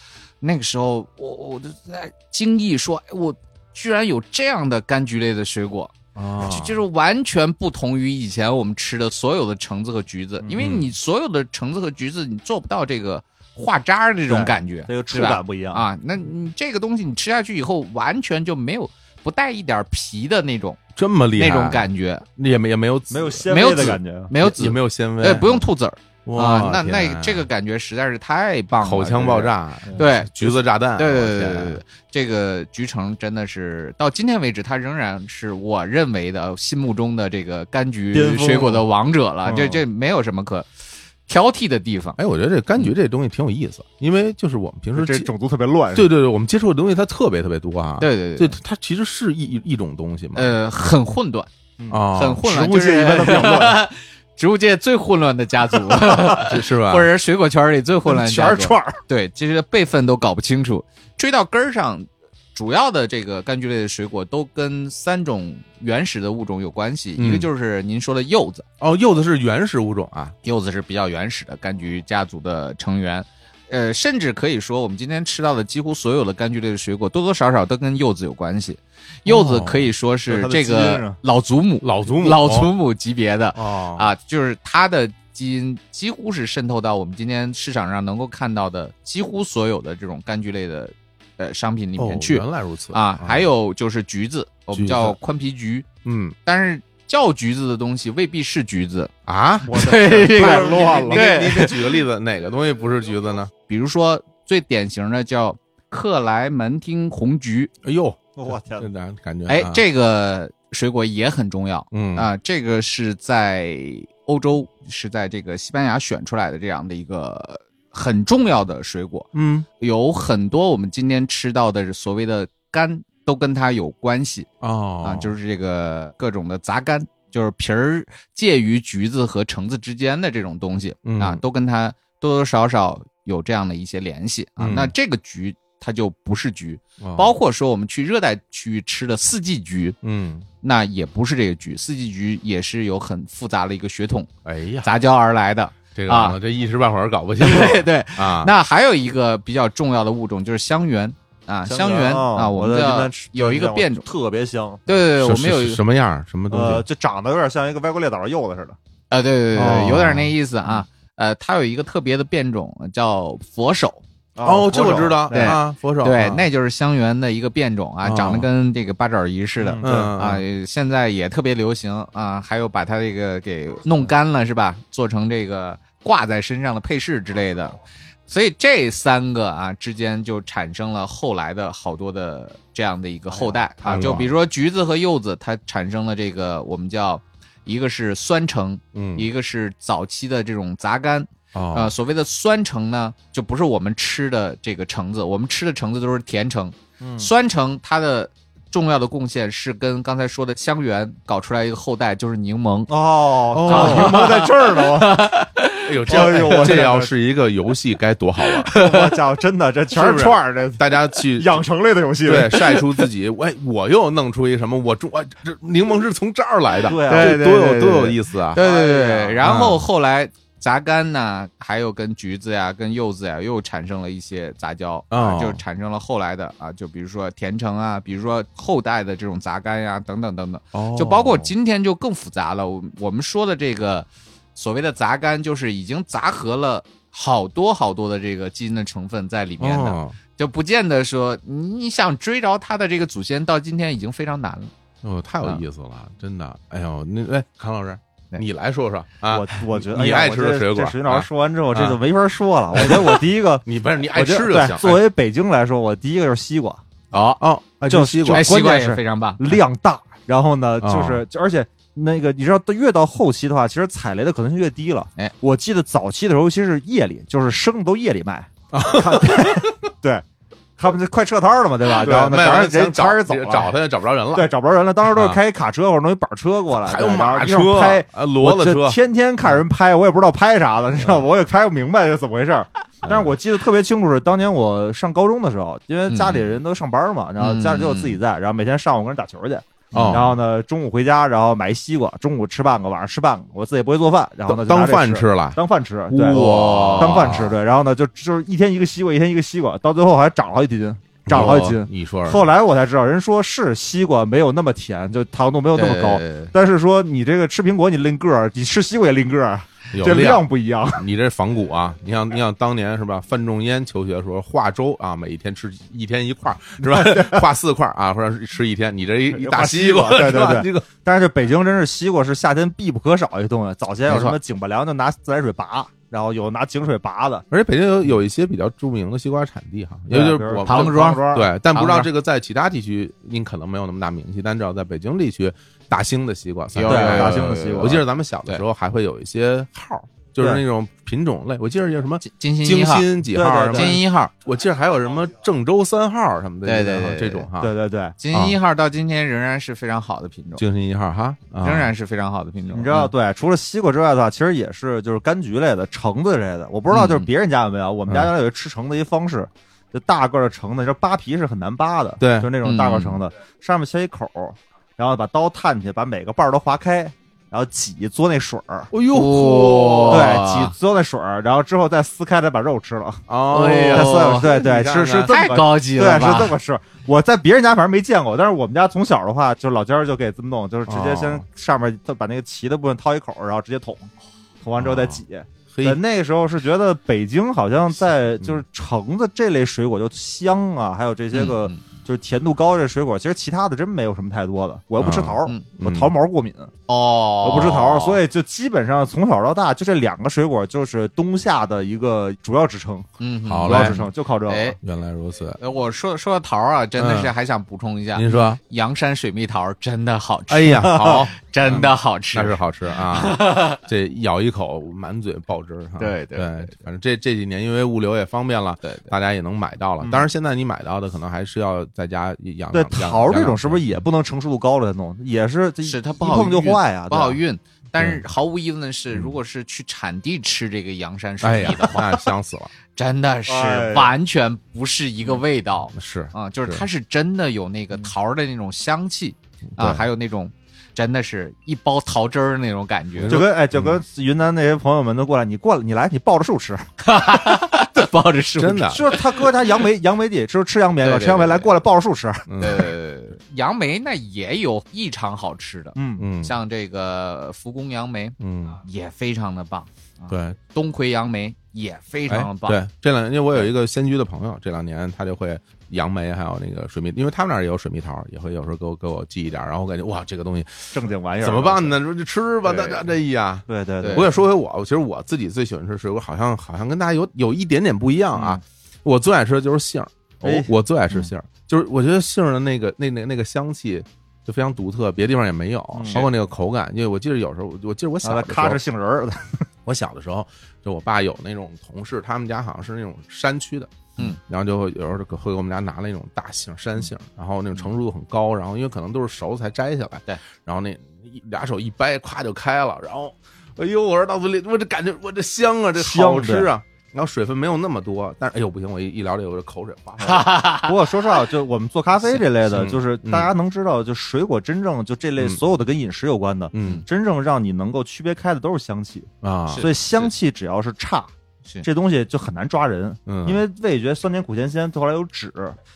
[SPEAKER 3] 那个时候我我就在惊异说，哎我居然有这样的柑橘类的水果，
[SPEAKER 2] 啊，
[SPEAKER 3] 就就是完全不同于以前我们吃的所有的橙子和橘
[SPEAKER 2] 嗯
[SPEAKER 3] 子，因为你所有的橙子和橘子，你做不到这个化渣儿那种
[SPEAKER 4] 对
[SPEAKER 3] 感觉，
[SPEAKER 4] 这个触
[SPEAKER 3] 是吧
[SPEAKER 4] 感不一样。
[SPEAKER 3] 啊，那你这个东西你吃下去以后，完全就没有不带一点皮的那种
[SPEAKER 2] 这么厉害，
[SPEAKER 3] 那种感觉，
[SPEAKER 2] 也没也没有
[SPEAKER 4] 没
[SPEAKER 2] 籽
[SPEAKER 4] 有鲜
[SPEAKER 3] 没有
[SPEAKER 4] 味的
[SPEAKER 3] 籽
[SPEAKER 4] 感觉，
[SPEAKER 3] 没有
[SPEAKER 2] 也
[SPEAKER 3] 籽，
[SPEAKER 2] 没有纤维，
[SPEAKER 3] 哎，不用吐籽儿啊
[SPEAKER 2] 哇，，
[SPEAKER 3] 那
[SPEAKER 2] 天
[SPEAKER 3] 那
[SPEAKER 2] 啊
[SPEAKER 3] 这个感觉实在是太棒了，
[SPEAKER 2] 口腔爆，炸，
[SPEAKER 3] 对。
[SPEAKER 2] 橘子炸弹，
[SPEAKER 3] 对对对
[SPEAKER 2] 我
[SPEAKER 3] 对
[SPEAKER 2] 天
[SPEAKER 3] 对对，这个菊城真的是到今天为止，它仍然是我认为的心目中的这个柑橘
[SPEAKER 4] 巅峰
[SPEAKER 3] 水果的王者了。
[SPEAKER 4] 嗯
[SPEAKER 3] 这这没有什么可挑剔的地方。
[SPEAKER 2] 哎，我觉得这柑橘这东西挺有意思，因为就是我们平时
[SPEAKER 4] 这
[SPEAKER 2] 接
[SPEAKER 4] 种族特别乱。
[SPEAKER 2] 对对对，我们接触的东西它特别特别多啊，
[SPEAKER 3] 对对
[SPEAKER 2] 对，，它其实是一一种东西嘛，
[SPEAKER 3] 呃，很混沌，
[SPEAKER 2] 啊，
[SPEAKER 3] 很混
[SPEAKER 4] 植
[SPEAKER 3] 乱，
[SPEAKER 4] 物界一般都比较
[SPEAKER 3] 就是 植物界最混乱的家族，
[SPEAKER 2] 是是吧？
[SPEAKER 3] 或者是水果圈里最混乱的
[SPEAKER 4] 全
[SPEAKER 3] 家
[SPEAKER 4] 是
[SPEAKER 3] 族，
[SPEAKER 4] 串儿，
[SPEAKER 3] 对，这些辈分都搞不清楚。追到根儿上，主要的这个柑橘类的水果都跟三种原始的物种有关系，
[SPEAKER 2] 嗯
[SPEAKER 3] 一个就是您说的柚子，
[SPEAKER 2] 哦，柚子是原始物种啊，
[SPEAKER 3] 柚子是比较原始的柑橘家族的成员。呃，甚至可以说，我们今天吃到的几乎所有的柑橘类的水果，多多少少都跟柚子有关系。柚子可以说是这
[SPEAKER 4] 哦就是它的基因
[SPEAKER 3] 个
[SPEAKER 4] 啊
[SPEAKER 3] 老祖母、
[SPEAKER 2] 老祖母，
[SPEAKER 3] 老祖母级别的，
[SPEAKER 2] 哦
[SPEAKER 3] 啊，就是它的基因几乎是渗透到我们今天市场上能够看到的几乎所有的这种柑橘类的呃商品里面去、
[SPEAKER 2] 哦原来如此
[SPEAKER 3] 啊。还，有就是橘子，我
[SPEAKER 2] 橘
[SPEAKER 3] 们
[SPEAKER 2] 子
[SPEAKER 3] 叫宽皮橘，
[SPEAKER 2] 嗯
[SPEAKER 3] 但是叫橘子的东西未必是橘子。
[SPEAKER 2] 啊，
[SPEAKER 4] 我的
[SPEAKER 3] 对这
[SPEAKER 4] 太
[SPEAKER 3] 个，
[SPEAKER 4] 乱
[SPEAKER 2] 你
[SPEAKER 4] 了。
[SPEAKER 2] 给
[SPEAKER 3] 对
[SPEAKER 2] 你给举个例子，哪个东西不是橘子呢？
[SPEAKER 3] 比如说最典型的叫克莱门汀红橘，
[SPEAKER 2] 哎呦，
[SPEAKER 4] 我天
[SPEAKER 2] 这，哪感觉？
[SPEAKER 3] 哎
[SPEAKER 2] 啊，
[SPEAKER 3] 这个水果也很重要。
[SPEAKER 2] 嗯
[SPEAKER 3] 啊、这个是在欧洲，是在这个西班牙选出来的这样的一个很重要的水果，
[SPEAKER 2] 嗯
[SPEAKER 3] 有很多我们今天吃到的所谓的柑都跟它有关系
[SPEAKER 2] 哦
[SPEAKER 3] 啊、就是是这个各种的杂柑，就是皮儿介于橘子和橙子之间的这种东西、
[SPEAKER 2] 嗯
[SPEAKER 3] 啊，都跟它多多少少有这样的一些联系啊。
[SPEAKER 2] 嗯
[SPEAKER 3] 那这个橘它就不是橘，
[SPEAKER 2] 哦
[SPEAKER 3] 包括说我们去热带区域吃的四季橘，
[SPEAKER 2] 嗯，
[SPEAKER 3] 那也不是这个局，四季局也是有很复杂的一个血统
[SPEAKER 2] 哎呀，
[SPEAKER 3] 杂交而来的。
[SPEAKER 2] 这个
[SPEAKER 3] 啊
[SPEAKER 2] 完了这一时半会儿搞不清
[SPEAKER 3] 对
[SPEAKER 2] 楚
[SPEAKER 3] 对，
[SPEAKER 2] 啊。
[SPEAKER 3] 那还有一个比较重要的物种就是香橼啊，香橼
[SPEAKER 4] 哦
[SPEAKER 3] 啊，
[SPEAKER 4] 我
[SPEAKER 3] 们
[SPEAKER 4] 在这边
[SPEAKER 3] 的
[SPEAKER 4] 吃
[SPEAKER 3] 有一个变种，
[SPEAKER 4] 特别香，
[SPEAKER 3] 对对对，
[SPEAKER 2] 是
[SPEAKER 3] 呃我们有
[SPEAKER 2] 是
[SPEAKER 3] 一
[SPEAKER 2] 是
[SPEAKER 3] 个
[SPEAKER 2] 什么样儿什么东
[SPEAKER 4] 呃，
[SPEAKER 2] 西？
[SPEAKER 4] 就长得有点像一个歪瓜裂枣的柚子似的。
[SPEAKER 3] 啊，对对对
[SPEAKER 2] 哦
[SPEAKER 3] 对，有点那意思啊。呃，它有一个特别的变种叫佛手，
[SPEAKER 4] 啊
[SPEAKER 2] 哦，这
[SPEAKER 4] 佛
[SPEAKER 2] 我
[SPEAKER 4] 手
[SPEAKER 2] 知道
[SPEAKER 3] 对
[SPEAKER 2] 啊，佛手
[SPEAKER 3] 对，
[SPEAKER 2] 啊
[SPEAKER 3] 那就是香橼的一个变种啊，
[SPEAKER 2] 哦
[SPEAKER 3] 长得跟这个八爪鱼似的
[SPEAKER 4] 嗯
[SPEAKER 2] 嗯
[SPEAKER 3] 啊，现在也特别流行啊，还有把它这个给弄干了是吧？做成这个挂在身上的配饰之类的，所以这三个啊之间就产生了后来的好多的这样的一个后代
[SPEAKER 2] 哎
[SPEAKER 3] 啊，
[SPEAKER 2] 呦
[SPEAKER 3] 就比如说橘子和柚子，它产生了这个我们叫一个是酸橙，
[SPEAKER 2] 嗯
[SPEAKER 3] 一个是早期的这种杂柑，
[SPEAKER 2] 哦
[SPEAKER 3] 呃，所谓的酸橙呢，就不是我们吃的这个橙子，我们吃的橙子都是甜橙。
[SPEAKER 4] 嗯
[SPEAKER 3] 酸橙它的重要的贡献是跟刚才说的香橼搞出来一个后代，就是柠檬。
[SPEAKER 4] 哦，
[SPEAKER 2] 哦
[SPEAKER 4] 柠檬在这儿呢，我
[SPEAKER 2] 哎呦，这
[SPEAKER 4] 哎呦我
[SPEAKER 2] 这
[SPEAKER 4] 的
[SPEAKER 2] 要是一个游戏该多好玩儿！
[SPEAKER 4] 我家伙真的这 全
[SPEAKER 2] 是不是
[SPEAKER 4] 串儿，这
[SPEAKER 2] 大家 去
[SPEAKER 4] 养成类的游戏。
[SPEAKER 2] 对，晒出自己，哎，我又弄出一什么？我中，哎，这柠檬是从这儿来的，
[SPEAKER 4] 对啊
[SPEAKER 2] 这
[SPEAKER 3] 对
[SPEAKER 2] 多
[SPEAKER 3] 对
[SPEAKER 2] 有
[SPEAKER 3] 对
[SPEAKER 2] 多有
[SPEAKER 3] 对
[SPEAKER 2] 意思啊！
[SPEAKER 3] 对对
[SPEAKER 4] 哎呀
[SPEAKER 3] 对，然后
[SPEAKER 2] 嗯
[SPEAKER 3] 后来杂柑呢，还有跟橘子呀、跟柚子呀，又产生了一些杂交啊
[SPEAKER 2] 哦，
[SPEAKER 3] 就产生了后来的啊，就比如说甜橙啊，比如说后代的这种杂柑呀，等等等等。
[SPEAKER 2] 哦
[SPEAKER 3] 就包括今天就更复杂了。我我们说的这个所谓的杂干，就是已经杂合了好多好多的这个基因的成分在里面的，
[SPEAKER 2] 哦，
[SPEAKER 3] 就不见得说你想追着他的这个祖先到今天已经非常难了。
[SPEAKER 2] 哦，太
[SPEAKER 4] 啊
[SPEAKER 2] 有意思了，真的。哎呦，那哎，康老师，
[SPEAKER 3] 对
[SPEAKER 2] 你来说说啊，
[SPEAKER 4] 我我觉得
[SPEAKER 2] 你
[SPEAKER 4] 哎呀
[SPEAKER 2] 爱
[SPEAKER 4] 我
[SPEAKER 2] 吃的
[SPEAKER 4] 这
[SPEAKER 2] 水果
[SPEAKER 4] 这水老
[SPEAKER 2] 啊
[SPEAKER 4] 师说完之后，这
[SPEAKER 2] 啊，
[SPEAKER 4] 就没法说了。我觉得我第一个
[SPEAKER 2] 你不是 你爱
[SPEAKER 4] 我觉
[SPEAKER 2] 吃
[SPEAKER 4] 得
[SPEAKER 2] 就
[SPEAKER 4] 对
[SPEAKER 2] 行。
[SPEAKER 4] 作为北京来说，我第一个就是西瓜，
[SPEAKER 3] 哦，
[SPEAKER 2] 哎哦，爱吃
[SPEAKER 4] 就
[SPEAKER 2] 西瓜
[SPEAKER 3] 哎，西瓜
[SPEAKER 4] 关键
[SPEAKER 3] 也
[SPEAKER 4] 是
[SPEAKER 3] 非常棒，
[SPEAKER 4] 量大，然后呢，
[SPEAKER 2] 哦
[SPEAKER 4] 就是就而且那个你知道，越到后期的话，其实踩雷的可能性越低了。
[SPEAKER 3] 哎，
[SPEAKER 4] 我记得早期的时候，尤其是夜里，就是生的都夜里卖，
[SPEAKER 2] 啊
[SPEAKER 4] 看对，他们就快撤摊儿了嘛，对吧？
[SPEAKER 2] 啊对
[SPEAKER 4] 然后呢，
[SPEAKER 2] 卖
[SPEAKER 4] 当
[SPEAKER 2] 完了
[SPEAKER 4] 然人
[SPEAKER 2] 找
[SPEAKER 4] 摊儿走了，
[SPEAKER 2] 找他也找不着人了，
[SPEAKER 4] 对，找不着人了。当时都是
[SPEAKER 2] 啊
[SPEAKER 4] 开卡车或者弄一板车过来，
[SPEAKER 2] 还有
[SPEAKER 4] 对然后
[SPEAKER 2] 马
[SPEAKER 4] 一上
[SPEAKER 2] 车、
[SPEAKER 4] 拍
[SPEAKER 2] 啊骡子
[SPEAKER 4] 我这
[SPEAKER 2] 车，嗯
[SPEAKER 4] 天天看人拍，我也不知道拍啥了，你知道吗？我也拍不明白是怎么回事儿。但是我记得特别清楚，是当年我上高中的时候，因为家
[SPEAKER 2] 嗯
[SPEAKER 4] 里人都上班嘛，然后家里就我自己在，然后每天上午跟人打球去，
[SPEAKER 2] 哦
[SPEAKER 4] 然后呢中午回家，然后买一西瓜，中午吃半个，晚上吃半个，我自己也不会做饭，然后呢
[SPEAKER 2] 当当
[SPEAKER 4] 就拿这
[SPEAKER 2] 饭
[SPEAKER 4] 吃，
[SPEAKER 2] 吃了。
[SPEAKER 4] 当饭吃，对，
[SPEAKER 2] 哇，
[SPEAKER 4] 当饭吃，对，然后呢就就是一天一个西瓜，一天一个西瓜，到最后还长了好几斤，长了好几
[SPEAKER 2] 哦
[SPEAKER 4] 斤。
[SPEAKER 2] 你说说
[SPEAKER 4] 后来我才知道，人说是西瓜没有那么甜，就糖度没有那么高
[SPEAKER 3] 对。，
[SPEAKER 2] 哎
[SPEAKER 3] 对对
[SPEAKER 4] 但是说你这个吃苹果你拎个儿，你吃西瓜也拎个儿，啊
[SPEAKER 2] 有
[SPEAKER 4] 这
[SPEAKER 2] 量
[SPEAKER 4] 量不一样。
[SPEAKER 2] 你这仿古啊，你像你像当年是吧？范仲淹求学的时候，化粥啊，每一天吃一天一块儿是 吧？化四块儿啊，或者是吃一天，你这一一大西瓜
[SPEAKER 4] 化西瓜对
[SPEAKER 2] 是吧？
[SPEAKER 4] 对
[SPEAKER 2] 这个
[SPEAKER 4] 但是这北京真是西瓜是夏天必不可少一东西。早先有
[SPEAKER 3] 没错
[SPEAKER 4] 什么井拔凉就拿自来水拔，然后有拿井水拔的，
[SPEAKER 2] 而且北京有有一些比较著名的西瓜产地哈，也就是
[SPEAKER 4] 比如
[SPEAKER 2] 我们
[SPEAKER 3] 唐
[SPEAKER 2] 这
[SPEAKER 3] 庄
[SPEAKER 4] 庄，
[SPEAKER 2] 对，但不知道
[SPEAKER 3] 唐庄
[SPEAKER 2] 这个在其他地区您可能没有那么大名气，但至少在北京地区，大兴的西瓜算
[SPEAKER 3] 有
[SPEAKER 2] 是
[SPEAKER 4] 对
[SPEAKER 3] 有有
[SPEAKER 4] 大
[SPEAKER 3] 有
[SPEAKER 4] 兴的
[SPEAKER 3] 有
[SPEAKER 4] 西瓜
[SPEAKER 2] 我记得咱们小的时候还会有一些号儿，就是
[SPEAKER 4] 对
[SPEAKER 2] 那种品种类，我记得叫什么
[SPEAKER 3] 金金星一
[SPEAKER 2] 京
[SPEAKER 3] 号，
[SPEAKER 2] 新几
[SPEAKER 4] 对
[SPEAKER 2] 号儿什么
[SPEAKER 4] 对对
[SPEAKER 3] 金
[SPEAKER 2] 的，
[SPEAKER 3] 星一号，
[SPEAKER 2] 我记得还有什么郑州三号儿什么的，
[SPEAKER 3] 对对对对
[SPEAKER 2] 这种哈，
[SPEAKER 4] 对对对。
[SPEAKER 3] 金星一
[SPEAKER 4] 啊
[SPEAKER 3] 号到今天仍然是非常好的品种，
[SPEAKER 2] 精神一号哈，啊
[SPEAKER 3] 仍然是非常好的品种。
[SPEAKER 4] 你知道，
[SPEAKER 3] 嗯
[SPEAKER 4] 对，除了西瓜之外的话，其实也是就是柑橘类的、橙子类的。我不知道就是别人家有没有，我们家原来有一吃橙子一方式，就大个儿的橙子，你知道扒皮是很难扒的，
[SPEAKER 2] 对嗯
[SPEAKER 4] 就是那种大个儿橙子，上面切一口儿，然后把刀探进去，把每个瓣儿都划开，然后挤嘬那水儿，
[SPEAKER 2] 哎呦，
[SPEAKER 3] 嗯哇
[SPEAKER 4] 对，挤嘬那水儿，然后之后再撕开再把肉吃了。
[SPEAKER 2] 哎
[SPEAKER 3] 呦
[SPEAKER 4] 在
[SPEAKER 2] 呀，
[SPEAKER 4] 所有 对
[SPEAKER 2] 你
[SPEAKER 4] 对，
[SPEAKER 2] 看
[SPEAKER 4] 是是
[SPEAKER 2] 看
[SPEAKER 4] 这
[SPEAKER 3] 太
[SPEAKER 4] 么个。
[SPEAKER 3] 高级
[SPEAKER 4] 对，
[SPEAKER 3] 了
[SPEAKER 4] 是
[SPEAKER 3] 吧？
[SPEAKER 4] 这么吃。我在别人家反正没见过，但是我们家从小的话，就老家儿就给这么弄，就是直接先
[SPEAKER 2] 哦
[SPEAKER 4] 上面把那个鳍的部分掏一口，然后直接捅，捅完之
[SPEAKER 3] 哦
[SPEAKER 4] 后再挤。
[SPEAKER 2] 嘿
[SPEAKER 4] 对，那个时候是觉得北京好像
[SPEAKER 3] 嗯
[SPEAKER 4] 在就是橙子这类水果就香啊，还有这些个
[SPEAKER 3] 嗯
[SPEAKER 4] 就是甜度高这水果，其实其他的真没有什么太多的。我又不吃桃儿
[SPEAKER 3] 嗯，
[SPEAKER 4] 我
[SPEAKER 2] 嗯
[SPEAKER 4] 桃毛过敏，
[SPEAKER 3] 哦，
[SPEAKER 4] 我不吃桃儿，所
[SPEAKER 3] 以
[SPEAKER 4] 以就基本上从小到大就这两个水果就是冬夏的一个主要支撑，
[SPEAKER 3] 嗯，
[SPEAKER 2] 好
[SPEAKER 4] 主
[SPEAKER 2] 嘞
[SPEAKER 4] 要
[SPEAKER 3] 嘞
[SPEAKER 4] 支。撑就靠这个。
[SPEAKER 3] 哎，
[SPEAKER 2] 原来如此，
[SPEAKER 3] 呃我说说到桃儿啊，真的
[SPEAKER 4] 嗯
[SPEAKER 3] 是还想补充一下，
[SPEAKER 2] 您 说，
[SPEAKER 3] 阳山水蜜桃儿真的好吃，
[SPEAKER 2] 哎 呀，好，
[SPEAKER 3] 真的好吃
[SPEAKER 2] 那，是好吃 啊！这咬一口，满嘴爆汁儿哈。
[SPEAKER 3] 对
[SPEAKER 2] 对
[SPEAKER 3] 对
[SPEAKER 2] 反正这这几年因为物流也方便了，
[SPEAKER 3] 对对
[SPEAKER 2] 大家也能买到了。
[SPEAKER 4] 嗯
[SPEAKER 2] 当然，现在你买到的可能还是要在家养
[SPEAKER 4] 对
[SPEAKER 2] 养
[SPEAKER 4] 桃儿这种是不是？也
[SPEAKER 2] 养
[SPEAKER 4] 不能成熟度高了再弄？也是这
[SPEAKER 3] 是它
[SPEAKER 4] 一
[SPEAKER 3] 不好
[SPEAKER 4] 碰就
[SPEAKER 3] 运
[SPEAKER 4] 坏啊，嗯
[SPEAKER 3] 不好
[SPEAKER 4] 对吧。
[SPEAKER 3] 运。但是毫无疑问的是，如果是去产地吃这个阳山
[SPEAKER 2] 哎
[SPEAKER 3] 水
[SPEAKER 2] 呀
[SPEAKER 3] 蜜的，，
[SPEAKER 2] 那香死了！
[SPEAKER 3] 真的是
[SPEAKER 4] 哎呀
[SPEAKER 3] 完全不是一个味道
[SPEAKER 2] 是，
[SPEAKER 3] 啊！就是
[SPEAKER 2] 是嗯
[SPEAKER 3] 它是真的有那个桃儿的那种香气
[SPEAKER 2] 对
[SPEAKER 3] 啊，还有那种真的是一包桃汁儿那种感觉，
[SPEAKER 4] 就跟哎，就
[SPEAKER 3] 嗯
[SPEAKER 4] 跟云南那些朋友们都过来，你过来，你来，你抱着树吃。
[SPEAKER 3] 啊抱着树
[SPEAKER 2] 真的啊
[SPEAKER 4] 就是他哥家杨梅，杨梅地吃吃杨梅
[SPEAKER 3] 对
[SPEAKER 4] 吧，
[SPEAKER 3] 对
[SPEAKER 4] 吃杨梅
[SPEAKER 3] 对
[SPEAKER 4] 来过来抱着树吃。
[SPEAKER 2] 嗯
[SPEAKER 3] 呃，杨梅那也有异常好吃的，
[SPEAKER 4] 嗯，
[SPEAKER 2] 嗯
[SPEAKER 3] 像这个福宫杨梅
[SPEAKER 2] 嗯，
[SPEAKER 3] 也非常的棒，
[SPEAKER 2] 对，
[SPEAKER 3] 东魁杨梅也非
[SPEAKER 2] 哎，
[SPEAKER 3] 常的棒。
[SPEAKER 2] 对，这两年我有一个仙居的朋友，这两年他就会杨梅，还有那个水蜜，因为他们那儿也有水蜜桃，也会有时候给我给我寄一点儿，然后我感觉哇，这个东西
[SPEAKER 4] 正经玩意儿
[SPEAKER 2] 怎么办？呢？说就吃吧，
[SPEAKER 3] 对
[SPEAKER 2] 那那那哎呀。
[SPEAKER 4] 对对
[SPEAKER 3] 对
[SPEAKER 2] 我也说回我，其实我自己最喜欢吃水果，好像好像跟大家有有一点点不一样啊。我最爱吃的就是杏儿，我
[SPEAKER 4] 嗯哎
[SPEAKER 2] 我最爱吃杏儿，就是我觉得杏儿的那个那那那个香气就非常独特，别的地方也没有，
[SPEAKER 4] 嗯是
[SPEAKER 2] 包括那个口感。因为我记得有时候，我记得我小
[SPEAKER 4] 啊，
[SPEAKER 2] 的时
[SPEAKER 4] 咔
[SPEAKER 2] 候
[SPEAKER 4] 哧，杏 仁儿，
[SPEAKER 2] 我小的时候，就我爸有那种同事，他们家好像是那种山区的，
[SPEAKER 3] 嗯，
[SPEAKER 2] 然后就会有时候就会给我们家拿那种大杏山杏，然后那种成熟度很高，然后因为可能都是熟才摘下来，
[SPEAKER 3] 对，
[SPEAKER 2] 然后那一俩手一掰，咵就开了，然后，哎呦，我说到嘴里，我这感觉我这香啊，这好
[SPEAKER 4] 香
[SPEAKER 2] 吃啊。然后水分没有那么多，但是哎呦不行，我一一聊这个我这口水哗哗。
[SPEAKER 4] 不过说实话，就我们做咖啡这类的，
[SPEAKER 2] 行
[SPEAKER 4] 就是
[SPEAKER 2] 嗯
[SPEAKER 4] 大家能知道，就水果真正就这类
[SPEAKER 2] 嗯
[SPEAKER 4] 所有的跟饮食有关的，
[SPEAKER 2] 嗯
[SPEAKER 4] 真正让你能够区别开的都是香气，
[SPEAKER 2] 啊，
[SPEAKER 3] 是
[SPEAKER 4] 所以香气只要是差，
[SPEAKER 3] 是
[SPEAKER 4] 这东西就很难抓人。
[SPEAKER 2] 嗯，
[SPEAKER 4] 因为味觉酸甜苦咸鲜，后来有酯，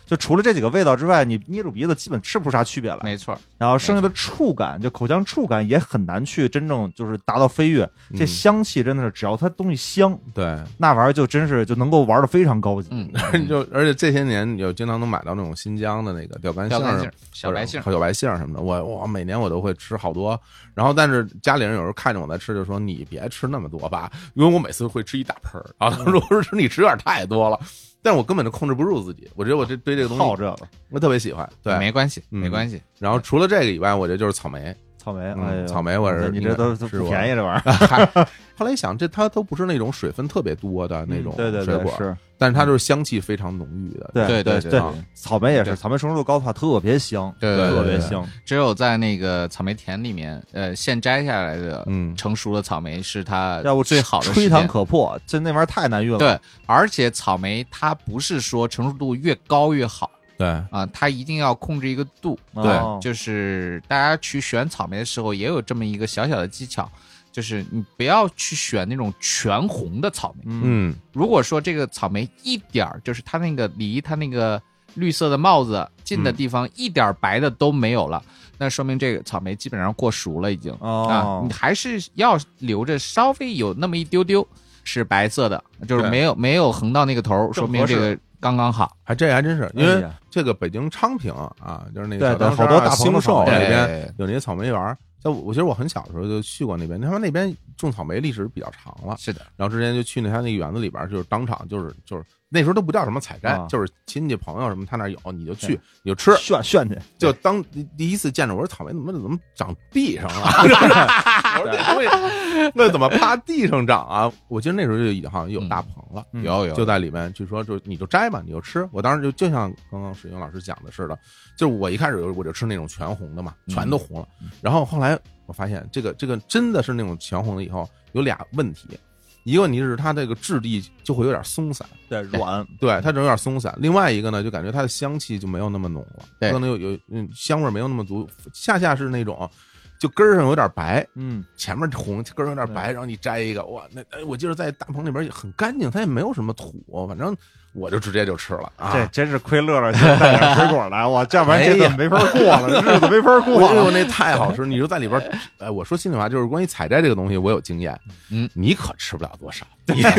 [SPEAKER 4] 就除了这几个味道之外，你捏住鼻子基本吃不出啥区别来。
[SPEAKER 3] 没错，
[SPEAKER 4] 然后剩下的触感，就口腔触感也很难去真正就是达到飞跃。这
[SPEAKER 2] 嗯
[SPEAKER 4] 香气真的是，只要它东西香，
[SPEAKER 2] 对，
[SPEAKER 4] 那玩意儿就真是就能够玩的非常高 级。
[SPEAKER 3] 嗯，
[SPEAKER 2] 就而且这些年你就经常能买到那种新疆的那个钓竿
[SPEAKER 3] 小
[SPEAKER 2] 杏儿
[SPEAKER 3] 白杏儿，小白杏儿，
[SPEAKER 2] 或者小白杏儿什么的，我我每年我都会吃好多。然后，但是家里人有时候看见我在吃，就说你别吃那么多吧，因为我每次会吃一大盆儿。啊
[SPEAKER 4] 嗯
[SPEAKER 2] 然后他说我说你吃有点太多了，但是我根本就控制不住自己。我觉得我这对这个东西
[SPEAKER 4] 好这个
[SPEAKER 2] 我特别喜欢。对，
[SPEAKER 3] 没关系，
[SPEAKER 2] 嗯
[SPEAKER 3] 没关系，
[SPEAKER 2] 然后除了这个以外，我觉得就是草莓，
[SPEAKER 4] 草莓，
[SPEAKER 2] 嗯
[SPEAKER 4] 哎呦，
[SPEAKER 2] 草莓我是
[SPEAKER 4] 你这都都
[SPEAKER 2] 是
[SPEAKER 4] 不
[SPEAKER 2] 我
[SPEAKER 4] 便宜这玩意儿。
[SPEAKER 2] 嗨， 后来一想，这它都不是那种水分特别多的那种
[SPEAKER 4] 嗯 对对
[SPEAKER 2] 水
[SPEAKER 4] 对，
[SPEAKER 2] 果，
[SPEAKER 4] 是，嗯
[SPEAKER 2] 但是它就是香气非常浓郁的。
[SPEAKER 3] 对
[SPEAKER 4] 对
[SPEAKER 3] 对
[SPEAKER 4] 对
[SPEAKER 2] 啊，
[SPEAKER 4] 草莓也是，
[SPEAKER 3] 对
[SPEAKER 4] 草莓成熟度高的话特别香，
[SPEAKER 3] 对对
[SPEAKER 4] 特
[SPEAKER 3] 对
[SPEAKER 4] 别
[SPEAKER 2] 对
[SPEAKER 4] 香。
[SPEAKER 3] 只有在那个草莓田里面，呃，现摘下来的
[SPEAKER 2] 嗯
[SPEAKER 3] 成熟的草莓是它
[SPEAKER 4] 要不
[SPEAKER 3] 最好的
[SPEAKER 4] 吹
[SPEAKER 3] 时
[SPEAKER 4] 弹
[SPEAKER 3] 间。
[SPEAKER 4] 可破，这那玩意儿太难运了。
[SPEAKER 3] 对，而且草莓它不是说成熟度越高越好
[SPEAKER 2] 对，嗯
[SPEAKER 3] 啊、它一定要控制一个度。啊
[SPEAKER 4] 哦
[SPEAKER 3] 就是大家去选草莓的时候也有这么一个小小的技巧，就是你不要去选那种全红的草莓。
[SPEAKER 4] 嗯，
[SPEAKER 2] 嗯
[SPEAKER 3] 如果说这个草莓一点儿，就是它那个离它那个绿色的帽子近的地方一点儿白的都没有了，那说明这个草莓基本上过熟了已经、啊
[SPEAKER 4] 哦，
[SPEAKER 3] 你还是要留着稍微有那么一丢丢是白色的，就是
[SPEAKER 2] 对
[SPEAKER 3] 没有没有横到那个头儿，
[SPEAKER 4] 正
[SPEAKER 3] 说明
[SPEAKER 4] 合适
[SPEAKER 3] 这个刚刚好。
[SPEAKER 2] 还这还真是，因
[SPEAKER 4] 哎
[SPEAKER 2] 为
[SPEAKER 4] 呀
[SPEAKER 2] 这个北京昌平啊，就是那个
[SPEAKER 4] 对
[SPEAKER 2] 小
[SPEAKER 4] 对
[SPEAKER 2] 当
[SPEAKER 4] 好
[SPEAKER 2] 山
[SPEAKER 4] 多
[SPEAKER 2] 啊
[SPEAKER 4] 大棚
[SPEAKER 2] 兴
[SPEAKER 4] 的
[SPEAKER 2] 寿
[SPEAKER 4] 草莓
[SPEAKER 2] 那边
[SPEAKER 3] 对
[SPEAKER 2] 有那些草莓园儿。在我我其实我很小的时候就去过那边，他们那边种草莓历史比较长
[SPEAKER 4] 啊
[SPEAKER 2] 了。
[SPEAKER 3] 是的，
[SPEAKER 2] 然后之前就去那他那个园子里边儿，就是当场就是就是那时候都不叫什么采摘
[SPEAKER 4] 啊，
[SPEAKER 2] 就是亲戚朋友什么他那儿有你就去
[SPEAKER 4] 对
[SPEAKER 2] 你就吃，
[SPEAKER 4] 炫炫去，
[SPEAKER 2] 就当第第一次见着，我说草莓怎么怎么长地上 了？我说这东西那怎么趴地上长啊？我记得那时候就已经好像有大棚了，
[SPEAKER 4] 嗯
[SPEAKER 3] 有有
[SPEAKER 2] 就在里面，就说就你就摘吧，你就吃。我当时就就像刚刚水英老师讲的似的，就是我一开始我就吃那种全红的嘛，
[SPEAKER 3] 嗯
[SPEAKER 2] 全都红了。然后后来我发现这个这个真的是那种全红的，以后有俩问题，一个问题是它这个质地就会有点松散。
[SPEAKER 4] 对，软，
[SPEAKER 2] 对，它就有点松散。另外一个呢，就感觉它的香气就没有那么浓了，
[SPEAKER 3] 对
[SPEAKER 2] 可能有有嗯香味儿没有那么足，恰恰是那种。就根儿上有点白，
[SPEAKER 4] 嗯，
[SPEAKER 2] 前面红，根儿上有点白，然后你摘一个，哇，那哎我记得在大棚里边也很干净，它也没有什么土，反正我就直接就吃了啊。
[SPEAKER 4] 这真是亏乐乐今儿带点水果来，我这玩意儿这
[SPEAKER 2] 哎
[SPEAKER 4] 顿
[SPEAKER 2] 呀
[SPEAKER 4] 没法过了，日子没法 过
[SPEAKER 2] 哇，哎呦
[SPEAKER 4] 了。
[SPEAKER 2] 那太好吃！你说在里边，哎，我说心里话，就是关于采摘这个东西，我有经验。
[SPEAKER 3] 嗯，
[SPEAKER 2] 你可吃不了多少，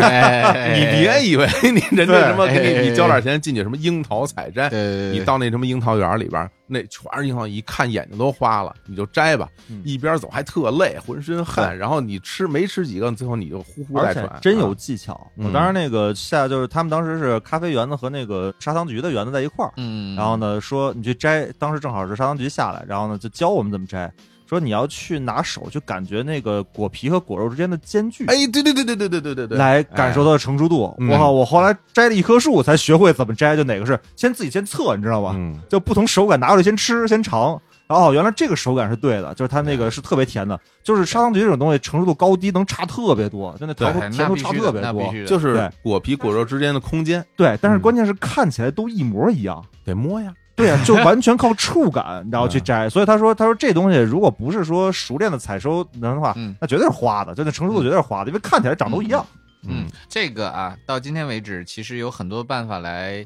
[SPEAKER 4] 哎
[SPEAKER 2] 你 你
[SPEAKER 3] 你
[SPEAKER 2] 别以为你人家什么
[SPEAKER 3] 对
[SPEAKER 4] 哎
[SPEAKER 2] 给你你交点钱进去什么樱桃采摘，
[SPEAKER 3] 对
[SPEAKER 2] 你到那什么樱桃园里边儿，那全是樱桃，一看眼睛都花了，你就摘吧
[SPEAKER 4] 嗯。
[SPEAKER 2] 一边走还特累，浑身汗，然后你吃没吃几个，最后你就呼呼
[SPEAKER 4] 而
[SPEAKER 2] 带
[SPEAKER 4] 且
[SPEAKER 2] 喘。
[SPEAKER 4] 真有
[SPEAKER 2] 啊
[SPEAKER 4] 技巧。
[SPEAKER 2] 嗯
[SPEAKER 4] 我当时那个下就是他们当时是咖啡园子和那个砂糖橘的园子在一块儿，
[SPEAKER 3] 嗯，
[SPEAKER 4] 然后呢说你去摘，当时正好是砂糖橘下来，然后呢就教我们怎么摘，说你要去拿手去感觉那个果皮和果肉之间的间距。
[SPEAKER 2] 哎，对对对对对对对对对，
[SPEAKER 4] 来感受
[SPEAKER 2] 哎
[SPEAKER 4] 到成熟度。
[SPEAKER 2] 嗯
[SPEAKER 4] 我靠！我后来摘了一棵树，才学会怎么摘，就哪个是先自己先测，你知道吧？
[SPEAKER 2] 嗯，
[SPEAKER 4] 就不同手感拿过来先吃先尝。哦，原来这个手感是对的，就是它那个是特别甜的，就是砂糖橘这种东西成熟度高低能差特别多，真的
[SPEAKER 2] 对
[SPEAKER 4] 甜
[SPEAKER 3] 对那
[SPEAKER 4] 度甜度
[SPEAKER 3] 必
[SPEAKER 4] 差
[SPEAKER 3] 须
[SPEAKER 4] 特
[SPEAKER 3] 的，
[SPEAKER 4] 别
[SPEAKER 3] 那必
[SPEAKER 4] 多。
[SPEAKER 3] 须的，
[SPEAKER 2] 就是
[SPEAKER 4] 对
[SPEAKER 2] 果皮果肉之间的空间
[SPEAKER 4] 对，但是
[SPEAKER 2] 嗯
[SPEAKER 4] 关键是看起来都一模一样。
[SPEAKER 2] 得摸呀。
[SPEAKER 4] 对呀、就完全靠触感，然后去摘。所以他说，他说这东西如果不是说熟练的采收能的话，
[SPEAKER 3] 嗯
[SPEAKER 4] 那绝对是花的，就那成熟度绝对是花的，因为看起来长得都一样。
[SPEAKER 3] 嗯，这个啊，到今天为止，其实有很多办法来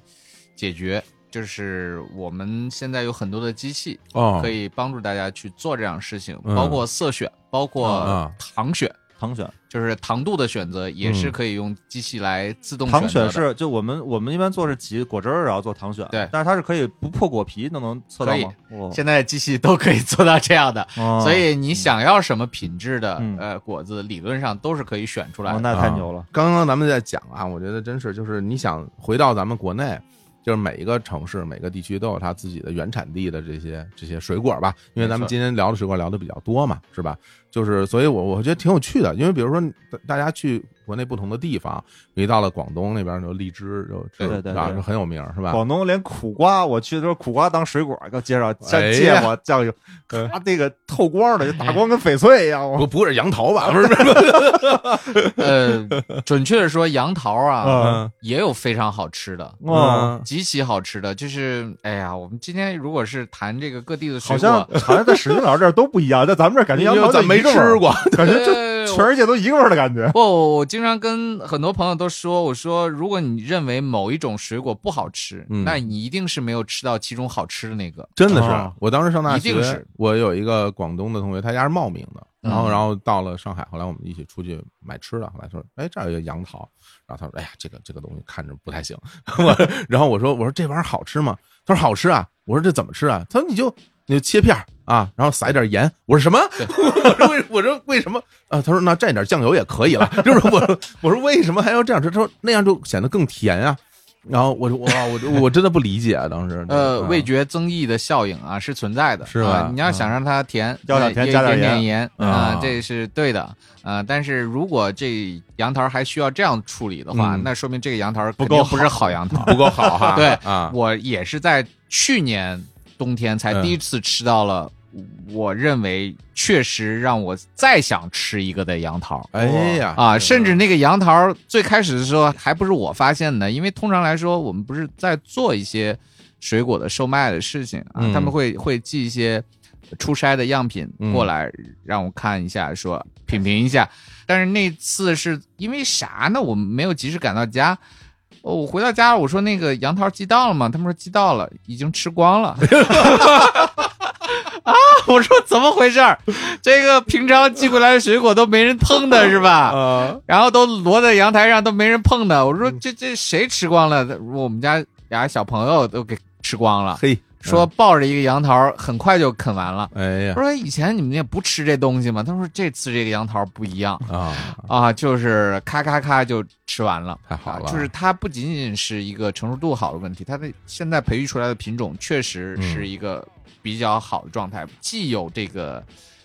[SPEAKER 3] 解决。就是我们现在有很多的机器
[SPEAKER 2] 哦
[SPEAKER 3] 可以帮助大家去做这样的事情，
[SPEAKER 2] 嗯
[SPEAKER 3] 包括色选，包
[SPEAKER 4] 嗯呃
[SPEAKER 3] 括
[SPEAKER 2] 啊
[SPEAKER 3] 糖选，
[SPEAKER 4] 糖选，
[SPEAKER 3] 就是糖度的选择也是可以用机器来自动
[SPEAKER 4] 嗯糖
[SPEAKER 3] 选
[SPEAKER 4] 选
[SPEAKER 3] 择的。
[SPEAKER 4] 是就我们我们一般做是挤果汁儿，然后做糖选。
[SPEAKER 3] 对
[SPEAKER 4] 但是它是可以不破果皮，那能测到吗？哦
[SPEAKER 3] 现在机器都可以做到这样的，
[SPEAKER 4] 哦
[SPEAKER 3] 所以你想要什么品质的
[SPEAKER 4] 嗯
[SPEAKER 3] 呃果子，理论上都是可以选出来
[SPEAKER 4] 哦，
[SPEAKER 3] 的。
[SPEAKER 4] 那太
[SPEAKER 2] 啊
[SPEAKER 4] 牛了。
[SPEAKER 2] 刚刚咱们在讲啊，我觉得真是就是你想回到咱们国内，就是每一个城市、每个地区都有它自己的原产地的这些这些水果吧，因为咱们
[SPEAKER 3] 没错
[SPEAKER 2] 今天聊的水果聊的比较多嘛，是吧？就是所以我，我觉得挺有趣的，因为比如说大大家去国内不同的地方，你到了广东那边有荔枝，有
[SPEAKER 4] 对对对
[SPEAKER 2] 啊，
[SPEAKER 4] 对
[SPEAKER 2] 就很有名，是吧？
[SPEAKER 4] 广东连苦瓜，我去的时候苦瓜当水果，给我介绍
[SPEAKER 2] 哎
[SPEAKER 4] 蘸芥
[SPEAKER 2] 呀
[SPEAKER 4] 末酱油，它那个透光的，就打光跟翡翠一样。我
[SPEAKER 2] 不不是杨桃吧？不 是，不是
[SPEAKER 3] 呃， 准确的说，杨桃啊
[SPEAKER 4] 嗯
[SPEAKER 3] 也有非常好吃的，
[SPEAKER 4] 哇，
[SPEAKER 3] 极其好吃的，就是哎呀，我们今天如果是谈这个各地的水
[SPEAKER 4] 好
[SPEAKER 3] 果
[SPEAKER 4] 像，好像在史蒂老师这儿都不一样，在咱们这儿感觉
[SPEAKER 2] 因
[SPEAKER 4] 杨
[SPEAKER 2] 为
[SPEAKER 4] 桃就
[SPEAKER 2] 咱没
[SPEAKER 4] 一个味儿
[SPEAKER 2] 吃，过，
[SPEAKER 4] 感觉就
[SPEAKER 3] 对
[SPEAKER 4] 全世界都一个味儿的感觉。
[SPEAKER 3] 不，呃我经常跟很多朋友都说，我说如果你认为某一种水果不好吃，
[SPEAKER 2] 嗯
[SPEAKER 3] 那你一定是没有吃到其中好吃的那个。
[SPEAKER 2] 真的是
[SPEAKER 4] 啊，
[SPEAKER 2] 我当时上大
[SPEAKER 3] 哦一定
[SPEAKER 2] 学
[SPEAKER 3] 是，
[SPEAKER 2] 我有一个广东的同学，他家是茂名的，然后
[SPEAKER 3] 嗯
[SPEAKER 2] 然后到了上海，后来我们一起出去买吃的，后来说，哎，这儿有杨桃，然后他说，哎呀，这个这个东西看着不太行， 我然后我说我说这玩意儿好吃吗？他说好吃啊，我说这怎么吃啊？他说你就你就切片儿啊，然后撒一点盐，我说什么？ 我说为我说为什么啊？他说那蘸一点酱油也可以了， 就是我说我说为什么还要这样吃？他说那样就显得更甜啊。然后我说哇，我我真的不理解啊，当时
[SPEAKER 3] 呃，
[SPEAKER 2] 嗯
[SPEAKER 3] 味觉增益的效应啊是存在的，
[SPEAKER 2] 是吧
[SPEAKER 3] 吧？你要想让它甜，呃
[SPEAKER 4] 要想甜
[SPEAKER 3] 那也
[SPEAKER 4] 加点
[SPEAKER 3] 也点
[SPEAKER 4] 盐
[SPEAKER 3] 盐
[SPEAKER 2] 啊
[SPEAKER 3] 啊，这是对的啊。但是如果这杨桃还需要这样处理的话
[SPEAKER 2] 嗯，
[SPEAKER 3] 那说明这个杨桃
[SPEAKER 4] 不
[SPEAKER 3] 肯定
[SPEAKER 4] 够
[SPEAKER 3] 不是好杨桃。
[SPEAKER 2] 不够好哈。
[SPEAKER 3] 对
[SPEAKER 2] 啊，
[SPEAKER 3] 我也是在去年冬天才第一次吃到了，我认为确实让我再想吃一个的杨桃。
[SPEAKER 2] 哎呀
[SPEAKER 3] 啊，甚至那个杨桃最开始的时候还不是我发现的，因为通常来说，我们不是在做一些水果的售卖的事情啊，
[SPEAKER 2] 嗯
[SPEAKER 3] 他们会会寄一些初筛的样品过来，让我看一下，说品评一下。但是那次是因为啥呢？我没有及时赶到家。哦我回到家，我说那个杨桃寄到了吗？他们说寄到了，已经吃光了。 啊我说怎么回事儿？这个平常寄过来的水果都没人碰的是吧？
[SPEAKER 2] 啊，
[SPEAKER 3] 然后都摞在阳台上都没人碰的。我说
[SPEAKER 2] 嗯
[SPEAKER 3] 这这谁吃光了？我们家俩小朋友都给吃光了，
[SPEAKER 2] 嘿，
[SPEAKER 3] 说抱着一个杨桃很快就啃完了。
[SPEAKER 2] 嗯嗯，哎
[SPEAKER 3] 我
[SPEAKER 2] 呀
[SPEAKER 3] 说以前你们也不吃这东西吗？他说这次这个杨桃不一样
[SPEAKER 2] 啊，
[SPEAKER 3] 啊，就是咔咔咔就吃完了。
[SPEAKER 2] 太好了，
[SPEAKER 3] 啊，就是它不仅仅是一个成熟度好的问题，它的现在培育出来的品种确实
[SPEAKER 2] 嗯
[SPEAKER 3] 是一个比较好的状态，既有这个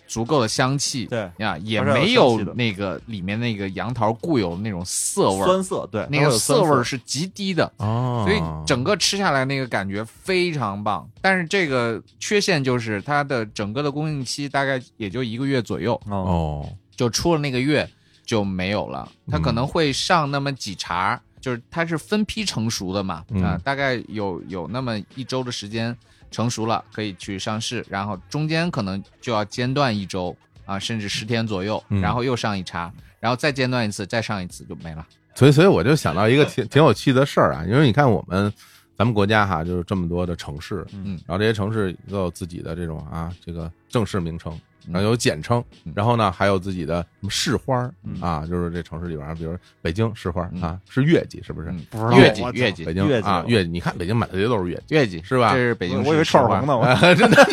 [SPEAKER 3] 足够的香气，
[SPEAKER 4] 对，
[SPEAKER 3] 呀，也
[SPEAKER 4] 而且有
[SPEAKER 3] 没
[SPEAKER 4] 香
[SPEAKER 3] 有
[SPEAKER 4] 气的
[SPEAKER 3] 那个里面那个杨桃固有的那种涩味儿，
[SPEAKER 4] 酸涩，对，
[SPEAKER 3] 那
[SPEAKER 4] 它
[SPEAKER 3] 个
[SPEAKER 4] 会有
[SPEAKER 3] 涩
[SPEAKER 4] 涩啊
[SPEAKER 3] 味儿是极低的，
[SPEAKER 2] 哦，
[SPEAKER 3] 所以整个吃下来那个感觉非常棒。但是这个缺陷就是它的整个的供应期大概也就一个月左右，
[SPEAKER 4] 哦，
[SPEAKER 2] 哦，
[SPEAKER 3] 就出了那个月就没有了。它
[SPEAKER 2] 嗯
[SPEAKER 3] 可能会上那么几茬，就是它是分批成熟的嘛，
[SPEAKER 2] 嗯
[SPEAKER 3] 啊、大概有有那么一周的时间成熟了，可以去上市，然后中间可能就要间断一周啊，甚至十天左右，
[SPEAKER 2] 嗯
[SPEAKER 3] 然后又上一茬，然后再间断一次，再上一次就没了。
[SPEAKER 2] 所以所以我就想到一个 挺挺有趣的事儿啊，因为你看我们咱们国家哈，就是这么多的城市，
[SPEAKER 3] 嗯，
[SPEAKER 2] 然后这些城市都有自己的这种啊这个正式名称。
[SPEAKER 3] 嗯
[SPEAKER 2] 然后有简称
[SPEAKER 3] 嗯，
[SPEAKER 2] 然后呢，还有自己的什么市花儿
[SPEAKER 3] 嗯
[SPEAKER 2] 啊，就是这城市里边儿，比如北京市花儿
[SPEAKER 3] 嗯
[SPEAKER 2] 啊，是月季是不是？
[SPEAKER 3] 嗯，
[SPEAKER 4] 不知道
[SPEAKER 3] 月季
[SPEAKER 4] 我操
[SPEAKER 3] 月季
[SPEAKER 2] 北京
[SPEAKER 4] 月季
[SPEAKER 2] 啊，月季，你看北京满大街都是月季，
[SPEAKER 3] 月季
[SPEAKER 2] 是吧
[SPEAKER 3] 啊这是北京市
[SPEAKER 4] 我以为串红
[SPEAKER 3] 呢。
[SPEAKER 4] 呢， 我
[SPEAKER 2] 哎，真的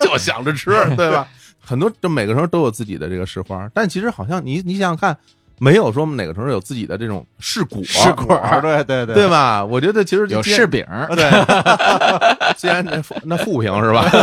[SPEAKER 2] 就想着 吃，对吧？很多就每个城市都有自己的这个市花，但其实好像你你想想看，没有说哪个城市有自己的这种市果，
[SPEAKER 3] 市果
[SPEAKER 4] 儿对对对
[SPEAKER 2] 对吧？我觉得其实
[SPEAKER 3] 有
[SPEAKER 2] 既然
[SPEAKER 3] 柿饼儿，
[SPEAKER 2] 啊
[SPEAKER 4] 对，
[SPEAKER 2] 既然那富那富平是吧？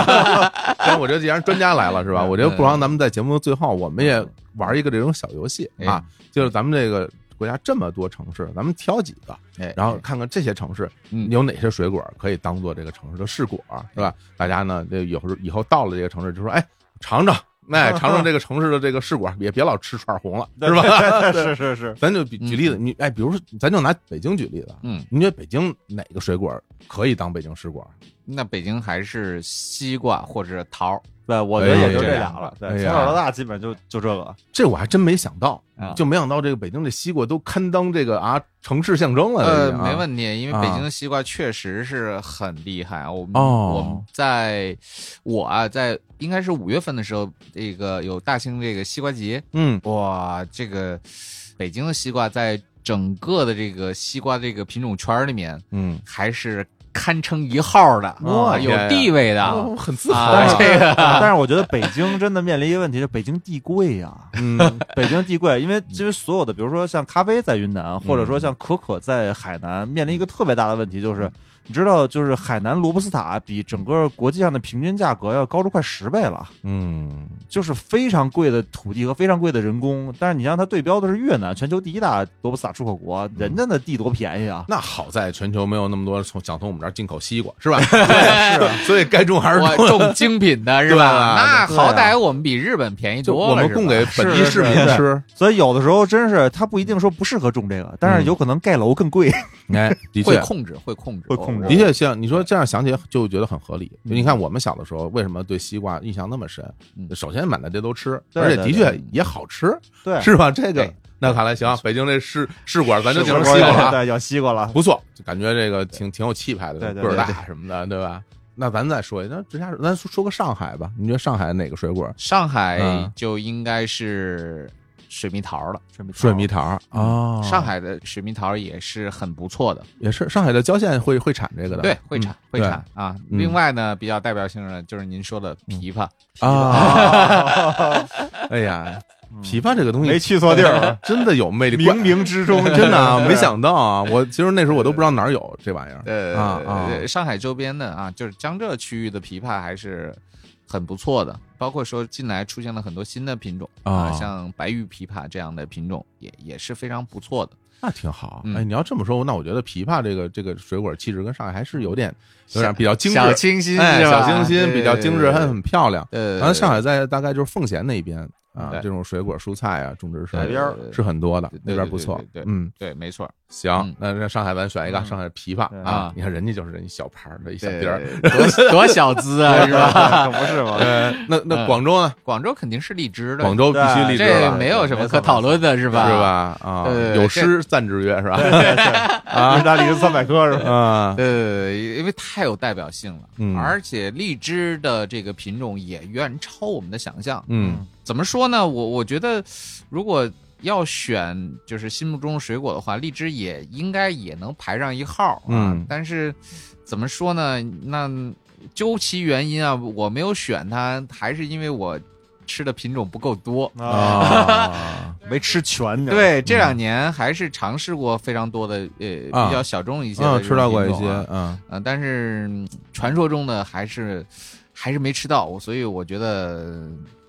[SPEAKER 2] 但我觉得既然专家来了是吧？我觉得不妨咱们在节目的最后，我们也玩一个这种小游戏
[SPEAKER 4] 哎
[SPEAKER 2] 啊，就是咱们这个国家这么多城市，咱们挑几个，
[SPEAKER 3] 哎，
[SPEAKER 2] 嗯然后看看这些城市
[SPEAKER 3] 嗯
[SPEAKER 2] 有哪些水果可以当做这个城市的试果，是吧？大家呢，这有时候以后到了这个城市就说，哎，尝尝， 哎，尝尝这个城市的这个试果，也别老吃串红了，是吧？
[SPEAKER 4] 吧？ 是 是是，
[SPEAKER 2] 咱就比举例子，你哎，比如说，咱就拿北京举例子啊，
[SPEAKER 3] 嗯，
[SPEAKER 2] 你觉得北京哪个水果可以当北京试果？
[SPEAKER 3] 那北京还是西瓜或者桃儿
[SPEAKER 4] 对，我觉得也就
[SPEAKER 2] 哎
[SPEAKER 4] 这
[SPEAKER 2] 呀
[SPEAKER 4] 俩了，对
[SPEAKER 2] 哎，呀
[SPEAKER 4] 从小到大基本就就这个，
[SPEAKER 2] 这我还真没想到，
[SPEAKER 3] 啊，
[SPEAKER 2] 就没想到这个北京这西瓜都堪当这个啊城市象征了，
[SPEAKER 3] 呃，
[SPEAKER 2] 这个啊
[SPEAKER 3] 没问题，因为
[SPEAKER 2] 啊
[SPEAKER 3] 北京的西瓜确实是很厉害啊。我们、
[SPEAKER 2] 哦
[SPEAKER 3] 我们在我啊，在应该是五月份的时候，这个有大兴这个西瓜节，
[SPEAKER 2] 嗯
[SPEAKER 3] 哇，这个北京的西瓜在整个的这个西瓜这个品种圈儿里面
[SPEAKER 2] 嗯，
[SPEAKER 3] 还是堪称一号的，
[SPEAKER 2] 哇
[SPEAKER 3] 啊有
[SPEAKER 2] 天呀
[SPEAKER 3] 地位的。
[SPEAKER 2] 哦很自豪
[SPEAKER 3] 啊
[SPEAKER 4] 但是
[SPEAKER 2] 啊，
[SPEAKER 3] 这个
[SPEAKER 4] 但是我觉得北京真的面临一个问题，是北京地贵呀，
[SPEAKER 2] 嗯
[SPEAKER 4] 北京地贵，因为因为所有的，比如说像咖啡在云南，或者
[SPEAKER 2] 嗯
[SPEAKER 4] 说像可可在海南，面临一个特别大的问题，就是你知道，就是海南罗布斯塔比整个国际上的平均价格要高出快十倍了，
[SPEAKER 2] 嗯，
[SPEAKER 4] 就是非常贵的土地和非常贵的人工。但是你让它对标的是越南，全球第一大罗布斯塔出口国，人家那地多便宜啊！
[SPEAKER 2] 那好在全球没有那么多从想从我们这儿进口西瓜，是 吧？啊是，所以该种还是
[SPEAKER 3] 我种啊精品的是吧？
[SPEAKER 2] 对啊
[SPEAKER 3] 那
[SPEAKER 4] 对啊
[SPEAKER 3] 好歹我们比日本便宜
[SPEAKER 2] 就
[SPEAKER 3] 多
[SPEAKER 2] 我
[SPEAKER 3] 了。
[SPEAKER 2] 们
[SPEAKER 3] 是吧
[SPEAKER 2] 供给本地
[SPEAKER 4] 是
[SPEAKER 2] 市民
[SPEAKER 4] 是是
[SPEAKER 2] 吃，
[SPEAKER 4] 所以有的时候真
[SPEAKER 2] 嗯
[SPEAKER 4] 是它不一定说不适合种这个，但是有可能盖楼更贵，
[SPEAKER 2] 哎，的
[SPEAKER 3] 会
[SPEAKER 2] 确，
[SPEAKER 3] 控制，会控制，哦
[SPEAKER 4] 会控种植物
[SPEAKER 2] 的确，像你说这样想起来就觉得很合理。就你看我们小的时候，为什么对西瓜印象那么深？
[SPEAKER 3] 嗯
[SPEAKER 2] 首先满大街都吃，
[SPEAKER 4] 对
[SPEAKER 2] 而且的
[SPEAKER 4] 对
[SPEAKER 2] 确也好吃，
[SPEAKER 4] 对，
[SPEAKER 2] 是吧？这个
[SPEAKER 3] 对
[SPEAKER 2] 那看来行，北京这试试馆咱就
[SPEAKER 4] 西
[SPEAKER 2] 定成西瓜了啊，
[SPEAKER 4] 对，有西瓜了。
[SPEAKER 2] 不错，就感觉这个挺挺有气派的，
[SPEAKER 4] 对对
[SPEAKER 2] 个儿
[SPEAKER 4] 对
[SPEAKER 2] 大什么的，对吧？那咱再说一，那直辖市，咱说说个上海吧。你觉得上海哪个水果？
[SPEAKER 3] 上海
[SPEAKER 2] 嗯
[SPEAKER 3] 就应该是水蜜桃了。
[SPEAKER 2] 水蜜桃啊，哦
[SPEAKER 3] 上海的水蜜桃也是很不错的，
[SPEAKER 2] 也是上海的郊县会会产这个的，
[SPEAKER 3] 对，会产会
[SPEAKER 2] 对
[SPEAKER 3] 产啊。
[SPEAKER 2] 嗯
[SPEAKER 3] 另外呢，比较代表性的就是您说的枇杷，
[SPEAKER 2] 啊。 哎呀，
[SPEAKER 3] 嗯
[SPEAKER 2] 枇杷这个东西
[SPEAKER 4] 没去错地儿
[SPEAKER 3] 啊
[SPEAKER 4] 了，
[SPEAKER 2] 真的有魅力，
[SPEAKER 4] 冥冥之中
[SPEAKER 2] 真的啊，
[SPEAKER 4] 对
[SPEAKER 2] 没想到啊！我其实那时候我都不知道哪儿有这玩意儿
[SPEAKER 3] 呃，
[SPEAKER 2] 啊啊
[SPEAKER 3] 上海周边的啊，就是江浙区域的枇杷还是很不错的。包括说近来出现了很多新的品种
[SPEAKER 2] 啊
[SPEAKER 3] 像白玉枇杷这样的品种也也是非常不错的。
[SPEAKER 2] 那挺好。
[SPEAKER 3] 嗯
[SPEAKER 2] 哎，你要这么说，那我觉得枇杷这个这个水果气质跟上海还是有点有点
[SPEAKER 3] 小
[SPEAKER 2] 比较精致，
[SPEAKER 3] 小清新
[SPEAKER 2] 哎，
[SPEAKER 3] 是吧？
[SPEAKER 2] 小清新，比较精致，还很漂亮。
[SPEAKER 3] 呃，
[SPEAKER 2] 然后上海在大概就是奉贤那边啊，
[SPEAKER 3] 对
[SPEAKER 2] 这种水果、蔬菜啊，种植是
[SPEAKER 4] 海边儿
[SPEAKER 2] 是很多的
[SPEAKER 3] 对，
[SPEAKER 2] 那边不错
[SPEAKER 3] 对对对。对
[SPEAKER 2] 嗯，
[SPEAKER 3] 对，没错
[SPEAKER 2] 行
[SPEAKER 3] 嗯，
[SPEAKER 2] 那那上海咱选一个，
[SPEAKER 4] 嗯
[SPEAKER 2] 上海枇杷
[SPEAKER 4] 对
[SPEAKER 2] 啊
[SPEAKER 3] 啊，
[SPEAKER 2] 你看人家就是人家小盘儿的一小
[SPEAKER 3] 对
[SPEAKER 2] 碟儿。
[SPEAKER 3] 多多小资啊，是吧？
[SPEAKER 4] 可不是嘛？
[SPEAKER 2] 呃，那那
[SPEAKER 3] 嗯
[SPEAKER 2] 广州呢？
[SPEAKER 3] 广州肯定是荔枝的，
[SPEAKER 2] 广州必须
[SPEAKER 4] 对
[SPEAKER 2] 荔枝
[SPEAKER 3] 这
[SPEAKER 2] 了，
[SPEAKER 3] 没有什么
[SPEAKER 4] 没错
[SPEAKER 3] 可讨论的，是吧？
[SPEAKER 2] 是？吧？啊，
[SPEAKER 3] 对
[SPEAKER 2] 有
[SPEAKER 3] 这
[SPEAKER 2] 诗赞之曰是吧？
[SPEAKER 4] 意大利是三百克是吧？
[SPEAKER 2] 啊，
[SPEAKER 3] 呃，因为太有代表性了，
[SPEAKER 2] 嗯
[SPEAKER 3] 而且荔枝的这个品种也远超我们的想象。
[SPEAKER 2] 嗯
[SPEAKER 3] 怎么说呢？我我觉得，如果要选就是心目中的水果的话，荔枝也应该也能排上一号啊。
[SPEAKER 2] 嗯
[SPEAKER 3] 但是怎么说呢？那究其原因啊，我没有选它，还是因为我吃的品种不够多。
[SPEAKER 4] 啊，
[SPEAKER 2] 啊，
[SPEAKER 4] 没吃全呢。
[SPEAKER 3] 对，
[SPEAKER 2] 嗯
[SPEAKER 3] 这两年还是尝试过非常多的，呃，
[SPEAKER 2] 啊
[SPEAKER 3] 比较小众一些的
[SPEAKER 2] 嗯，
[SPEAKER 3] 这种
[SPEAKER 2] 吃到过一
[SPEAKER 3] 品种
[SPEAKER 2] 些，
[SPEAKER 3] 啊
[SPEAKER 2] 嗯
[SPEAKER 3] 呃，但是嗯传说中的还是还是没吃到，我所以我觉得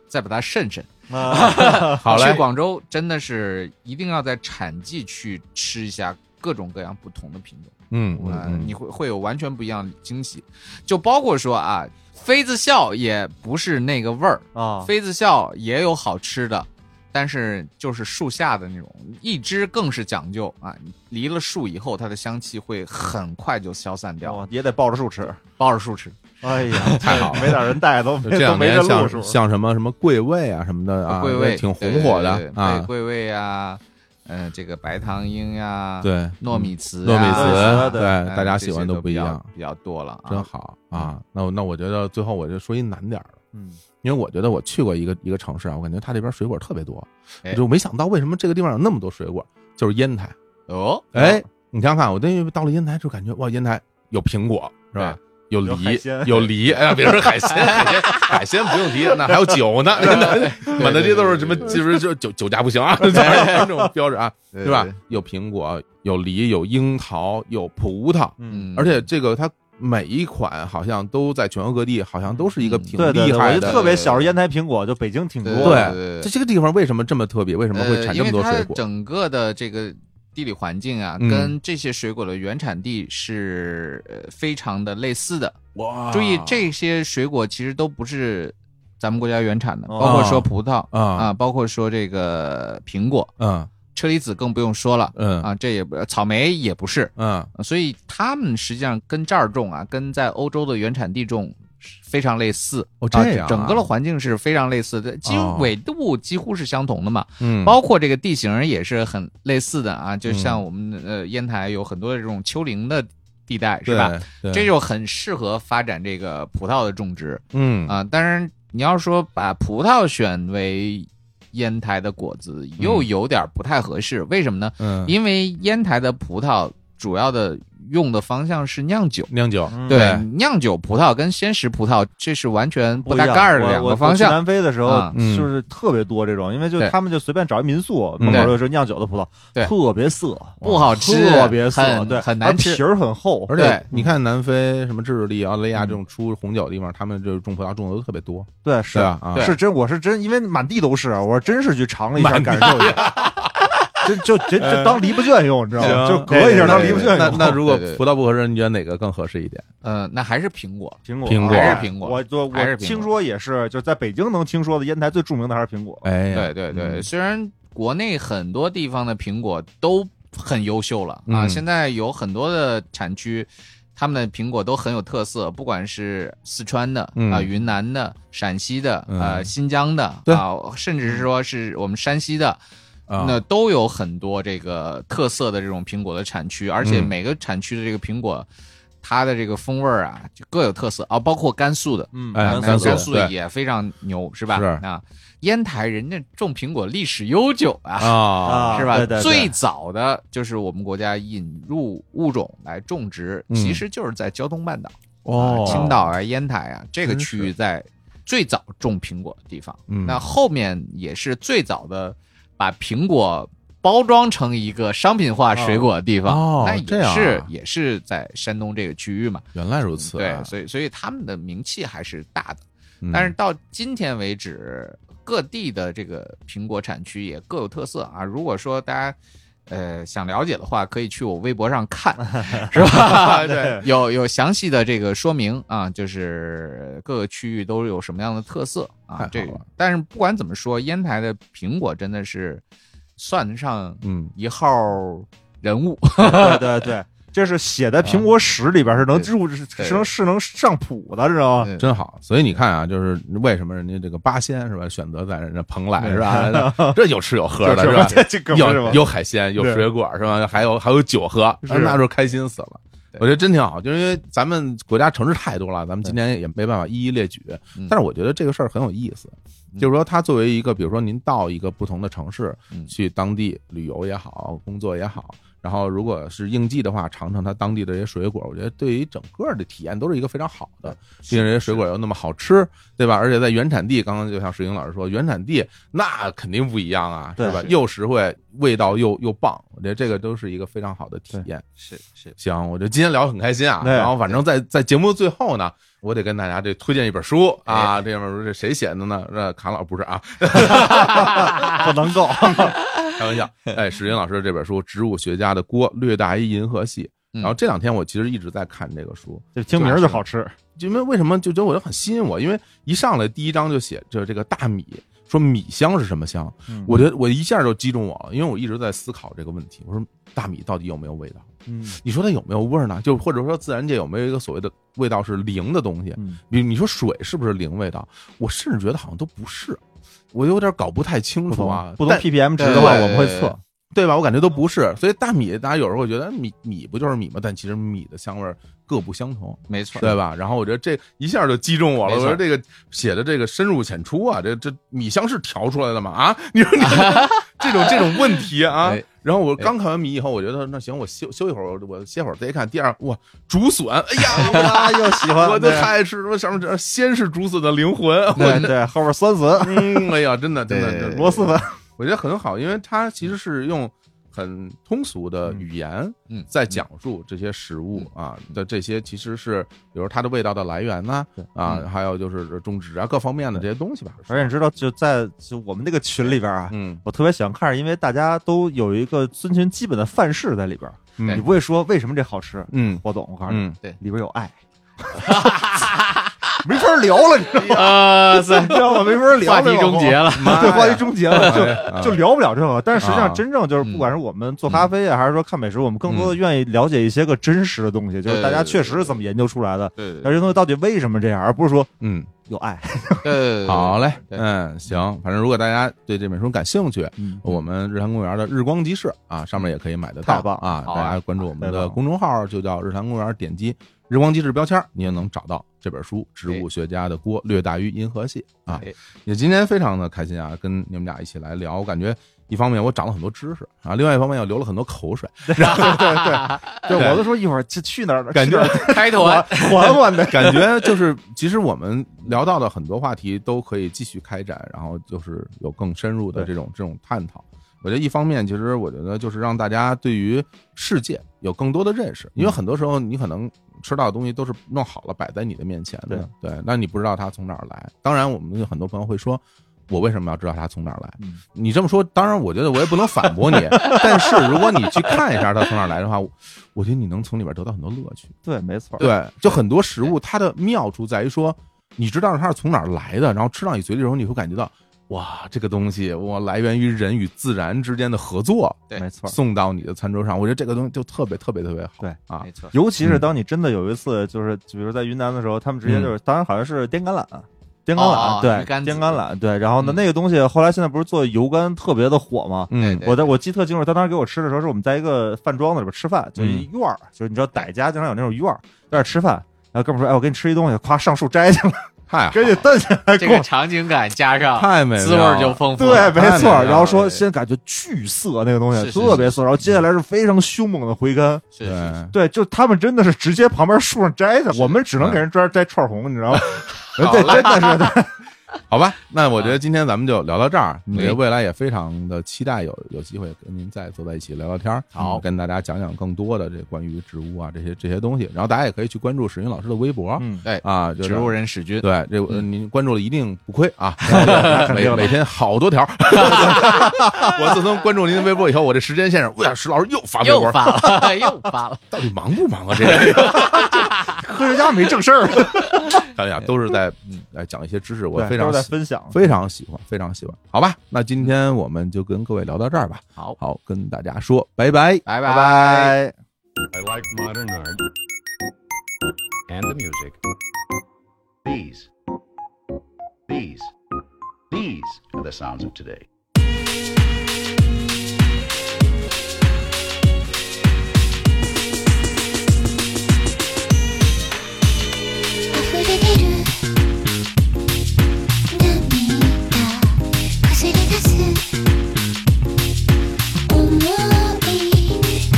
[SPEAKER 3] 再把它慎慎。
[SPEAKER 4] 啊，
[SPEAKER 2] 嗯 好嘞
[SPEAKER 3] 去广州真的是一定要在产季去吃一下各种各样不同的品种
[SPEAKER 2] 嗯
[SPEAKER 3] 啊、
[SPEAKER 2] 嗯，
[SPEAKER 3] 你会会有完全不一样的惊喜。就包括说啊，妃子笑也不是那个味儿，
[SPEAKER 4] 啊，
[SPEAKER 3] 妃子笑也有好吃的。但是就是树下的那种，一枝更是讲究啊！离了树以后，它的香气会很快就消散掉。
[SPEAKER 4] 哦也得抱着树吃。
[SPEAKER 3] 抱着树吃，
[SPEAKER 4] 哎呀，
[SPEAKER 2] 太好了
[SPEAKER 4] 没点人带都
[SPEAKER 2] 就这
[SPEAKER 4] 没都
[SPEAKER 2] 两
[SPEAKER 4] 没
[SPEAKER 2] 年
[SPEAKER 4] 这路
[SPEAKER 2] 像
[SPEAKER 4] 数。
[SPEAKER 2] 像什么什么桂味啊什么的啊，
[SPEAKER 3] 桂味
[SPEAKER 2] 挺红火的
[SPEAKER 3] 呃对对对对
[SPEAKER 2] 啊，
[SPEAKER 3] 桂味啊，呃，这个白糖樱呀，，
[SPEAKER 2] 对，
[SPEAKER 3] 糯米糍
[SPEAKER 2] 糯
[SPEAKER 3] 呀，
[SPEAKER 2] 米糍，
[SPEAKER 4] 啊
[SPEAKER 2] 对
[SPEAKER 4] 对，
[SPEAKER 2] 大家
[SPEAKER 3] 哎
[SPEAKER 2] 喜欢
[SPEAKER 3] 这些都
[SPEAKER 2] 不一
[SPEAKER 3] 比较
[SPEAKER 2] 样，
[SPEAKER 3] 比较多了啊，
[SPEAKER 2] 真好啊。那我那我觉得最后我就说一难点儿的，
[SPEAKER 4] 嗯，
[SPEAKER 2] 因为我觉得我去过一个一个城市啊，我感觉它这边水果特别多，我
[SPEAKER 3] 哎
[SPEAKER 2] 就没想到为什么这个地方有那么多水果，就是烟台。
[SPEAKER 3] 哦，
[SPEAKER 2] 哎，你想想看，我那到了烟台就感觉哇，烟台有苹果是吧？有
[SPEAKER 4] 有海
[SPEAKER 2] 梨，
[SPEAKER 4] 鲜
[SPEAKER 2] 有梨，哎呀，别说海鲜，海鲜，海鲜不用提，那还有酒呢，真 的，满大街都是什么，就是就酒酒驾不行啊，就是 这种标准啊，
[SPEAKER 3] 对
[SPEAKER 2] 对吧
[SPEAKER 3] 对？
[SPEAKER 2] 有苹果，有梨，有樱桃，有葡萄，
[SPEAKER 4] 嗯，
[SPEAKER 2] 而且这个它每一款好像都在全国各地，好像都是一个
[SPEAKER 3] 嗯
[SPEAKER 2] 挺
[SPEAKER 4] 对对
[SPEAKER 2] 厉
[SPEAKER 4] 对，我
[SPEAKER 2] 害
[SPEAKER 4] 就
[SPEAKER 2] 的。
[SPEAKER 4] 特别小时候烟台苹果，就北京挺
[SPEAKER 3] 对
[SPEAKER 4] 多的。
[SPEAKER 2] 对，
[SPEAKER 3] 对
[SPEAKER 2] 这这个地方为什么这么特别？为什么会
[SPEAKER 3] 呃
[SPEAKER 2] 产
[SPEAKER 3] 因
[SPEAKER 2] 这么多
[SPEAKER 3] 为它
[SPEAKER 2] 水果？
[SPEAKER 3] 整个的这个地理环境啊，
[SPEAKER 2] 嗯
[SPEAKER 3] 跟这些水果的原产地是呃非常的类似的。
[SPEAKER 2] 哇
[SPEAKER 3] 注意，这些水果其实都不是咱们国家原产的，包括说葡萄
[SPEAKER 2] 啊
[SPEAKER 3] 啊，包括说这个苹果，
[SPEAKER 2] 嗯
[SPEAKER 3] 车厘子更不用说了。
[SPEAKER 2] 嗯
[SPEAKER 3] 啊，这也不草莓也不是，
[SPEAKER 2] 嗯
[SPEAKER 3] 呃所以他们实际上跟这儿种啊，跟在欧洲的原产地种是非常类似。
[SPEAKER 2] 哦
[SPEAKER 3] 啊
[SPEAKER 2] 这样啊
[SPEAKER 3] 整个的环境是非常类似的，几
[SPEAKER 2] 哦
[SPEAKER 3] 乎纬度几乎是相同的嘛，
[SPEAKER 2] 嗯，
[SPEAKER 3] 包括这个地形也是很类似的啊。就像
[SPEAKER 2] 嗯
[SPEAKER 3] 我们呃烟台有很多的这种丘陵的地带，是吧？
[SPEAKER 2] 对？对
[SPEAKER 3] 这就很适合发展这个葡萄的种植
[SPEAKER 2] 嗯
[SPEAKER 3] 啊。当然，你要说把葡萄选为烟台的果子，又
[SPEAKER 2] 嗯
[SPEAKER 3] 有点不太合适，为什么呢？
[SPEAKER 2] 嗯，
[SPEAKER 3] 因为烟台的葡萄主要的用的方向是酿酒。
[SPEAKER 2] 酿酒
[SPEAKER 4] 嗯
[SPEAKER 3] 对
[SPEAKER 2] 对，
[SPEAKER 3] 酿酒葡萄跟鲜食葡萄这是完全
[SPEAKER 4] 不
[SPEAKER 3] 搭
[SPEAKER 4] 一样
[SPEAKER 3] 盖儿的
[SPEAKER 4] 我
[SPEAKER 3] 两
[SPEAKER 4] 我
[SPEAKER 3] 个方
[SPEAKER 4] 我去
[SPEAKER 3] 向。
[SPEAKER 4] 南非的时候
[SPEAKER 3] 啊，
[SPEAKER 2] 嗯
[SPEAKER 4] 就是特别多这种，因为就
[SPEAKER 3] 对
[SPEAKER 4] 他们就随便找一民宿，
[SPEAKER 2] 嗯
[SPEAKER 4] 门口就是酿酒的葡萄，
[SPEAKER 3] 对
[SPEAKER 4] 特别涩，
[SPEAKER 3] 不好吃
[SPEAKER 4] 特别涩，
[SPEAKER 3] 很
[SPEAKER 4] 对，
[SPEAKER 3] 很难吃
[SPEAKER 4] 而皮儿很厚，
[SPEAKER 2] 而
[SPEAKER 3] 对嗯
[SPEAKER 2] 且你看南非、什么智利、澳大利亚这种出红酒的地方，他们就是种葡萄种的都特别多，
[SPEAKER 4] 对，是
[SPEAKER 2] 对吧？啊，
[SPEAKER 3] 对
[SPEAKER 4] 是真，我是真，因为满地都是，啊我真是去尝了一下，感受一下，真就真就当篱笆圈用，你知道吗？就隔一下
[SPEAKER 2] 那
[SPEAKER 4] 当篱笆
[SPEAKER 3] 哎
[SPEAKER 4] 圈
[SPEAKER 2] 那
[SPEAKER 4] 用。
[SPEAKER 2] 那如果
[SPEAKER 3] 对对对
[SPEAKER 2] 葡萄不合适，你觉得哪个更合适一点？
[SPEAKER 3] 呃，那还是苹果。
[SPEAKER 4] 苹果，
[SPEAKER 2] 苹果啊
[SPEAKER 4] 哎
[SPEAKER 3] 还是苹果
[SPEAKER 4] 我我
[SPEAKER 3] 还
[SPEAKER 4] 我
[SPEAKER 3] 是苹果
[SPEAKER 4] 听说也是，就在北京能听说的烟台最著名的还是苹果。
[SPEAKER 2] 哎呀，
[SPEAKER 3] 对对对，
[SPEAKER 2] 嗯
[SPEAKER 3] 虽然国内很多地方的苹果都很优秀了啊，
[SPEAKER 2] 嗯
[SPEAKER 3] 现在有很多的产区。他们的苹果都很有特色，不管是四川的啊、
[SPEAKER 2] 嗯
[SPEAKER 3] 云南的、陕西的、
[SPEAKER 2] 嗯
[SPEAKER 3] 呃、新疆的啊、
[SPEAKER 2] 对
[SPEAKER 3] 甚至是说是我们山西的，
[SPEAKER 2] 啊，
[SPEAKER 3] 那都有很多这个特色的这种苹果的产区，而且
[SPEAKER 2] 嗯
[SPEAKER 3] 每个产区的这个苹果，它的这个风味儿啊，就各有特色啊，包括甘肃的，
[SPEAKER 4] 嗯
[SPEAKER 2] 哎甘
[SPEAKER 3] 啊甘
[SPEAKER 2] 肃的
[SPEAKER 3] 肃
[SPEAKER 2] 对
[SPEAKER 3] 也非常牛，是吧？
[SPEAKER 2] 是
[SPEAKER 3] 啊，烟台人家种苹果历史悠久啊。
[SPEAKER 2] 啊，
[SPEAKER 4] 啊
[SPEAKER 3] 是吧？
[SPEAKER 4] 对对对
[SPEAKER 3] 最早的就是我们国家引入物种来种植，
[SPEAKER 2] 嗯
[SPEAKER 3] 其实就是在胶东半岛、
[SPEAKER 2] 哦
[SPEAKER 3] 啊、青岛啊、烟台啊这个
[SPEAKER 2] 真
[SPEAKER 3] 区
[SPEAKER 2] 是
[SPEAKER 3] 域，在最早种苹果的地方。
[SPEAKER 2] 嗯
[SPEAKER 3] 那后面也是最早的把苹果包装成一个商品化水果的地方，
[SPEAKER 2] 哦
[SPEAKER 3] 那
[SPEAKER 2] 这
[SPEAKER 3] 也
[SPEAKER 2] 样啊
[SPEAKER 3] 是也是在山东这个区域嘛，
[SPEAKER 2] 原来如此
[SPEAKER 3] 对
[SPEAKER 2] 啊，，
[SPEAKER 3] 所以所以他们的名气还是大的。
[SPEAKER 2] 嗯
[SPEAKER 3] 但是到今天为止，各地的这个苹果产区也各有特色啊。如果说大家呃想了解的话，可以去我微博上看，是吧？对，有有详细的这个说明啊，就是各个区域都有什么样的特色啊
[SPEAKER 2] 太。
[SPEAKER 3] 这
[SPEAKER 2] 好
[SPEAKER 3] 个
[SPEAKER 2] 了，
[SPEAKER 3] 但是不管怎么说，烟台的苹果真的是算得上
[SPEAKER 2] 嗯，
[SPEAKER 3] 一号人物。
[SPEAKER 4] 对对对， 这是写在苹果史里边是能
[SPEAKER 3] 对
[SPEAKER 4] 入是是能是能上谱的，知 道吗？
[SPEAKER 3] 嗯
[SPEAKER 2] 真好。所以你看啊，就是为什么人家这个八仙是吧，选择在人家蓬莱
[SPEAKER 3] 对
[SPEAKER 2] 是吧？这有吃有喝的
[SPEAKER 4] 就是吧
[SPEAKER 2] 吧？
[SPEAKER 4] 这这哥们儿是吧
[SPEAKER 2] 有？有海鲜，有
[SPEAKER 4] 对
[SPEAKER 2] 水果是吧？还有还有酒喝，
[SPEAKER 4] 是
[SPEAKER 2] 啊那就开心死了。
[SPEAKER 3] 对
[SPEAKER 2] 我觉得真挺好，就是因为咱们国家城市太多了，咱们今天也没办法一一列举
[SPEAKER 3] 嗯。
[SPEAKER 2] 但是我觉得这个事儿很有意思，
[SPEAKER 3] 嗯
[SPEAKER 2] 就是说它作为一个，比如说您到一个不同的城市
[SPEAKER 3] 嗯
[SPEAKER 2] 去当地旅游也好，工作也好，然后如果是应季的话，尝尝它当地的这些水果，我觉得对于整个的体验都是一个非常好的。毕竟这些水果又那么好吃，对吧？而且在原产地，刚刚就像石英老师说，原产地那肯定不一样啊，
[SPEAKER 4] 对
[SPEAKER 2] 是吧
[SPEAKER 3] 是？
[SPEAKER 2] 又实惠，味道又又棒，我觉得这个都是一个非常好的体验。
[SPEAKER 3] 是是，
[SPEAKER 2] 行，我就今天聊得很开心啊。
[SPEAKER 4] 对
[SPEAKER 2] 然后反正在在节目最后呢，我得跟大家这推荐一本书啊，这本书是谁写的呢？呃，卡老不是啊，
[SPEAKER 4] 不能 够，
[SPEAKER 2] 开玩笑。哎，史云老师这本书《植物学家的锅：略大一银河系》。
[SPEAKER 3] 嗯
[SPEAKER 2] 然后这两天我其实一直在看这个书，
[SPEAKER 4] 就听名儿就好吃。
[SPEAKER 2] 就因为为什么就觉得我就很吸引我？因为一上来第一章就写着这个大米，说米香是什么香，
[SPEAKER 4] 嗯
[SPEAKER 2] 我觉得我一下就击中我了，因为我一直在思考这个问题。我说大米到底有没有味道？
[SPEAKER 4] 嗯
[SPEAKER 2] 你说它有没有味儿呢？就或者说自然界有没有一个所谓的味道是零的东西？
[SPEAKER 4] 嗯，
[SPEAKER 2] 你你说水是不是零味道？我甚至觉得好像都不是，我有点搞不太清
[SPEAKER 4] 不
[SPEAKER 2] 楚啊
[SPEAKER 4] 懂。不懂
[SPEAKER 2] 但
[SPEAKER 4] ppm 值
[SPEAKER 3] 对
[SPEAKER 4] 的话，
[SPEAKER 3] 对
[SPEAKER 4] 我们会
[SPEAKER 3] 对
[SPEAKER 4] 测。
[SPEAKER 2] 对吧？我感觉都不是。所以大米，大家有时候会觉得米米不就是米吗？但其实米的香味儿各不相同。
[SPEAKER 3] 没错，
[SPEAKER 2] 对吧？然后我觉得这一下就击中我了，
[SPEAKER 3] 没
[SPEAKER 2] 我
[SPEAKER 3] 错
[SPEAKER 2] 说这个写的这个深入浅出啊，这这米香是调出来的吗？啊，你说你 这种这种问题啊
[SPEAKER 3] 哎。
[SPEAKER 2] 然后我刚看完米以后，我觉得那行，我休休一会儿，我我歇会儿再一看，第二哇，竹笋，哎 呀，
[SPEAKER 4] 啊，又 喜欢，
[SPEAKER 2] 我都
[SPEAKER 4] 对
[SPEAKER 2] 太爱吃，我上面这先是竹笋的灵 魂，我
[SPEAKER 4] 对对，后边酸笋、
[SPEAKER 2] 嗯，哎呀，真的真
[SPEAKER 3] 对
[SPEAKER 2] 的，
[SPEAKER 4] 螺蛳粉，
[SPEAKER 2] 我觉得很好，因为它其实是用很通俗的语言，
[SPEAKER 3] 嗯
[SPEAKER 2] 在讲述这些食物啊的这些，其实是比如它的味道的来源呐、啊，
[SPEAKER 3] 嗯哎
[SPEAKER 2] 还有就是种植啊各方面的这些东西吧。
[SPEAKER 4] 而且你知道，就在就我们那个群里边啊，
[SPEAKER 2] 嗯，
[SPEAKER 4] 我特别喜欢看，是因为大家都有一个遵循基本的范式在里边儿，
[SPEAKER 2] 嗯
[SPEAKER 4] 你不会说为什么这好吃，
[SPEAKER 2] 嗯
[SPEAKER 4] 我懂，我告诉你
[SPEAKER 2] 嗯，，
[SPEAKER 4] 里边有爱， 没法聊了，你知道吗？
[SPEAKER 3] 啊，
[SPEAKER 4] 你知道吗？没法聊，
[SPEAKER 3] 话题终结了。
[SPEAKER 2] 妈呀
[SPEAKER 4] 对，话题终 结了，
[SPEAKER 2] 哎啊
[SPEAKER 4] 就就聊不了这个。但是实际
[SPEAKER 2] 啊
[SPEAKER 4] 上，真正就是
[SPEAKER 3] 嗯
[SPEAKER 4] 不管是我们做咖啡啊，还是说看美食，我们更多的愿意了解一些个真实的东西，就是大家确实是怎么研究出来的，
[SPEAKER 3] 对对
[SPEAKER 4] 那
[SPEAKER 3] 对
[SPEAKER 4] 这东西到底为什么这样，而不是说
[SPEAKER 2] 嗯，
[SPEAKER 4] 有爱。
[SPEAKER 3] 对，
[SPEAKER 2] 好嘞，
[SPEAKER 3] 对
[SPEAKER 2] 嗯，行，反正如果大家对这本书感兴趣，
[SPEAKER 4] 嗯
[SPEAKER 2] 我们日坛公园的日光集市啊，上面也可以买得到
[SPEAKER 4] 太棒
[SPEAKER 2] 啊！
[SPEAKER 3] 好
[SPEAKER 2] 大
[SPEAKER 3] 啊
[SPEAKER 2] 家关注我们
[SPEAKER 4] 太棒
[SPEAKER 2] 的
[SPEAKER 4] 了
[SPEAKER 2] 公众号，就叫日坛公园，点击日光集市标签，你也能找到这本书《植
[SPEAKER 4] 哎
[SPEAKER 2] 物学家的锅略大于银河系》啊
[SPEAKER 3] 哎！
[SPEAKER 2] 也今天非常的开心啊，跟你们俩一起来聊，我感觉。一方面我长了很多知识啊，另外一方面又流了很多口水，
[SPEAKER 4] 对，我都说一会儿去去哪儿了，
[SPEAKER 2] 感觉
[SPEAKER 3] 开头
[SPEAKER 4] 缓 缓缓的。
[SPEAKER 2] 感觉就是，其实我们聊到的很多话题都可以继续开展，然后就是有更深入的
[SPEAKER 4] 对
[SPEAKER 2] 这种这种探讨。我觉得一方面，其实我觉得就是让大家对于世界有更多的认识，
[SPEAKER 4] 嗯
[SPEAKER 2] 因为很多时候你可能吃到的东西都是弄好了摆在你的面前的，对，那你不知道它从哪儿来。当然，我们有很多朋友会说。我为什么要知道它从哪儿来？
[SPEAKER 4] 嗯
[SPEAKER 2] 你这么说，当然，我觉得我也不能反驳你。但是如果你去看一下它从哪儿来的话，我我觉得你能从里边得到很多乐趣。
[SPEAKER 4] 对，没错，
[SPEAKER 2] 对，就很多食物它的妙处在于说，你知道它是从哪儿来的，然后吃到你嘴里的时候，你会感觉到哇，这个东西我来源于人与自然之间的合作，
[SPEAKER 3] 对
[SPEAKER 4] 没错。
[SPEAKER 2] 送到你的餐桌上，我觉得这个东西就特别特别特别好。
[SPEAKER 4] 对
[SPEAKER 2] 啊，
[SPEAKER 3] 没错，
[SPEAKER 4] 尤其是当你真的有一次，就是比如在云南的时候，他们直接就是，当然好像是滇橄榄，滇橄
[SPEAKER 3] 哦
[SPEAKER 4] 榄
[SPEAKER 3] 嗯哦
[SPEAKER 4] 对
[SPEAKER 3] 鱼，竿子
[SPEAKER 4] 滇橄榄对。然后呢，
[SPEAKER 3] 嗯
[SPEAKER 4] 那个东西后来现在不是做油干特别的火吗？
[SPEAKER 2] 嗯
[SPEAKER 3] 对
[SPEAKER 4] 我在我记得特清楚，他当时给我吃的时候，是我们在一个饭庄子里边吃饭，就是一
[SPEAKER 3] 嗯
[SPEAKER 4] 院儿，就是你知道傣家经常有那种院儿，在那儿吃饭。然后哥们说：“哎，我给你吃一东西，夸上树摘去了，
[SPEAKER 2] 太好
[SPEAKER 4] 赶紧蹬下来。”
[SPEAKER 3] 哦这个场景感加上
[SPEAKER 2] 太美
[SPEAKER 3] 滋味
[SPEAKER 2] 妙
[SPEAKER 3] 儿
[SPEAKER 2] 了，
[SPEAKER 3] 就丰富
[SPEAKER 4] 对，
[SPEAKER 3] 了，嗯
[SPEAKER 4] 没
[SPEAKER 2] 太
[SPEAKER 4] 错
[SPEAKER 2] 美妙。了
[SPEAKER 4] 然后说，先感觉巨涩那个东
[SPEAKER 3] 啊是
[SPEAKER 4] 西，
[SPEAKER 3] 是
[SPEAKER 4] 特别涩。然后接下来是非常凶猛的回甘。
[SPEAKER 3] 是
[SPEAKER 2] 对
[SPEAKER 3] 是
[SPEAKER 4] 对，就他们真的是直接旁边树上摘去，我们只
[SPEAKER 2] 嗯
[SPEAKER 4] 能给人摘摘串红，你知道 吗？呃对，真的是对
[SPEAKER 2] 好吧，那我觉得今天咱们就聊到这儿。
[SPEAKER 3] 嗯
[SPEAKER 2] 我觉得未来也非常的期待有有机会跟您再坐在一起聊聊天儿，
[SPEAKER 3] 好
[SPEAKER 2] 嗯跟大家讲讲更多的这关于植物啊这些这些东西。然后大家也可以去关注史云老师的微博、
[SPEAKER 4] 嗯
[SPEAKER 3] 对，
[SPEAKER 2] 啊，就是
[SPEAKER 3] 植物人史军，
[SPEAKER 2] 对这呃您关注了一定不亏啊，
[SPEAKER 4] 肯
[SPEAKER 2] 每
[SPEAKER 4] 定的
[SPEAKER 2] 每天好多条儿。 我自从关注您的微博以后，我这时间线上，哎呀，史老师又发微
[SPEAKER 3] 又
[SPEAKER 2] 博，
[SPEAKER 3] 发了， 又发了，
[SPEAKER 2] 到底忙不忙啊？这个，
[SPEAKER 4] 科学家没正事儿，
[SPEAKER 2] 哎呀，都是在嗯来讲一些知识，我
[SPEAKER 4] 对
[SPEAKER 2] 非
[SPEAKER 4] 都
[SPEAKER 2] 常
[SPEAKER 4] 是在
[SPEAKER 2] 喜
[SPEAKER 4] 分享。
[SPEAKER 2] 非常喜欢，非常喜欢。好吧，那今天我们就跟各位聊到这儿吧。
[SPEAKER 3] 好，
[SPEAKER 2] 好，跟大家说拜拜。
[SPEAKER 3] 拜
[SPEAKER 4] 拜。拜。
[SPEAKER 5] I like modern art and the music. These, these, these are the sounds of today.
[SPEAKER 6] 「溢れ出る涙走り出す」「思い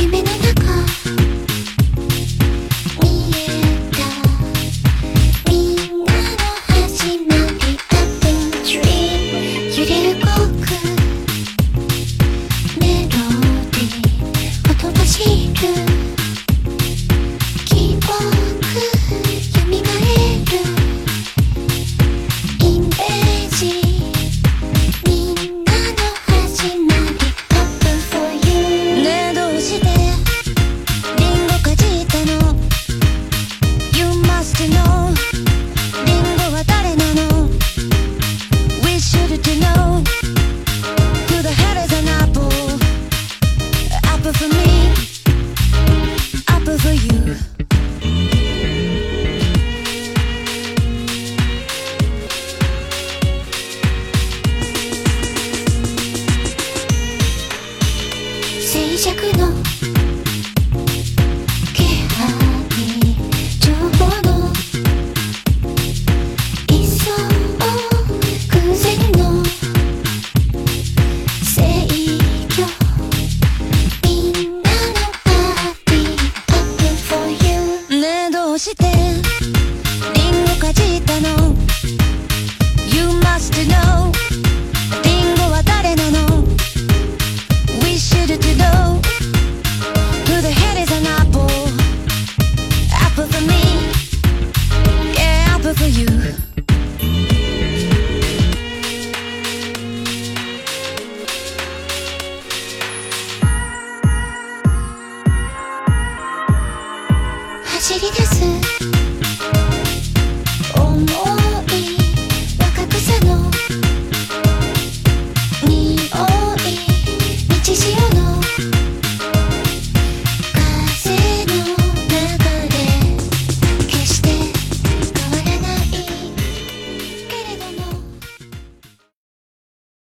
[SPEAKER 6] 夢の中」「見えたみんなの始まり」「Up d r e a 揺れ動く」「メロディー音走る」「記憶よみがえる」「イメージ」「みんなの始まり」「Up for you」「ねえどうしてリンゴかじったの」「You must know」「リンゴは誰なの」「We should to know」「To the head is an apple」「Apple for me」「Apple for you」静寂の気配に情報の一層偶然の制御みんなのパーティー Open for you ねえどうしてリンゴかじったの You must know リンゴは誰なの We should to know To the head is an apple Apple for me Yeah, apple for you 走り出す